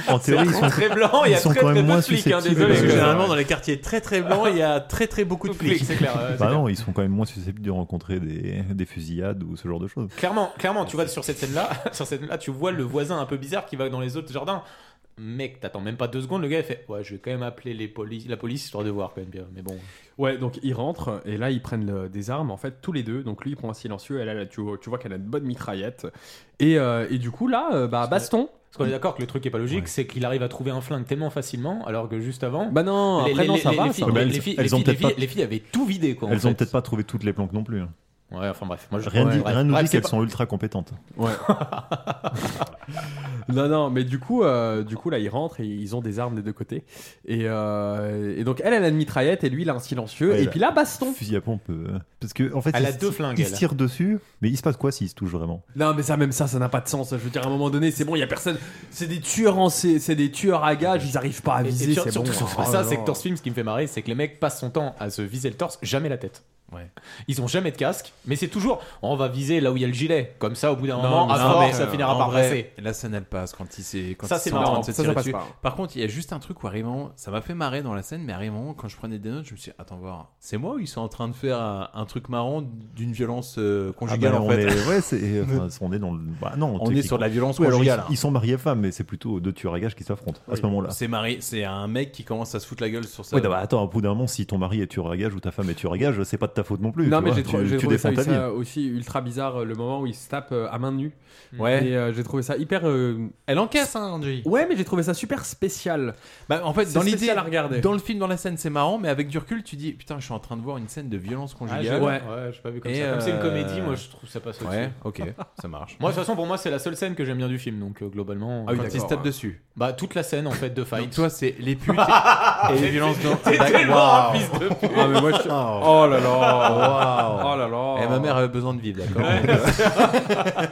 en théorie, ils sont
Très blanc, il y
ils
a
sont
très
quand même
très peu
moins
de flics, hein,
susceptibles.
désolé.
Parce que
Ouais.
généralement, dans les quartiers très très blancs, il y a très très beaucoup de flics.
c'est clair. euh, c'est
Bah
clair.
non, ils sont quand même moins susceptibles de rencontrer des, des fusillades ou ce genre de choses.
Clairement, clairement, tu vois sur cette scène-là, sur cette scène-là, tu vois le voisin un peu bizarre qui va dans les autres jardins. Mec, t'attends même pas deux secondes, le gars il fait Ouais, je vais quand même appeler les polices, la police histoire de voir quand même bien. Mais bon.
Ouais, donc ils rentrent et là ils prennent le- des armes en fait tous les deux. Donc lui il prend un silencieux, elle, elle, tu vois, tu vois qu'elle a une bonne mitraillette et, euh, et du coup là, euh, bah baston.
Parce qu'on est d'accord que le truc qui est pas logique, c'est qu'il arrive à trouver un flingue tellement facilement, alors que juste avant.
Bah non,
les-
après
les-
non
les-
ça
les
va.
filles-
ça
Mais
va.
les-
elles-
les filles-
elles
les
ont
filles-
peut-être
les filles-
pas-
les filles avaient tout vidé quoi. en
Elles ont
fait.
peut-être pas trouvé toutes les planques non plus. hein.
Ouais, enfin bref, moi je.
Rien
ouais,
dit-
bref.
rien ne
Bref,
dit
c'est
qu'elles
pas-
sont ultra compétentes.
Ouais. non, non, mais du coup, euh, du coup, là, ils rentrent et ils ont des armes des deux côtés. Et, euh, et donc, elle, elle a une mitraillette et lui, il a un silencieux.
Ouais,
et
bah,
puis là, baston.
Fusil à pompe. euh, Parce que en fait,
Elle
ils
a
se-
deux flingues,
Ils se
elle.
tirent dessus, mais il se passe quoi s'ils se touchent vraiment
Non, mais ça, même ça, ça n'a pas de sens. Je veux dire, à un moment donné, c'est bon, il y a personne. C'est des tueurs en sé- c'est des tueurs à gages. Ils arrivent pas à
Et- et
viser.
sur-
C'est bon.
surtout, sur-
hein.
Oh
ça,
là
c'est
là.
que dans ce film, ce qui me fait marrer, c'est que les mecs passent son temps à se viser le torse, jamais la tête.
Ouais.
Ils ont jamais de casque, mais c'est toujours on va viser là où il y a le gilet. Comme ça, au bout d'un
Non,
moment,
mais
à
non,
force,
mais,
ça
euh,
finira
en
par
vrai,
passer.
La scène, elle passe quand ils s'est- quand
Ça,
ils
c'est
sont en
marrant.
train de se
Ça, ça
tirer
passe
dessus.
pas.
Par contre, il y a juste un truc où à un moment, ça m'a fait marrer dans la scène, mais à un moment, quand je prenais des notes, je me suis dit, attends voir, c'est moi ou ils sont en train de faire un, un truc marrant d'une violence euh, conjugale
Ah bah,
en
on
fait
est- ouais, c'est- enfin, on est dans le. bah, non,
On est sur la violence
Oui, alors, ils,
conjugale. hein.
ils sont mariés femmes, mais c'est plutôt deux tueurs à gages qui s'affrontent à ce moment-là.
C'est mari- c'est un mec qui commence à se foutre la gueule sur ça.
Ouais, bah, attends, au bout d'un moment, si ton mari est tueur à gages ou ta femme est tueur à gages, c'est pas de ta ta faute non plus.
Non,
tu
mais
vois.
j'ai
Tu-
trou-
tu
j'ai trouvé
défends
ça,
ta vie.
ça aussi ultra bizarre euh, le moment où il se tape euh, à main nue.
Mm. Ouais.
Et euh, j'ai trouvé ça hyper. euh,
Elle encaisse, hein, Angie.
Ouais, mais j'ai trouvé ça super spécial.
Bah, en fait,
C'est
dans l'idée,
spécial à regarder.
dans le film, dans la scène, c'est marrant, mais avec du recul, tu dis putain, je suis en train de voir une scène de
Ah,
violence conjugale.
Ouais, Ah, j'ai- ouais, j'ai pas vu comme ça. Comme c'est une comédie, moi, je trouve ça passe au-dessus.
euh, Ouais, ok, ça marche.
Moi, de toute façon, pour moi, c'est la seule scène que j'aime bien du film, donc euh, globalement.
Ah oui,
quand
d'accord, hein.
Bah, toute la scène en fait de fight.
toi, c'est les putes
et
les violences dans-
T'es
D'accord.
tellement
Waouh.
un fils de pute.
Ah, mais moi, je- Oh là là. Waouh. Oh là là. Et ma mère avait besoin de vivre, d'accord.
Ouais.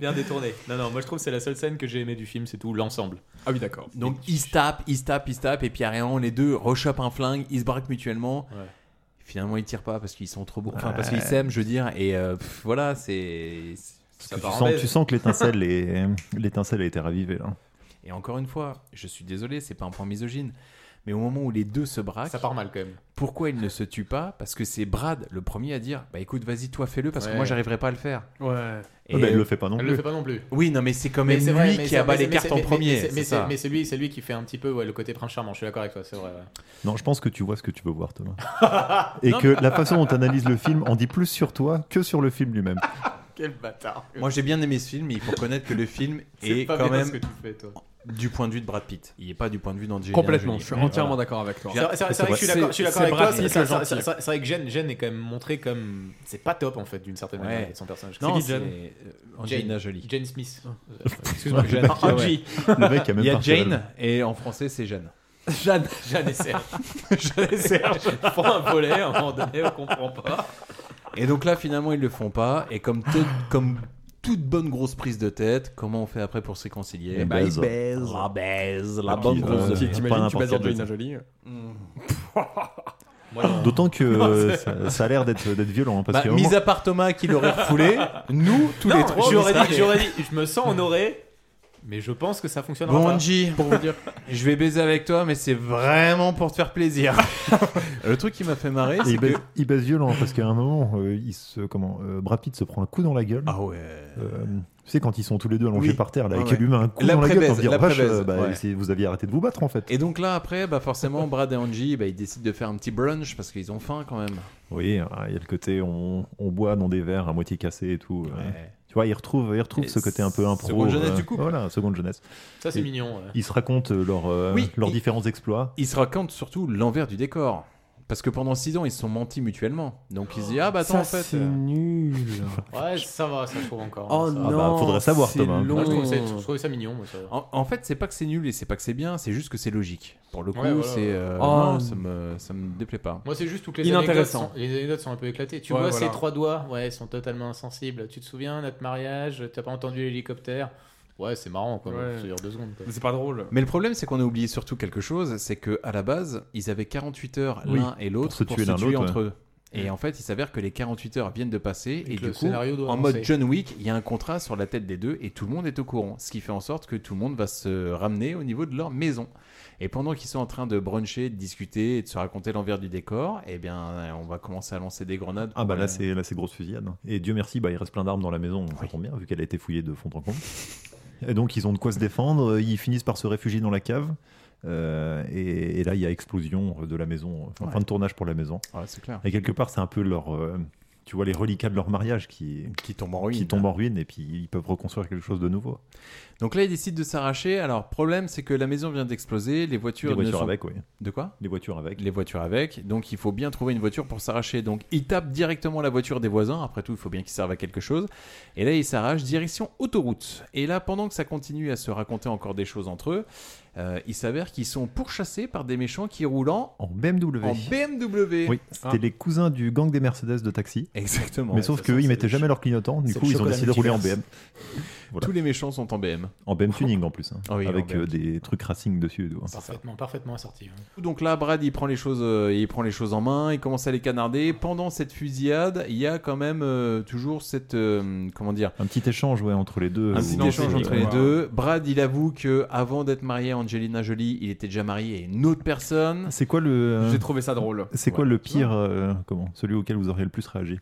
Bien détourné. Non, non, moi je trouve que c'est la seule scène que j'ai aimée du film, c'est tout, l'ensemble.
Ah oui, d'accord. Donc ils se tapent, ils se tapent, ils se tapent, et puis à rien, les deux rechopent un flingue, ils se braquent mutuellement. Finalement, ils tirent pas parce qu'ils sont trop bourrés, enfin parce qu'ils
Ouais.
s'aiment, je veux dire. Et euh, pff, voilà, c'est. Ça
Tu sens, tu sens que l'étincelle est- l'étincelle a été ravivée là.
Et encore une fois, je suis désolé, c'est pas un point misogyne, mais au moment où les deux se braquent, ça
part mal quand même.
Pourquoi ils ne se tuent pas Parce que c'est Brad le premier à dire, bah écoute, vas-y, toi fais-le, parce que
Ouais.
moi j'arriverai pas à le faire.
Ouais.
Ah bah, il le fait pas non
Elle
plus.
le fait pas non plus.
Oui, non, mais c'est quand
Mais
même
c'est
lui
vrai, mais
qui
c'est-
abat
mais
les
c'est-
cartes en
mais- mais- mais
premier.
c'est-
c'est
Mais
ça.
c'est- mais c'est lui, c'est lui qui fait un petit peu ouais, le côté prince charmant. Je suis d'accord avec toi, c'est vrai. ouais.
Non, je pense que tu vois ce que tu veux voir, Thomas. Et que la façon dont tu analyses le film en dit plus sur toi que sur le film lui-même.
Quel bâtard.
Moi j'ai bien aimé ce film, mais il faut reconnaître que le film
C'est
est,
pas
quand
bien
même
ce que tu fais, toi.
du point de vue de Brad Pitt. Il n'est pas du point de vue d'Angelina
Complètement,
Jolie.
je suis
Mais
entièrement
voilà.
d'accord avec toi.
C'est vrai, c'est vrai, c'est vrai que je suis d'accord- je suis d'accord
C'est
avec toi.
Brad Pitt,
c'est-
le
c'est-
gentil.
c'est- c'est- c'est vrai que Jen, Jen est quand même montrée comme. C'est pas top en fait, d'une certaine
Ouais.
manière, de son personnage.
Non,
qui,
c'est, euh, Angelina
Jane-
Jolie.
Jane Smith. Euh, Excuse-moi, Jane. Angie.
Il y a Jane et en français c'est Jeanne.
Jeanne. Jeanne et Serge. Jeanne et Serge. Ils font un volet à un moment donné, on comprend pas.
Et donc là, finalement, ils le font pas. Et comme, tout- comme toute bonne grosse prise de tête, comment on fait après pour se réconcilier
Bah,
Eh ben, ils baisent.
La baise, la
Ah,
Et
bonne
puis,
grosse.
euh, T'imagines, tu baises Angelina
hein.
Jolie
D'autant que
Non,
euh,
c'est-
ça, ça a l'air d'être d'être violent. hein, parce
Bah,
que,
mis à part Thomas qui l'aurait refoulé, nous, tous
Non,
les trois, on
J'aurais
serait-
dit, j'aurais dit, je me sens honoré, mais je pense que ça fonctionnera
Bon,
pas.
Angie, je vais baiser avec toi, mais c'est vraiment pour te faire plaisir. le truc qui m'a fait marrer,
Et
c'est
il, baisse,
que.
il baisse violent hein, parce qu'à un moment, euh, il se, comment, euh, Brad Pitt se prend un coup dans la gueule. Euh,
Ah ouais.
tu sais, quand ils sont tous les deux allongés
Oui.
par terre, là,
Ah
et
ouais.
qu'elle lui met un coup
La
dans la gueule pour
pré-baise,
se dire
la
Vache,
pré-baise,
euh, bah,
ouais.
c'est- vous aviez arrêté de vous battre en fait.
Et donc là, après, bah forcément, Brad et Angie, bah, ils décident de faire un petit brunch parce qu'ils ont faim quand même.
Oui, euh, il y a le côté on, on boit dans des verres à moitié cassés et tout. euh. Tu vois, ils retrouvent, ils retrouvent
Et
ce côté un peu impro.
seconde jeunesse
euh,
du couple.
Voilà, seconde jeunesse.
Ça, c'est
Et
mignon, ouais.
Ils se racontent leurs euh,
Oui,
leurs
ils-
différents exploits.
Ils se racontent surtout l'envers du décor. Parce que pendant 6 ans, ils se sont mentis mutuellement. Donc ils se disent Ah bah attends,
Ça,
en fait.
c'est
euh,
nul.
Ouais, ça va, ça je trouve encore.
Oh
ça va.
Ah bah, non, faudrait savoir, c'est Thomas. long.
Moi, je, trouve ça, je trouve ça mignon. Moi, ça.
En, en fait, c'est pas que c'est nul et c'est pas que c'est bien, c'est juste que c'est logique. Pour le coup,
Ouais, voilà.
c'est. euh,
Oh.
Non, ça me, ça me déplaît pas.
Moi, c'est juste toutes les anecdotes, sont, les anecdotes sont un peu éclatées. Tu
Ouais,
vois,
voilà.
ces trois doigts, ouais, ils sont totalement insensibles. Tu te souviens, notre mariage, t'as pas entendu l'hélicoptère. Ouais, c'est marrant, quoi.
Ouais.
Ça dure deux secondes. quoi.
Mais c'est pas drôle.
Mais le problème, c'est qu'on a oublié surtout quelque chose c'est que à la base, ils avaient 48 heures
Oui,
l'un et l'autre
pour se tuer l'un l'autre,
entre
ouais.
eux. Et en fait, il s'avère que les 48 heures viennent de passer. Et,
que
du
le
coup,
scénario doit
en
avancer.
mode John Wick, il y a un contrat sur la tête des deux et tout le monde est au courant. Ce qui fait en sorte que tout le monde va se ramener au niveau de leur maison. Et pendant qu'ils sont en train de bruncher, de discuter et de se raconter l'envers du décor, eh bien, on va commencer à lancer des grenades.
Ah bah
pour
là
les-
c'est là c'est grosse fusillade. Et Dieu merci, bah il reste plein d'armes dans la maison, ça tombe bien vu qu'elle a été fouillée de fond en comble. Et donc ils ont de quoi se défendre, ils finissent par se réfugier dans la cave. Euh, et, et là il y a explosion de la maison, enfin
Ouais.
fin de tournage pour la maison.
Ouais, c'est clair.
Et quelque part c'est un peu leur euh, tu vois les reliquats de leur mariage qui
qui tombent en ruine.
Qui tombent en ruine et puis ils peuvent reconstruire quelque chose de nouveau.
Donc là, ils décident de s'arracher. Alors, problème, c'est que la maison vient d'exploser. Les voitures,
Les
ne
voitures
sont-
avec, oui.
De quoi
Les voitures avec.
Les voitures avec. Donc, il faut bien trouver une voiture pour s'arracher. Donc, ils tapent directement la voiture des voisins. Après tout, il faut bien qu'ils servent à quelque chose. Et là, ils s'arrachent direction autoroute. Et là, pendant que ça continue à se raconter encore des choses entre eux, euh, il s'avère qu'ils sont pourchassés par des méchants qui roulent en,
en BMW.
En BMW.
Oui, c'était les cousins du gang des Mercedes de taxi.
Exactement.
Mais
Ah. Ouais,
sauf
ça,
qu'eux,
ça,
ils
c'est
mettaient
le
jamais leur clignotant, du
c'est
coup,
le
ils ont
chocolat
décidé de rouler en
multiverse.
BM. Voilà.
Tous les méchants sont en BM.
En BM tuning en plus, hein,
Ah oui, en
avec
BM.
euh, des trucs racing dessus. et tout. hein.
Parfaitement, parfaitement assorti. ouais.
Donc là, Brad, il prend les choses, euh, il prend les choses en main, il commence à les canarder. Pendant cette fusillade, il y a quand même euh, toujours cette, euh, comment dire,
Un petit échange ouais, entre les
Euh,
deux. euh,
un
où-
petit échange entre les deux. Brad, il avoue que avant d'être marié à Angelina Jolie, il était déjà marié à une autre personne.
C'est quoi le. euh,
J'ai trouvé ça drôle.
C'est quoi
Ouais.
le pire. euh, comment Celui auquel vous auriez le plus réagi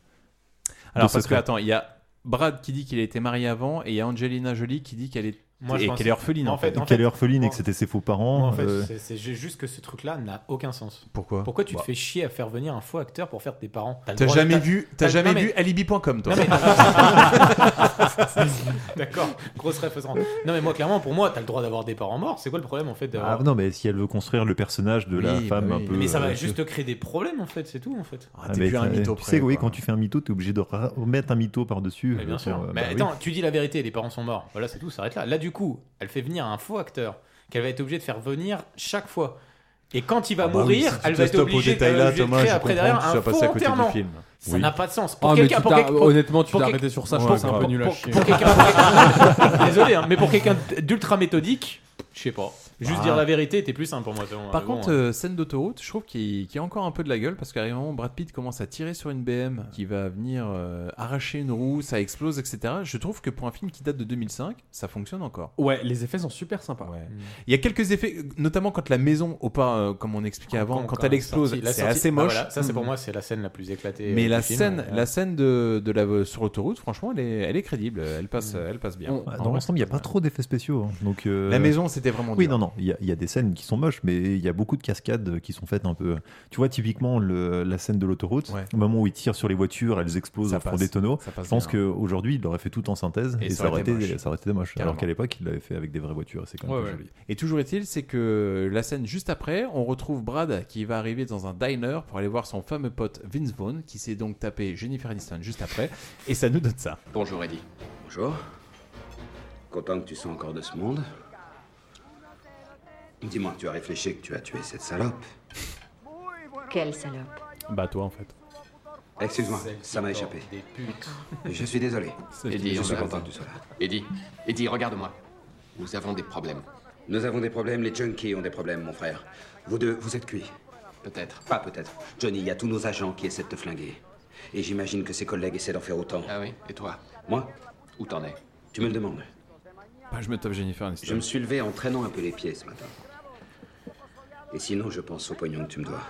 Alors
De
parce que
secret.
attends, il y a Brad qui dit qu'il a été marié avant et il y a Angelina Jolie qui dit qu'elle est hein.
Moi, je
et
pense-
qu'elle est orpheline en
en fait,
fait.
en
Qu'elle est
fait-
orpheline et que c'était ses faux parents.
En fait,
euh,
c'est- c'est ju- juste que ce truc-là n'a aucun sens.
Pourquoi
Pourquoi tu
Bah.
te fais chier à faire venir un faux acteur pour faire tes parents le
T'as
droit-
jamais vu- t'as jamais
non, mais-
vu alibi.com, toi.
Non,
Ah,
mais- D'accord, grosse référence. Non mais moi clairement, pour moi, t'as le droit d'avoir des parents morts. C'est quoi le problème en fait
ah,
d'avoir-
non, mais si elle veut construire le personnage de la
Oui,
femme
bah
un
oui.
peu.
Mais ça
euh,
va juste te créer des problèmes en fait, c'est tout en fait.
Ah, mais ça- Tu sais, oui, quand tu fais un mytho, t'es obligé de ra- remettre un mytho par-dessus.
Mais bien
euh,
sûr.
pour, euh,
mais
bah oui.
attends, tu dis la vérité, les parents sont morts. Voilà, c'est tout, ça arrête là. Là, du coup, elle fait venir un faux acteur qu'elle va être obligée de faire venir chaque fois. Et quand il va
Ah bah oui,
mourir,
si tu
elle
te
va être
stoppes au
obligée,
détail
elle
là,
va être obligée de
Thomas,
créer
je
après
comprends
derrière
que tu
un
sois passé
faux
à côté du
enterrement.
film.
Ça
Oui.
n'a pas de sens.
Ah, mais
quelqu'un-
tu t'as-
quel-
honnêtement, tu
pour
t'es
quel-
arrêté sur ça, je
pour-
pense, c'est un
pour-
peu nul à
pour-
chier.
pour quelqu'un- pour quelqu'un- Désolé, hein, mais pour quelqu'un d'ultra méthodique, je sais pas. Juste
Ah.
dire la vérité était plus simple pour moi. selon moi.
Par
Bon,
contre,
hein.
euh, scène d'autoroute, je trouve qu'il qu'il y a encore un peu de la gueule parce qu'à un moment, Brad Pitt commence à tirer sur une BM qui va venir euh, arracher une roue, ça explose, etc. Je trouve que pour un film qui date de 2005, ça fonctionne encore.
Ouais, les effets sont super sympas.
Hmm.
Il y a quelques effets, euh, notamment quand la maison, au pas, euh, comme on expliquait avant, quand, elle
la
explose,
sortie- la
c'est
sortie-
assez
Ah,
moche. Mm.
voilà, ça, c'est
Hmm.
pour moi, c'est la scène la plus éclatée.
Mais
euh,
la
du film,
scène,
ouais.
la scène de, de la euh, sur autoroute, franchement, elle est, elle est crédible, elle passe, elle passe bien.
Ouais, Bah, dans l'ensemble, il n'y a pas trop d'effets spéciaux. hein. Donc, euh,
Ah La maison, c'était vraiment
Oui,
dur.
non, non. Il y, a- il y a des scènes qui sont moches, mais il y a beaucoup de cascades qui sont faites un peu. Tu vois, typiquement, le- la scène de l'autoroute, au moment où ils tirent sur les voitures, elles explosent
Ça
au fond
passe.
des tonneaux.
Ça passe
Je pense
bien.
qu'aujourd'hui, il l'aurait fait tout en synthèse et, ça, aurait été, ça aurait été moche. Alors
Carrément.
qu'à l'époque, il l'avait fait avec des vraies voitures. et C'est quand même
Ouais,
plus
ouais.
joli.
Et toujours est-il, c'est que la scène juste après, on retrouve Brad qui va arriver dans un diner pour aller voir son fameux pote Vince Vaughn, qui s'est donc tapé Jennifer Aniston juste après, et ça nous donne ça.
Bonjour, Eddie. Bonjour.
Content que tu sois encore de ce monde. Dis-moi, tu as réfléchi que tu as tué cette salope.
Quelle salope.
Bah toi en fait.
Excuse-moi, ça m'a échappé. Je suis désolé.
Eddie,
je
on
suis
a
content
raison.
que tu sois là.
Eddie, Eddie, regarde-moi. Nous avons des problèmes.
Nous avons des problèmes, les junkies ont des problèmes, mon frère. Vous deux, vous êtes cuits. Peut-être. Pas peut-être. Johnny, il y a tous nos agents qui essaient de te flinguer. Et j'imagine que ses collègues essaient d'en faire autant.
Ah oui, et toi
Moi
Où t'en es
Tu me le demandes.
Bah, je me tape Jennifer Aniston.
Je me suis levé en traînant un peu les pieds ce matin. Et sinon, je pense au pognon que tu me dois.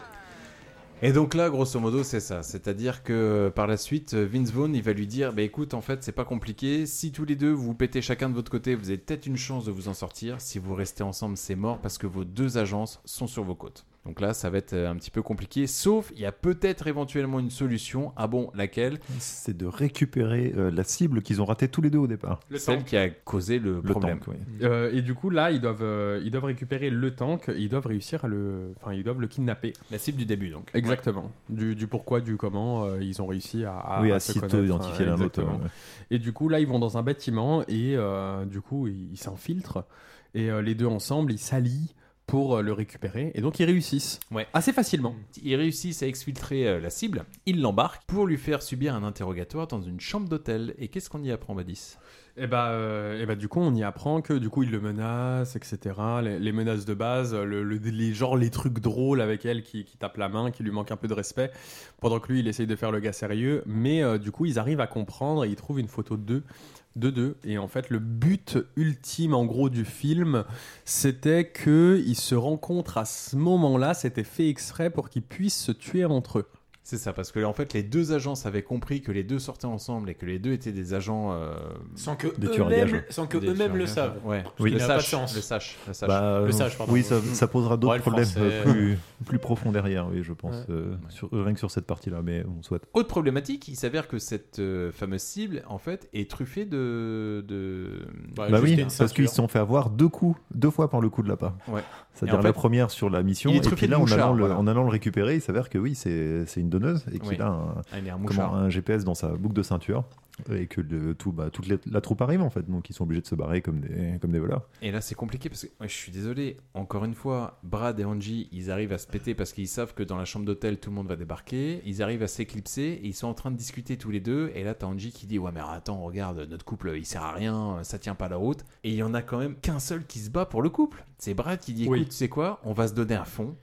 Et donc là, grosso modo, c'est ça. C'est-à-dire que par la suite, Vince Vaughn, il va lui dire Bah écoute, en fait, c'est pas compliqué. Si tous les deux vous pétez chacun de votre côté, vous avez peut-être une chance de vous en sortir. Si vous restez ensemble, c'est mort parce que vos deux agences sont sur vos côtes. Donc là, ça va être euh, un petit peu compliqué. Sauf, il y a peut-être éventuellement une solution. Ah bon, laquelle
C'est de récupérer euh, la cible qu'ils ont ratée tous les deux au départ.
Celle qui a causé le, problème.
tank, oui.
Euh, et du coup, là, ils doivent, euh, ils doivent récupérer le tank, ils doivent réussir à le. Enfin, ils doivent le kidnapper.
La cible du début, donc.
Exactement. Du, du pourquoi, du comment, euh, ils ont réussi à. à-
Ah,
Oui, à
se
sitôt
connaître,
identifier l'un l'autre,
exactement.
ouais.
Et du coup, là, ils vont dans un bâtiment et euh, du coup, ils ils s'infiltrent. Et euh, les deux ensemble, ils s'allient pour euh, le récupérer. Et donc, ils réussissent. Assez facilement.
Ah, Ils réussissent à exfiltrer euh, la cible. Ils l'embarquent pour lui faire subir un interrogatoire dans une chambre d'hôtel. Et qu'est-ce qu'on y apprend, Badis
Et bah, euh, eh bah, du coup, on y apprend que du coup, il le menace, etc. Les, les menaces de base, le, le- les, genre les trucs drôles avec elle qui, qui tape la main, qui lui manque un peu de respect, pendant que lui, il essaye de faire le gars sérieux. Mais euh, du coup, ils arrivent à comprendre et ils trouvent une photo d'eux, de deux. Et en fait, le but ultime, en gros, du film, c'était qu'ils se rencontrent à ce moment-là. C'était fait exprès pour qu'ils puissent se tuer entre eux.
C'est ça, parce que en fait, les deux agences avaient compris que les deux sortaient ensemble et que les deux étaient des agents. euh,
Sans que
des
eux-mêmes-
tueurs à gages.
sans que
Des
eux-mêmes
tueurs à
le
gages,
savent.
Ouais.
Oui.
le
Il n'a pas de
sache,
sens.
Le sache, le sache.
Bah, euh,
Le sage, pardon.
oui, ça,
Mm.
ça posera d'autres
Ouais, le
problèmes
français.
euh, plus, plus profonds derrière, oui, je pense.
Ouais.
euh, sur- rien que sur cette partie-là, mais on souhaite.
Autre problématique, il s'avère que cette euh, fameuse cible, en fait, est truffée de. de...
bah oui, parce qu'ils se sont fait avoir deux coups, deux fois par le coup de l'appât.
Ouais. Et
C'est-à-dire
en fait,
la première sur la mission,
il est
et
truffé
puis
de
là, en,
mouchards,
allant le,
voilà.
en allant le récupérer, il s'avère que oui, c'est c'est une donneuse et qu'il
Oui.
a un,
Elle Ah, est un
comment,
mouchard.
un GPS dans sa boucle de ceinture et que le- tout, bah, toute la, la troupe arrive en fait, donc ils sont obligés de se barrer comme des, comme des voleurs.
Et là, c'est compliqué parce que ouais, je suis désolé. Encore une fois, Brad et Angie, ils arrivent à se péter parce qu'ils savent que dans la chambre d'hôtel, tout le monde va débarquer. Ils arrivent à s'éclipser et ils sont en train de discuter tous les deux. Et là, t'as Angie qui dit Ouais, mais attends, regarde, notre couple, il sert à rien, ça tient pas la route. Et il y en a quand même qu'un seul qui se bat pour le couple. C'est Brad qui dit Écoute,
Oui.
tu sais quoi On va se donner à fond.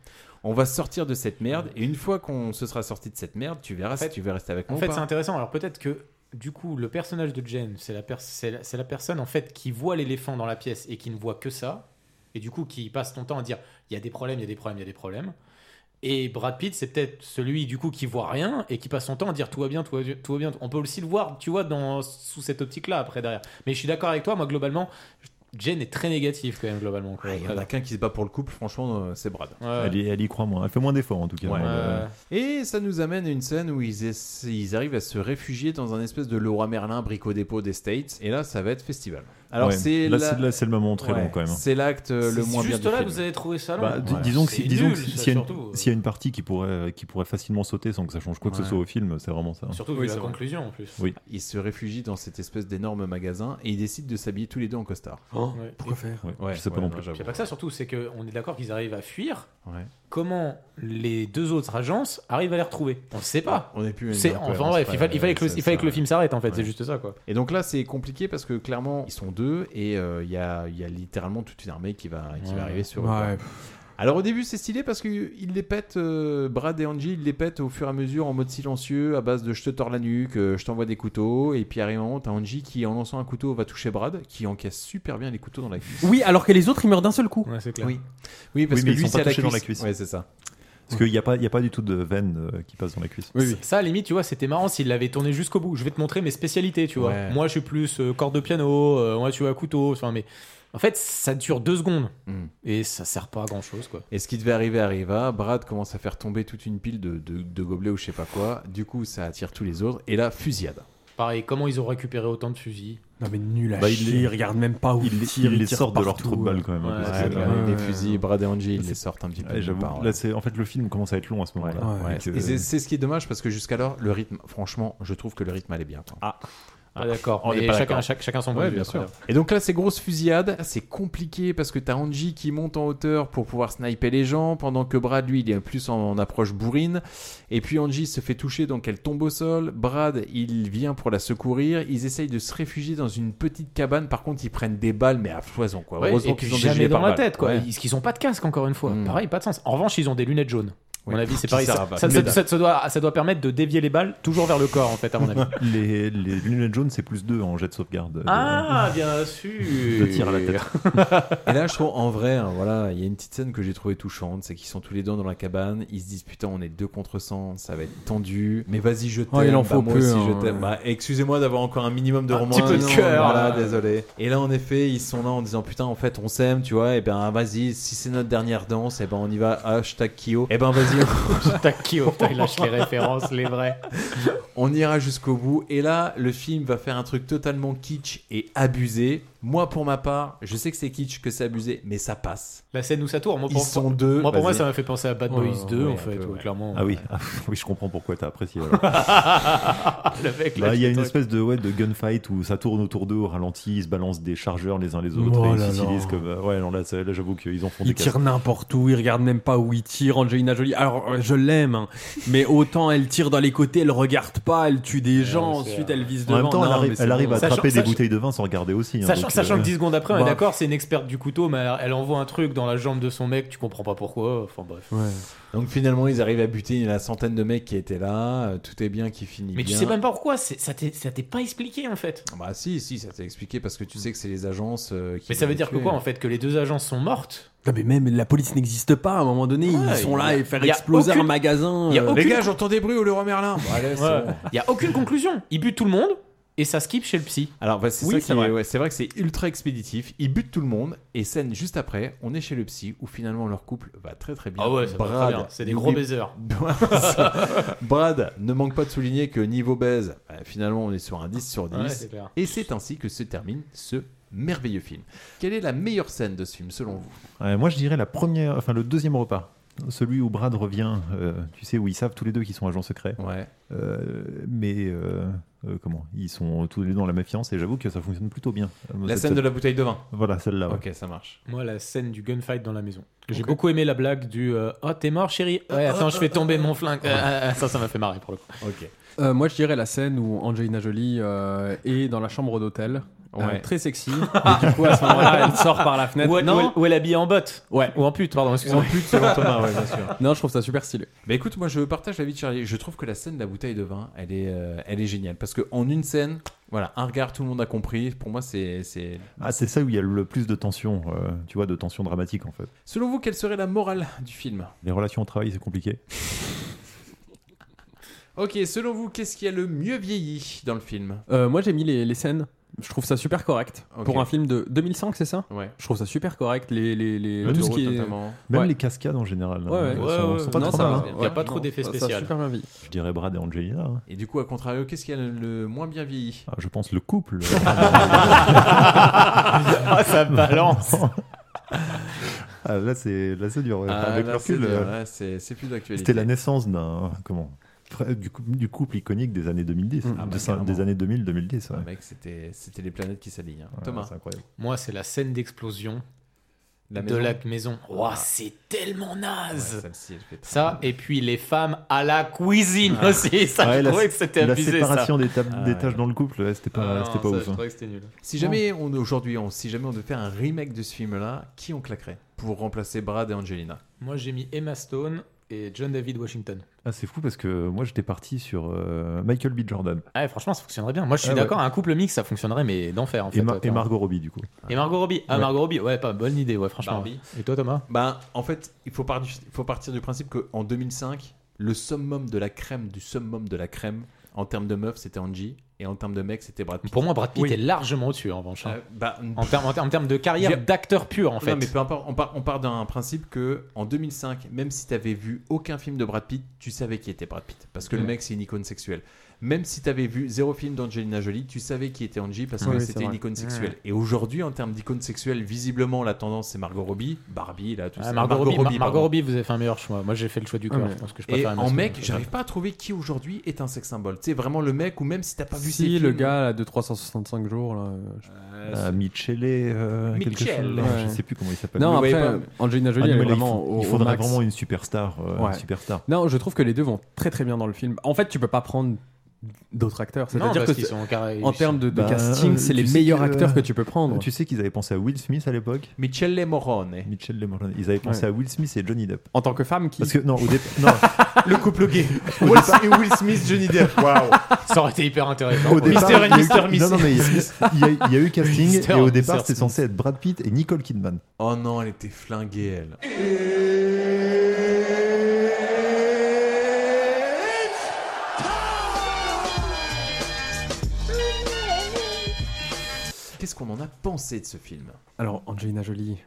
On va sortir de cette merde. Et une fois qu'on se sera sorti de cette merde, tu verras si tu veux rester avec
En
moi. ou
fait,
pas.
c'est intéressant. Alors peut-être que du coup, le personnage de Jen, c'est la, pers- c'est la, c'est la personne en fait qui voit l'éléphant dans la pièce et qui ne voit que ça, et du coup qui passe ton temps à dire il y a des problèmes, il y a des problèmes, il y a des problèmes. Et Brad Pitt, c'est peut-être celui du coup qui voit rien et qui passe son temps à dire tout va bien, tout va bien, tout va bien. On peut aussi le voir, tu vois, dans, sous cette optique-là après derrière. Mais je suis d'accord avec toi. Moi, globalement, je- Jane est très négative quand même globalement. quoi.
Il y en a qu'un qui se bat pour le couple, franchement, euh, c'est Brad.
Elle, y, elle y croit moins. Elle fait moins d'efforts en tout cas.
Ouais.
Elle, euh,
Et ça nous amène à une scène où ils, essa- ils arrivent à se réfugier dans un espèce de Leroy Merlin brico-dépôt des States. Et là, ça va être festival. Alors,
ouais.
c'est
là,
la-
c'est- là, c'est le moment très long quand même. hein.
C'est l'acte euh, le
C'est
moins bien
juste
du
là
film.
que vous avez trouvé ça long.
Bah, di-
Ouais.
disons que si-
Ah C'est
disons
nul,
que si-
ça,
s'il y, a une-
surtout. euh.
s'il y a une partie qui pourrait, euh, qui pourrait facilement sauter sans que ça change quoi que
Ouais.
ce soit au film, c'est vraiment ça. hein.
Surtout vu
Oui,
la
c'est vrai.
conclusion en plus.
Oui.
Ils se réfugient dans cette espèce d'énorme magasin et ils décident de s'habiller tous les deux en costard.
Ouais.
faire
Ouais, je sais pas non plus.
Il n'y a pas que ça, surtout, c'est qu'on est d'accord qu'ils arrivent à fuir.
Ouais.
Comment les deux autres agences arrivent à les retrouver On ne sait pas.
On n'est plus à une hein,
C'est-
incohérence
Enfin bref, il
près,
fallait, il fallait que, le,
ça-
il fallait que
ça-
le film s'arrête en fait,
ouais.
c'est juste ça quoi.
Et donc là, c'est compliqué parce que clairement, ils sont deux et euh, il y, a, il y a littéralement toute une armée qui va, qui
Ouais.
va arriver sur eux.
Ouais.
quoi. Alors au début, c'est stylé parce qu'ils les pètent, euh, Brad et Angie, ils les pètent au fur et à mesure en mode silencieux, à base de je te tords la nuque, euh, je t'envoie des couteaux. Et puis à un moment, t'as Angie qui, en lançant un couteau, va toucher Brad, qui encaisse super bien les couteaux dans la cuisse.
Oui, alors que les autres, ils meurent d'un seul coup.
c'est
clair. Oui. Oui, parce que
Oui, mais ils
lui,
sont
c'est
pas
à la
touchés
cuisse.
dans la cuisse.
Ouais, c'est ça.
Parce qu'il n'y a, pas- il y a pas du tout de veine euh, qui passe dans la cuisse.
Ça, à la limite, tu vois, c'était marrant s'il l'avait tourné jusqu'au bout. Je vais te montrer mes spécialités, tu vois.
Ouais.
Moi, je suis plus euh, corde de piano, euh, moi, tu vois, couteau. Enfin, mais en fait, ça dure deux secondes
Mm.
et ça sert pas à grand chose quoi.
Et ce qui devait arriver arriva. Brad commence à faire tomber toute une pile de, de- de gobelets ou je sais pas quoi. Du coup, ça attire tous les autres. Et là, fusillade.
Pareil, comment ils ont récupéré autant de fusils
Non mais nul à
Bah, il
chier,
les-
ils regardent même pas où
il
ils
les-
tirent,
il
ils
les
tirent
sort de leur
partout.
trou de balle, quand même, hein,
Ouais,
parce
Ouais,
que-
avec des fusils, Brad et Angie, ils les sortent un petit peu.
Ouais,
nulle
j'avoue,
part, ouais.
là, c'est en fait le film commence à être long à ce moment-là.
Ouais, ouais.
Donc, euh,
Et c'est c'est ce qui est dommage parce que jusqu'alors, le rythme, franchement, je trouve que le rythme allait bien. quoi.
Ah. Ah, d'accord.
On
Mais
est pas
chacun-
d'accord.
chac- chacun son point
Ouais,
de vue,
bien
très
sûr.
bien.
Et donc là, c'est grosse fusillade. C'est compliqué parce que t'as Angie qui monte en hauteur pour pouvoir sniper les gens, pendant que Brad, lui, il est plus en, en approche bourrine. Et puis Angie se fait toucher, donc elle tombe au sol. Brad, il vient pour la secourir. Ils essayent de se réfugier dans une petite cabane. Par contre, ils prennent des balles, mais à foison, quoi.
Bah Ouais,
Heureusement
et puis
qu'ils ont des
jamais
gilets
dans la
pare-balles.
tête, quoi.
Ouais.
Ils, qu'ils ont pas de casque, encore une fois. Pareil, pas de sens. En revanche, ils ont des lunettes jaunes. À
Oui.
mon avis, c'est
Qui
pareil. Ça,
servent à
ça-
dalle.
ça- ça doit, ça doit permettre de dévier les balles toujours vers le corps, en fait, à mon avis.
les, les lunettes jaunes, c'est plus 2 en jet euh, de sauvegarde.
ah, bien sûr.
de tir à la tête.
Et là, je trouve en vrai, hein, voilà, il y a une petite scène que j'ai trouvée touchante, c'est qu'ils sont tous les deux dans la cabane, ils se disent putain, on est deux contre 100, ça va être tendu. Mais vas-y, je t'aime.
Oh, il en
bah,
faut
moi
plus,
aussi,
hein,
je t'aime.
ouais.
Bah, excusez-moi d'avoir encore un minimum de
Un
romance.
petit peu de cœur,
Voilà,
là.
désolé. Et là, en effet, ils sont là en disant putain, en fait, on s'aime, tu vois. Et ben, vas-y, si c'est notre dernière danse, et ben, on y va. Hashtag Kyo. Et ben, vas-y.
Tac, qui, oh, putain, il lâche les références, les vrais.
On ira jusqu'au bout. Et là, le film va faire un truc totalement kitsch et abusé. Moi, pour ma part, je sais que c'est kitsch, que c'est abusé, mais ça passe.
La scène où ça tourne, moi,
Ils
pour,
sont deux.
moi, pour moi,
Vas-y.
ça m'a fait penser à Bad
Ouais,
Boys
ouais,
2,
ouais,
en
un
fait,
peu,
ouais,
ouais.
clairement.
Ah oui, Ah oui, je comprends pourquoi t'as apprécié. alors.
Le mec,
Bah,
lâche
il y a
des
une
trucs.
espèce de, ouais, de gunfight où ça tourne autour d'eux au ralenti, ils se balancent des chargeurs les uns les autres,
Oh
et ils
là
s'utilisent
là.
comme. euh, Ouais, non, là, ça- là, j'avoue qu'ils en font
Ils
des casques.
tirent n'importe où, ils regardent même pas où ils tirent. Angelina Jolie, alors euh, je l'aime, hein, mais autant elle tire dans les côtés, elle regarde pas, elle tue des gens,
c'est
ensuite
vrai.
elle vise
En
devant.
même temps, elle
Non,
arrive,
mais c'est
elle arrive
bon.
à
Sachant-
attraper des
sachant-
bouteilles de vin sans regarder aussi. hein,
Sachant,
donc,
sachant
euh,
que 10 secondes après, on est
bah.
d'accord, c'est une experte du couteau, mais elle, elle envoie un truc dans la jambe de son mec, tu comprends pas pourquoi. Enfin bref.
Donc finalement, ils arrivent à buter la centaine de mecs qui étaient là. euh, Tout est bien qui finit
Mais
bien.
tu sais même pas pourquoi, c'est- ça t'est ça t'est pas expliqué en fait.
Bah si, si, ça t'est expliqué parce que tu sais que c'est les agences euh, qui.
Mais ça
vont
veut
les
dire que
tuer.
quoi en fait Que les deux agences sont mortes
Non, mais même la police n'existe pas. À un moment donné,
Ouais,
ils sont
il y
là
a-
et faire
il y a
exploser un
aucune-
magasin.
il y a
euh,
aucune-
Les gars, j'entends des bruits au Leroy Merlin. Bon, allez, c'est
Ouais.
bon.
Il y a aucune conclusion. Ils butent tout le monde et ça skip chez le psy.
Alors bah, c'est
Oui,
ça
c'est
qui est-
vrai.
ouais, c'est vrai que c'est ultra expéditif. Ils butent tout le monde et scène juste après, on est chez le psy où finalement leur couple va très très bien.
Ah ouais, ça va très
Brad,
bien. C'est des gros
n'oublie-
baisers.
Brad ne manque pas de souligner que niveau baise, bah, finalement on est sur un 10 sur 10.
Ouais, c'est clair.
et c'est ainsi que se termine ce merveilleux film. Quelle est la meilleure scène de ce film selon vous
ouais, moi, je dirais la première, enfin le deuxième repas, celui où Brad revient. euh, tu sais où ils savent tous les deux qu'ils sont agents secrets.
Ouais.
Euh, mais euh, euh, comment Ils sont tous les deux dans la méfiance et j'avoue que ça fonctionne plutôt bien. Euh,
La
cette-
scène de la bouteille de vin.
Voilà celle-là. ouais.
Ok, ça marche.
Moi, la scène du gunfight dans la maison. J'ai
Ok.
beaucoup aimé la blague du euh, Oh, t'es mort, chérie Ouais, attends, je fais tomber mon flingue. Euh, euh, euh, ça, ça m'a fait marrer pour le coup.
Ok.
Euh, moi, je dirais la scène où Angelina Jolie euh, est dans la chambre d'hôtel. euh,
Ouais.
très sexy. Et du coup, à ce moment-là, elle sort par la fenêtre.
Ou elle, ou elle-
non,
ou elle habille en botte.
Ouais.
Ou en pute, pardon, excusez-moi.
Plus selon Thomas, ouais, bien sûr.
non, je trouve ça super stylé.
Bah écoute, moi je partage l'avis de Charlie. Je trouve que la scène de la bouteille de vin, elle est, euh, elle est géniale. Parce que en une scène, voilà, un regard, tout le monde a compris. Pour moi, c'est. c'est-
Ah, c'est ça où il y a le plus de tension, euh, tu vois, de tension dramatique en fait.
Selon vous, quelle serait la morale du film
Les relations au travail, c'est compliqué.
Ok, selon vous, qu'est-ce qui a le mieux vieilli dans le film
Euh, moi, j'ai mis les, les scènes Je trouve ça super correct.
Ok.
Pour un film de 2005, c'est ça
Ouais.
Je trouve ça super correct. Les, les, les,
Même
tout ce
les-
qui est...
notamment. Même
Ouais.
les cascades en général. euh,
Ouais, ouais.
sont-
Ouais,
sont,
ouais,
pas
non,
trop
ça
mal,
va.
hein.
Il y a pas trop d'effets
ça, ça,
spéciaux. super bien vie.
Je dirais Brad et Angelina. hein.
Et du coup, à contrario, qu'est-ce qui a le, le moins bien vieilli
Ah, je pense le couple.
Ah, ça balance.
Ah, là, c'est là, c'est dur. ouais.
Ah,
Avec
là,
le
c'est
recul,
dur.
euh,
Là, c'est- c'est plus d'actualité.
C'était la naissance d'un comment Fra- du, cou- du couple iconique des années 2010,
Mm. Ah,
de
bah,
ça- des
carrément.
années 2000-2010.
Ah, mec, c'était c'était les planètes qui s'alignent. hein.
Ouais,
Thomas.
c'est incroyable.
Moi, c'est la scène d'explosion
La
de
maison.
la maison. Ouah,
Ah.
c'est tellement
Ouais,
naze
celle-ci, elle fait très
Ça, et puis les femmes à la cuisine
Ah.
aussi. Ça,
Ouais,
je
la,
trouvais que c'était
la
abusé.
séparation
ça.
Des, tables-
Ah,
des
ouais.
tâches dans le couple, ouais, c'était
Ah
pas,
non,
c'était pas
ça,
ouf.
je
hein.
trouvais que c'était nul.
Si jamais on aujourd'hui, on, si jamais on devait faire un remake de ce film-là, qui on claquerait pour remplacer Brad et Angelina
Moi, j'ai mis Emma Stone et John David Washington.
Ah, c'est fou parce que moi j'étais parti sur euh, Michael B. Jordan
Ah, franchement, ça fonctionnerait bien. Moi, je suis
Ah, ouais.
d'accord. Un couple mix, ça fonctionnerait, mais d'enfer en fait.
et, Ma-
ouais,
et
quand-
Margot Robbie du coup.
Et Margot Robbie. Ah,
Ouais.
Margot Robbie, ouais, pas bonne idée, ouais, franchement.
Barbie.
Et toi, Thomas
Ben, en fait, il faut, par- il faut partir du principe qu'en 2005, le summum de la crème du summum de la crème en termes de meuf, c'était Angie, et en termes de mec, c'était Brad Pitt.
Pour moi, Brad Pitt
Oui.
est largement au-dessus, en revanche. hein.
Euh, bah,
en, termes, en termes- en termes de
J'ai-
carrière d'acteur pur, en fait.
Non, mais peu importe, on part, on part d'un principe que en 2005, même si t'avais vu aucun film de Brad Pitt, tu savais qui était Brad Pitt. Parce que le
Ouais.
mec, c'est une icône sexuelle. Même si t'avais vu zéro film d'Angelina Jolie, tu savais qui était Angie
Ah
parce que
Ouais, oui, c'est
c'était
vrai.
une icône sexuelle.
Ouais.
Et aujourd'hui, en termes d'icône sexuelle, visiblement, la tendance, c'est Margot Robbie, Barbie, là, tout
Ah,
ça.
Margot, Robbie, Mar- Margot
pardon.
Robbie, vous avez fait un meilleur choix. Moi, j'ai fait le choix du
Ah,
cœur.
mais-
Je pense que je
et
préfère Emma
en
Stone,
mec,
je sais
j'arrive pas à trouver qui aujourd'hui est un sex symbole. C'est vraiment le mec, ou même si t'as pas vu ses
Si, le
films,
gars là, de 365 jours. Là, je-
Ah, Michele, euh, quelque
Michele.
chose,
Ouais.
je sais plus comment il s'appelle.
Non,
Vous
après,
voyez pas,
euh,
mais-
Angelina Jolie,
Ah, non,
elle est
mais là, il
vraiment
faut-
au-
Il
au
faudrait
max.
vraiment une superstar. euh, une
Ouais.
superstar.
Non, je trouve que les deux vont très très bien dans le film. En fait, tu peux pas prendre d'autres acteurs.
Non,
C'est-à-dire
parce
que
qu'ils
c'est-
sont carré-
en termes de, de
Bah,
casting, c'est
tu
les
sais
meilleurs acteurs que euh, tu peux prendre.
Euh, Tu sais qu'ils avaient pensé à Will Smith à l'époque
Michele Morone.
Mitchell Lemorand. Ils avaient pensé
Ouais.
à Will Smith et Johnny Depp.
En tant que femme qui.
Parce que non, au départ. non,
le couple gay. Will Smith, Will Smith, Johnny Depp. Waouh.
pas. Ça aurait été hyper intéressant.
au départ,
Mr.
il y a eu-
Mr. Mrs.
Non, non, mais il y a- il y, a- il y a eu casting
Mr.
et au
Mr.
départ,
Smith.
c'était censé être Brad Pitt et Nicole Kidman.
Oh non, elle était flinguée, elle. Qu'est-ce qu'on en a pensé de ce film
Alors, Angelina Jolie,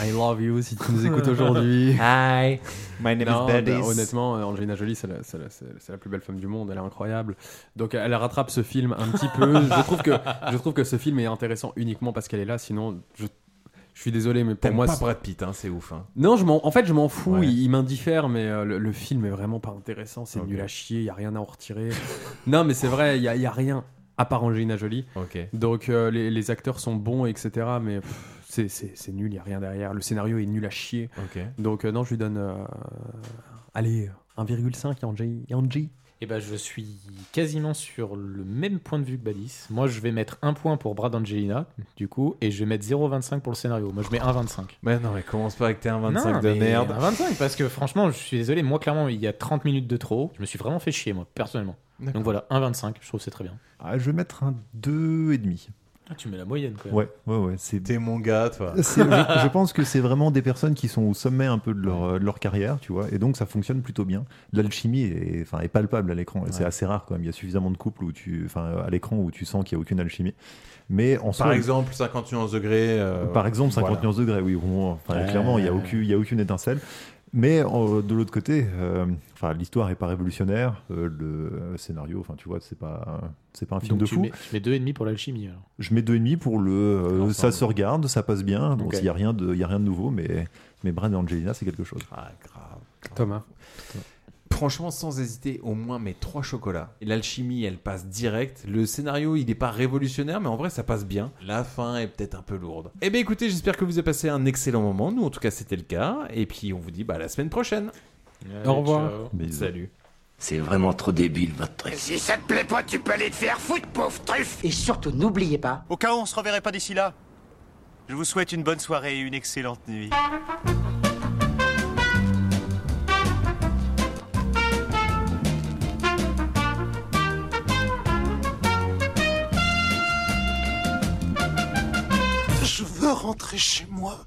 I love you si tu nous écoutes aujourd'hui.
Hi, my name
Non,
is Badis.
bah, honnêtement, euh, Angelina Jolie, c'est la, c'est la- c'est la- c'est la plus belle femme du monde. Elle est incroyable. Donc, elle rattrape ce film un petit peu. je trouve que je trouve que ce film est intéressant uniquement parce qu'elle est là. Sinon, je, je suis désolé, mais pour
T'aimes
moi,
pas
c'est-
Brad Pitt, hein, c'est ouf. Hein.
non, je m'en- en fait, je m'en fous,
Ouais.
il, il m'indiffère, mais euh, le, le film est vraiment pas intéressant, c'est nul à chier, il y a rien à en retirer. non, mais c'est vrai, il y a, il y a rien à part Angelina Jolie.
Ok.
Donc euh, les, les acteurs sont bons, etc. Mais pff, c'est- c'est c'est nul, il y a rien derrière. Le scénario est nul à chier.
Ok.
Donc euh, non, je lui donne, euh, allez, 1,5 et Angie. et Angie.
Eh ben, je suis quasiment sur le même point de vue que Badis. Moi, je vais mettre un point pour Brad Angelina, du coup, et je vais mettre 0,25 pour le scénario. Moi, je mets 1,25.
Mais non, mais commence pas avec tes 1,25
Non,
de
mais
merde.
un 25, parce que franchement, je suis désolé, moi, clairement, il y a 30 minutes de trop. Je me suis vraiment fait chier, moi, personnellement.
D'accord.
Donc voilà, 1,25, je trouve que c'est très bien.
Ah, je vais mettre un 2,5.
Ah, tu mets la moyenne, quand même.
Ouais, ouais, ouais. C'est
T'es mon gars, toi.
C'est- je, je pense que c'est vraiment des personnes qui sont au sommet un peu de leur, euh, de leur carrière, tu vois, et donc ça fonctionne plutôt bien. L'alchimie est, enfin, est palpable à l'écran, et c'est assez rare quand même. Il y a suffisamment de couples où tu, enfin, euh, à l'écran où tu sens qu'il n'y a aucune alchimie. Mais en
Par
soi,
exemple, 50 nuances degrés. euh,
par exemple,
voilà.
51 degrés, oui, bon, enfin,
Ouais.
clairement, il n'y a, aucune- il y a aucune étincelle. Mais euh, de l'autre côté, euh, enfin, l'histoire n'est pas révolutionnaire, euh, le scénario, enfin, tu vois, c'est pas, c'est pas un film
Donc
de
tu
fou.
mets, tu mets 2,5 pour l'alchimie, alors.
Je mets 2,5 pour le. euh,
L'ensemble.
ça se regarde, ça passe bien. Bon,
Ok.
s'il y a rien de, il y a rien de nouveau, mais, mais Brad et Angelina, c'est quelque chose.
Ah, grave.
Thomas.
Franchement, sans hésiter, au moins mes trois chocolats. Et L'alchimie, elle passe direct. Le scénario, il n'est pas révolutionnaire, mais en vrai, ça passe bien. La fin est peut-être un peu lourde. Eh bien, écoutez, j'espère que vous avez passé un excellent moment. Nous, en tout cas, c'était le cas. Et puis, on vous dit bah, à la semaine prochaine.
Au revoir.
Salut.
C'est vraiment trop débile, votre truc.
Si ça te plaît pas, tu peux aller te faire foutre, pauvre truffe
Et surtout, n'oubliez pas.
Au cas où on se reverrait pas d'ici là, je vous souhaite une bonne soirée et une excellente nuit.
Je veux rentrer chez moi.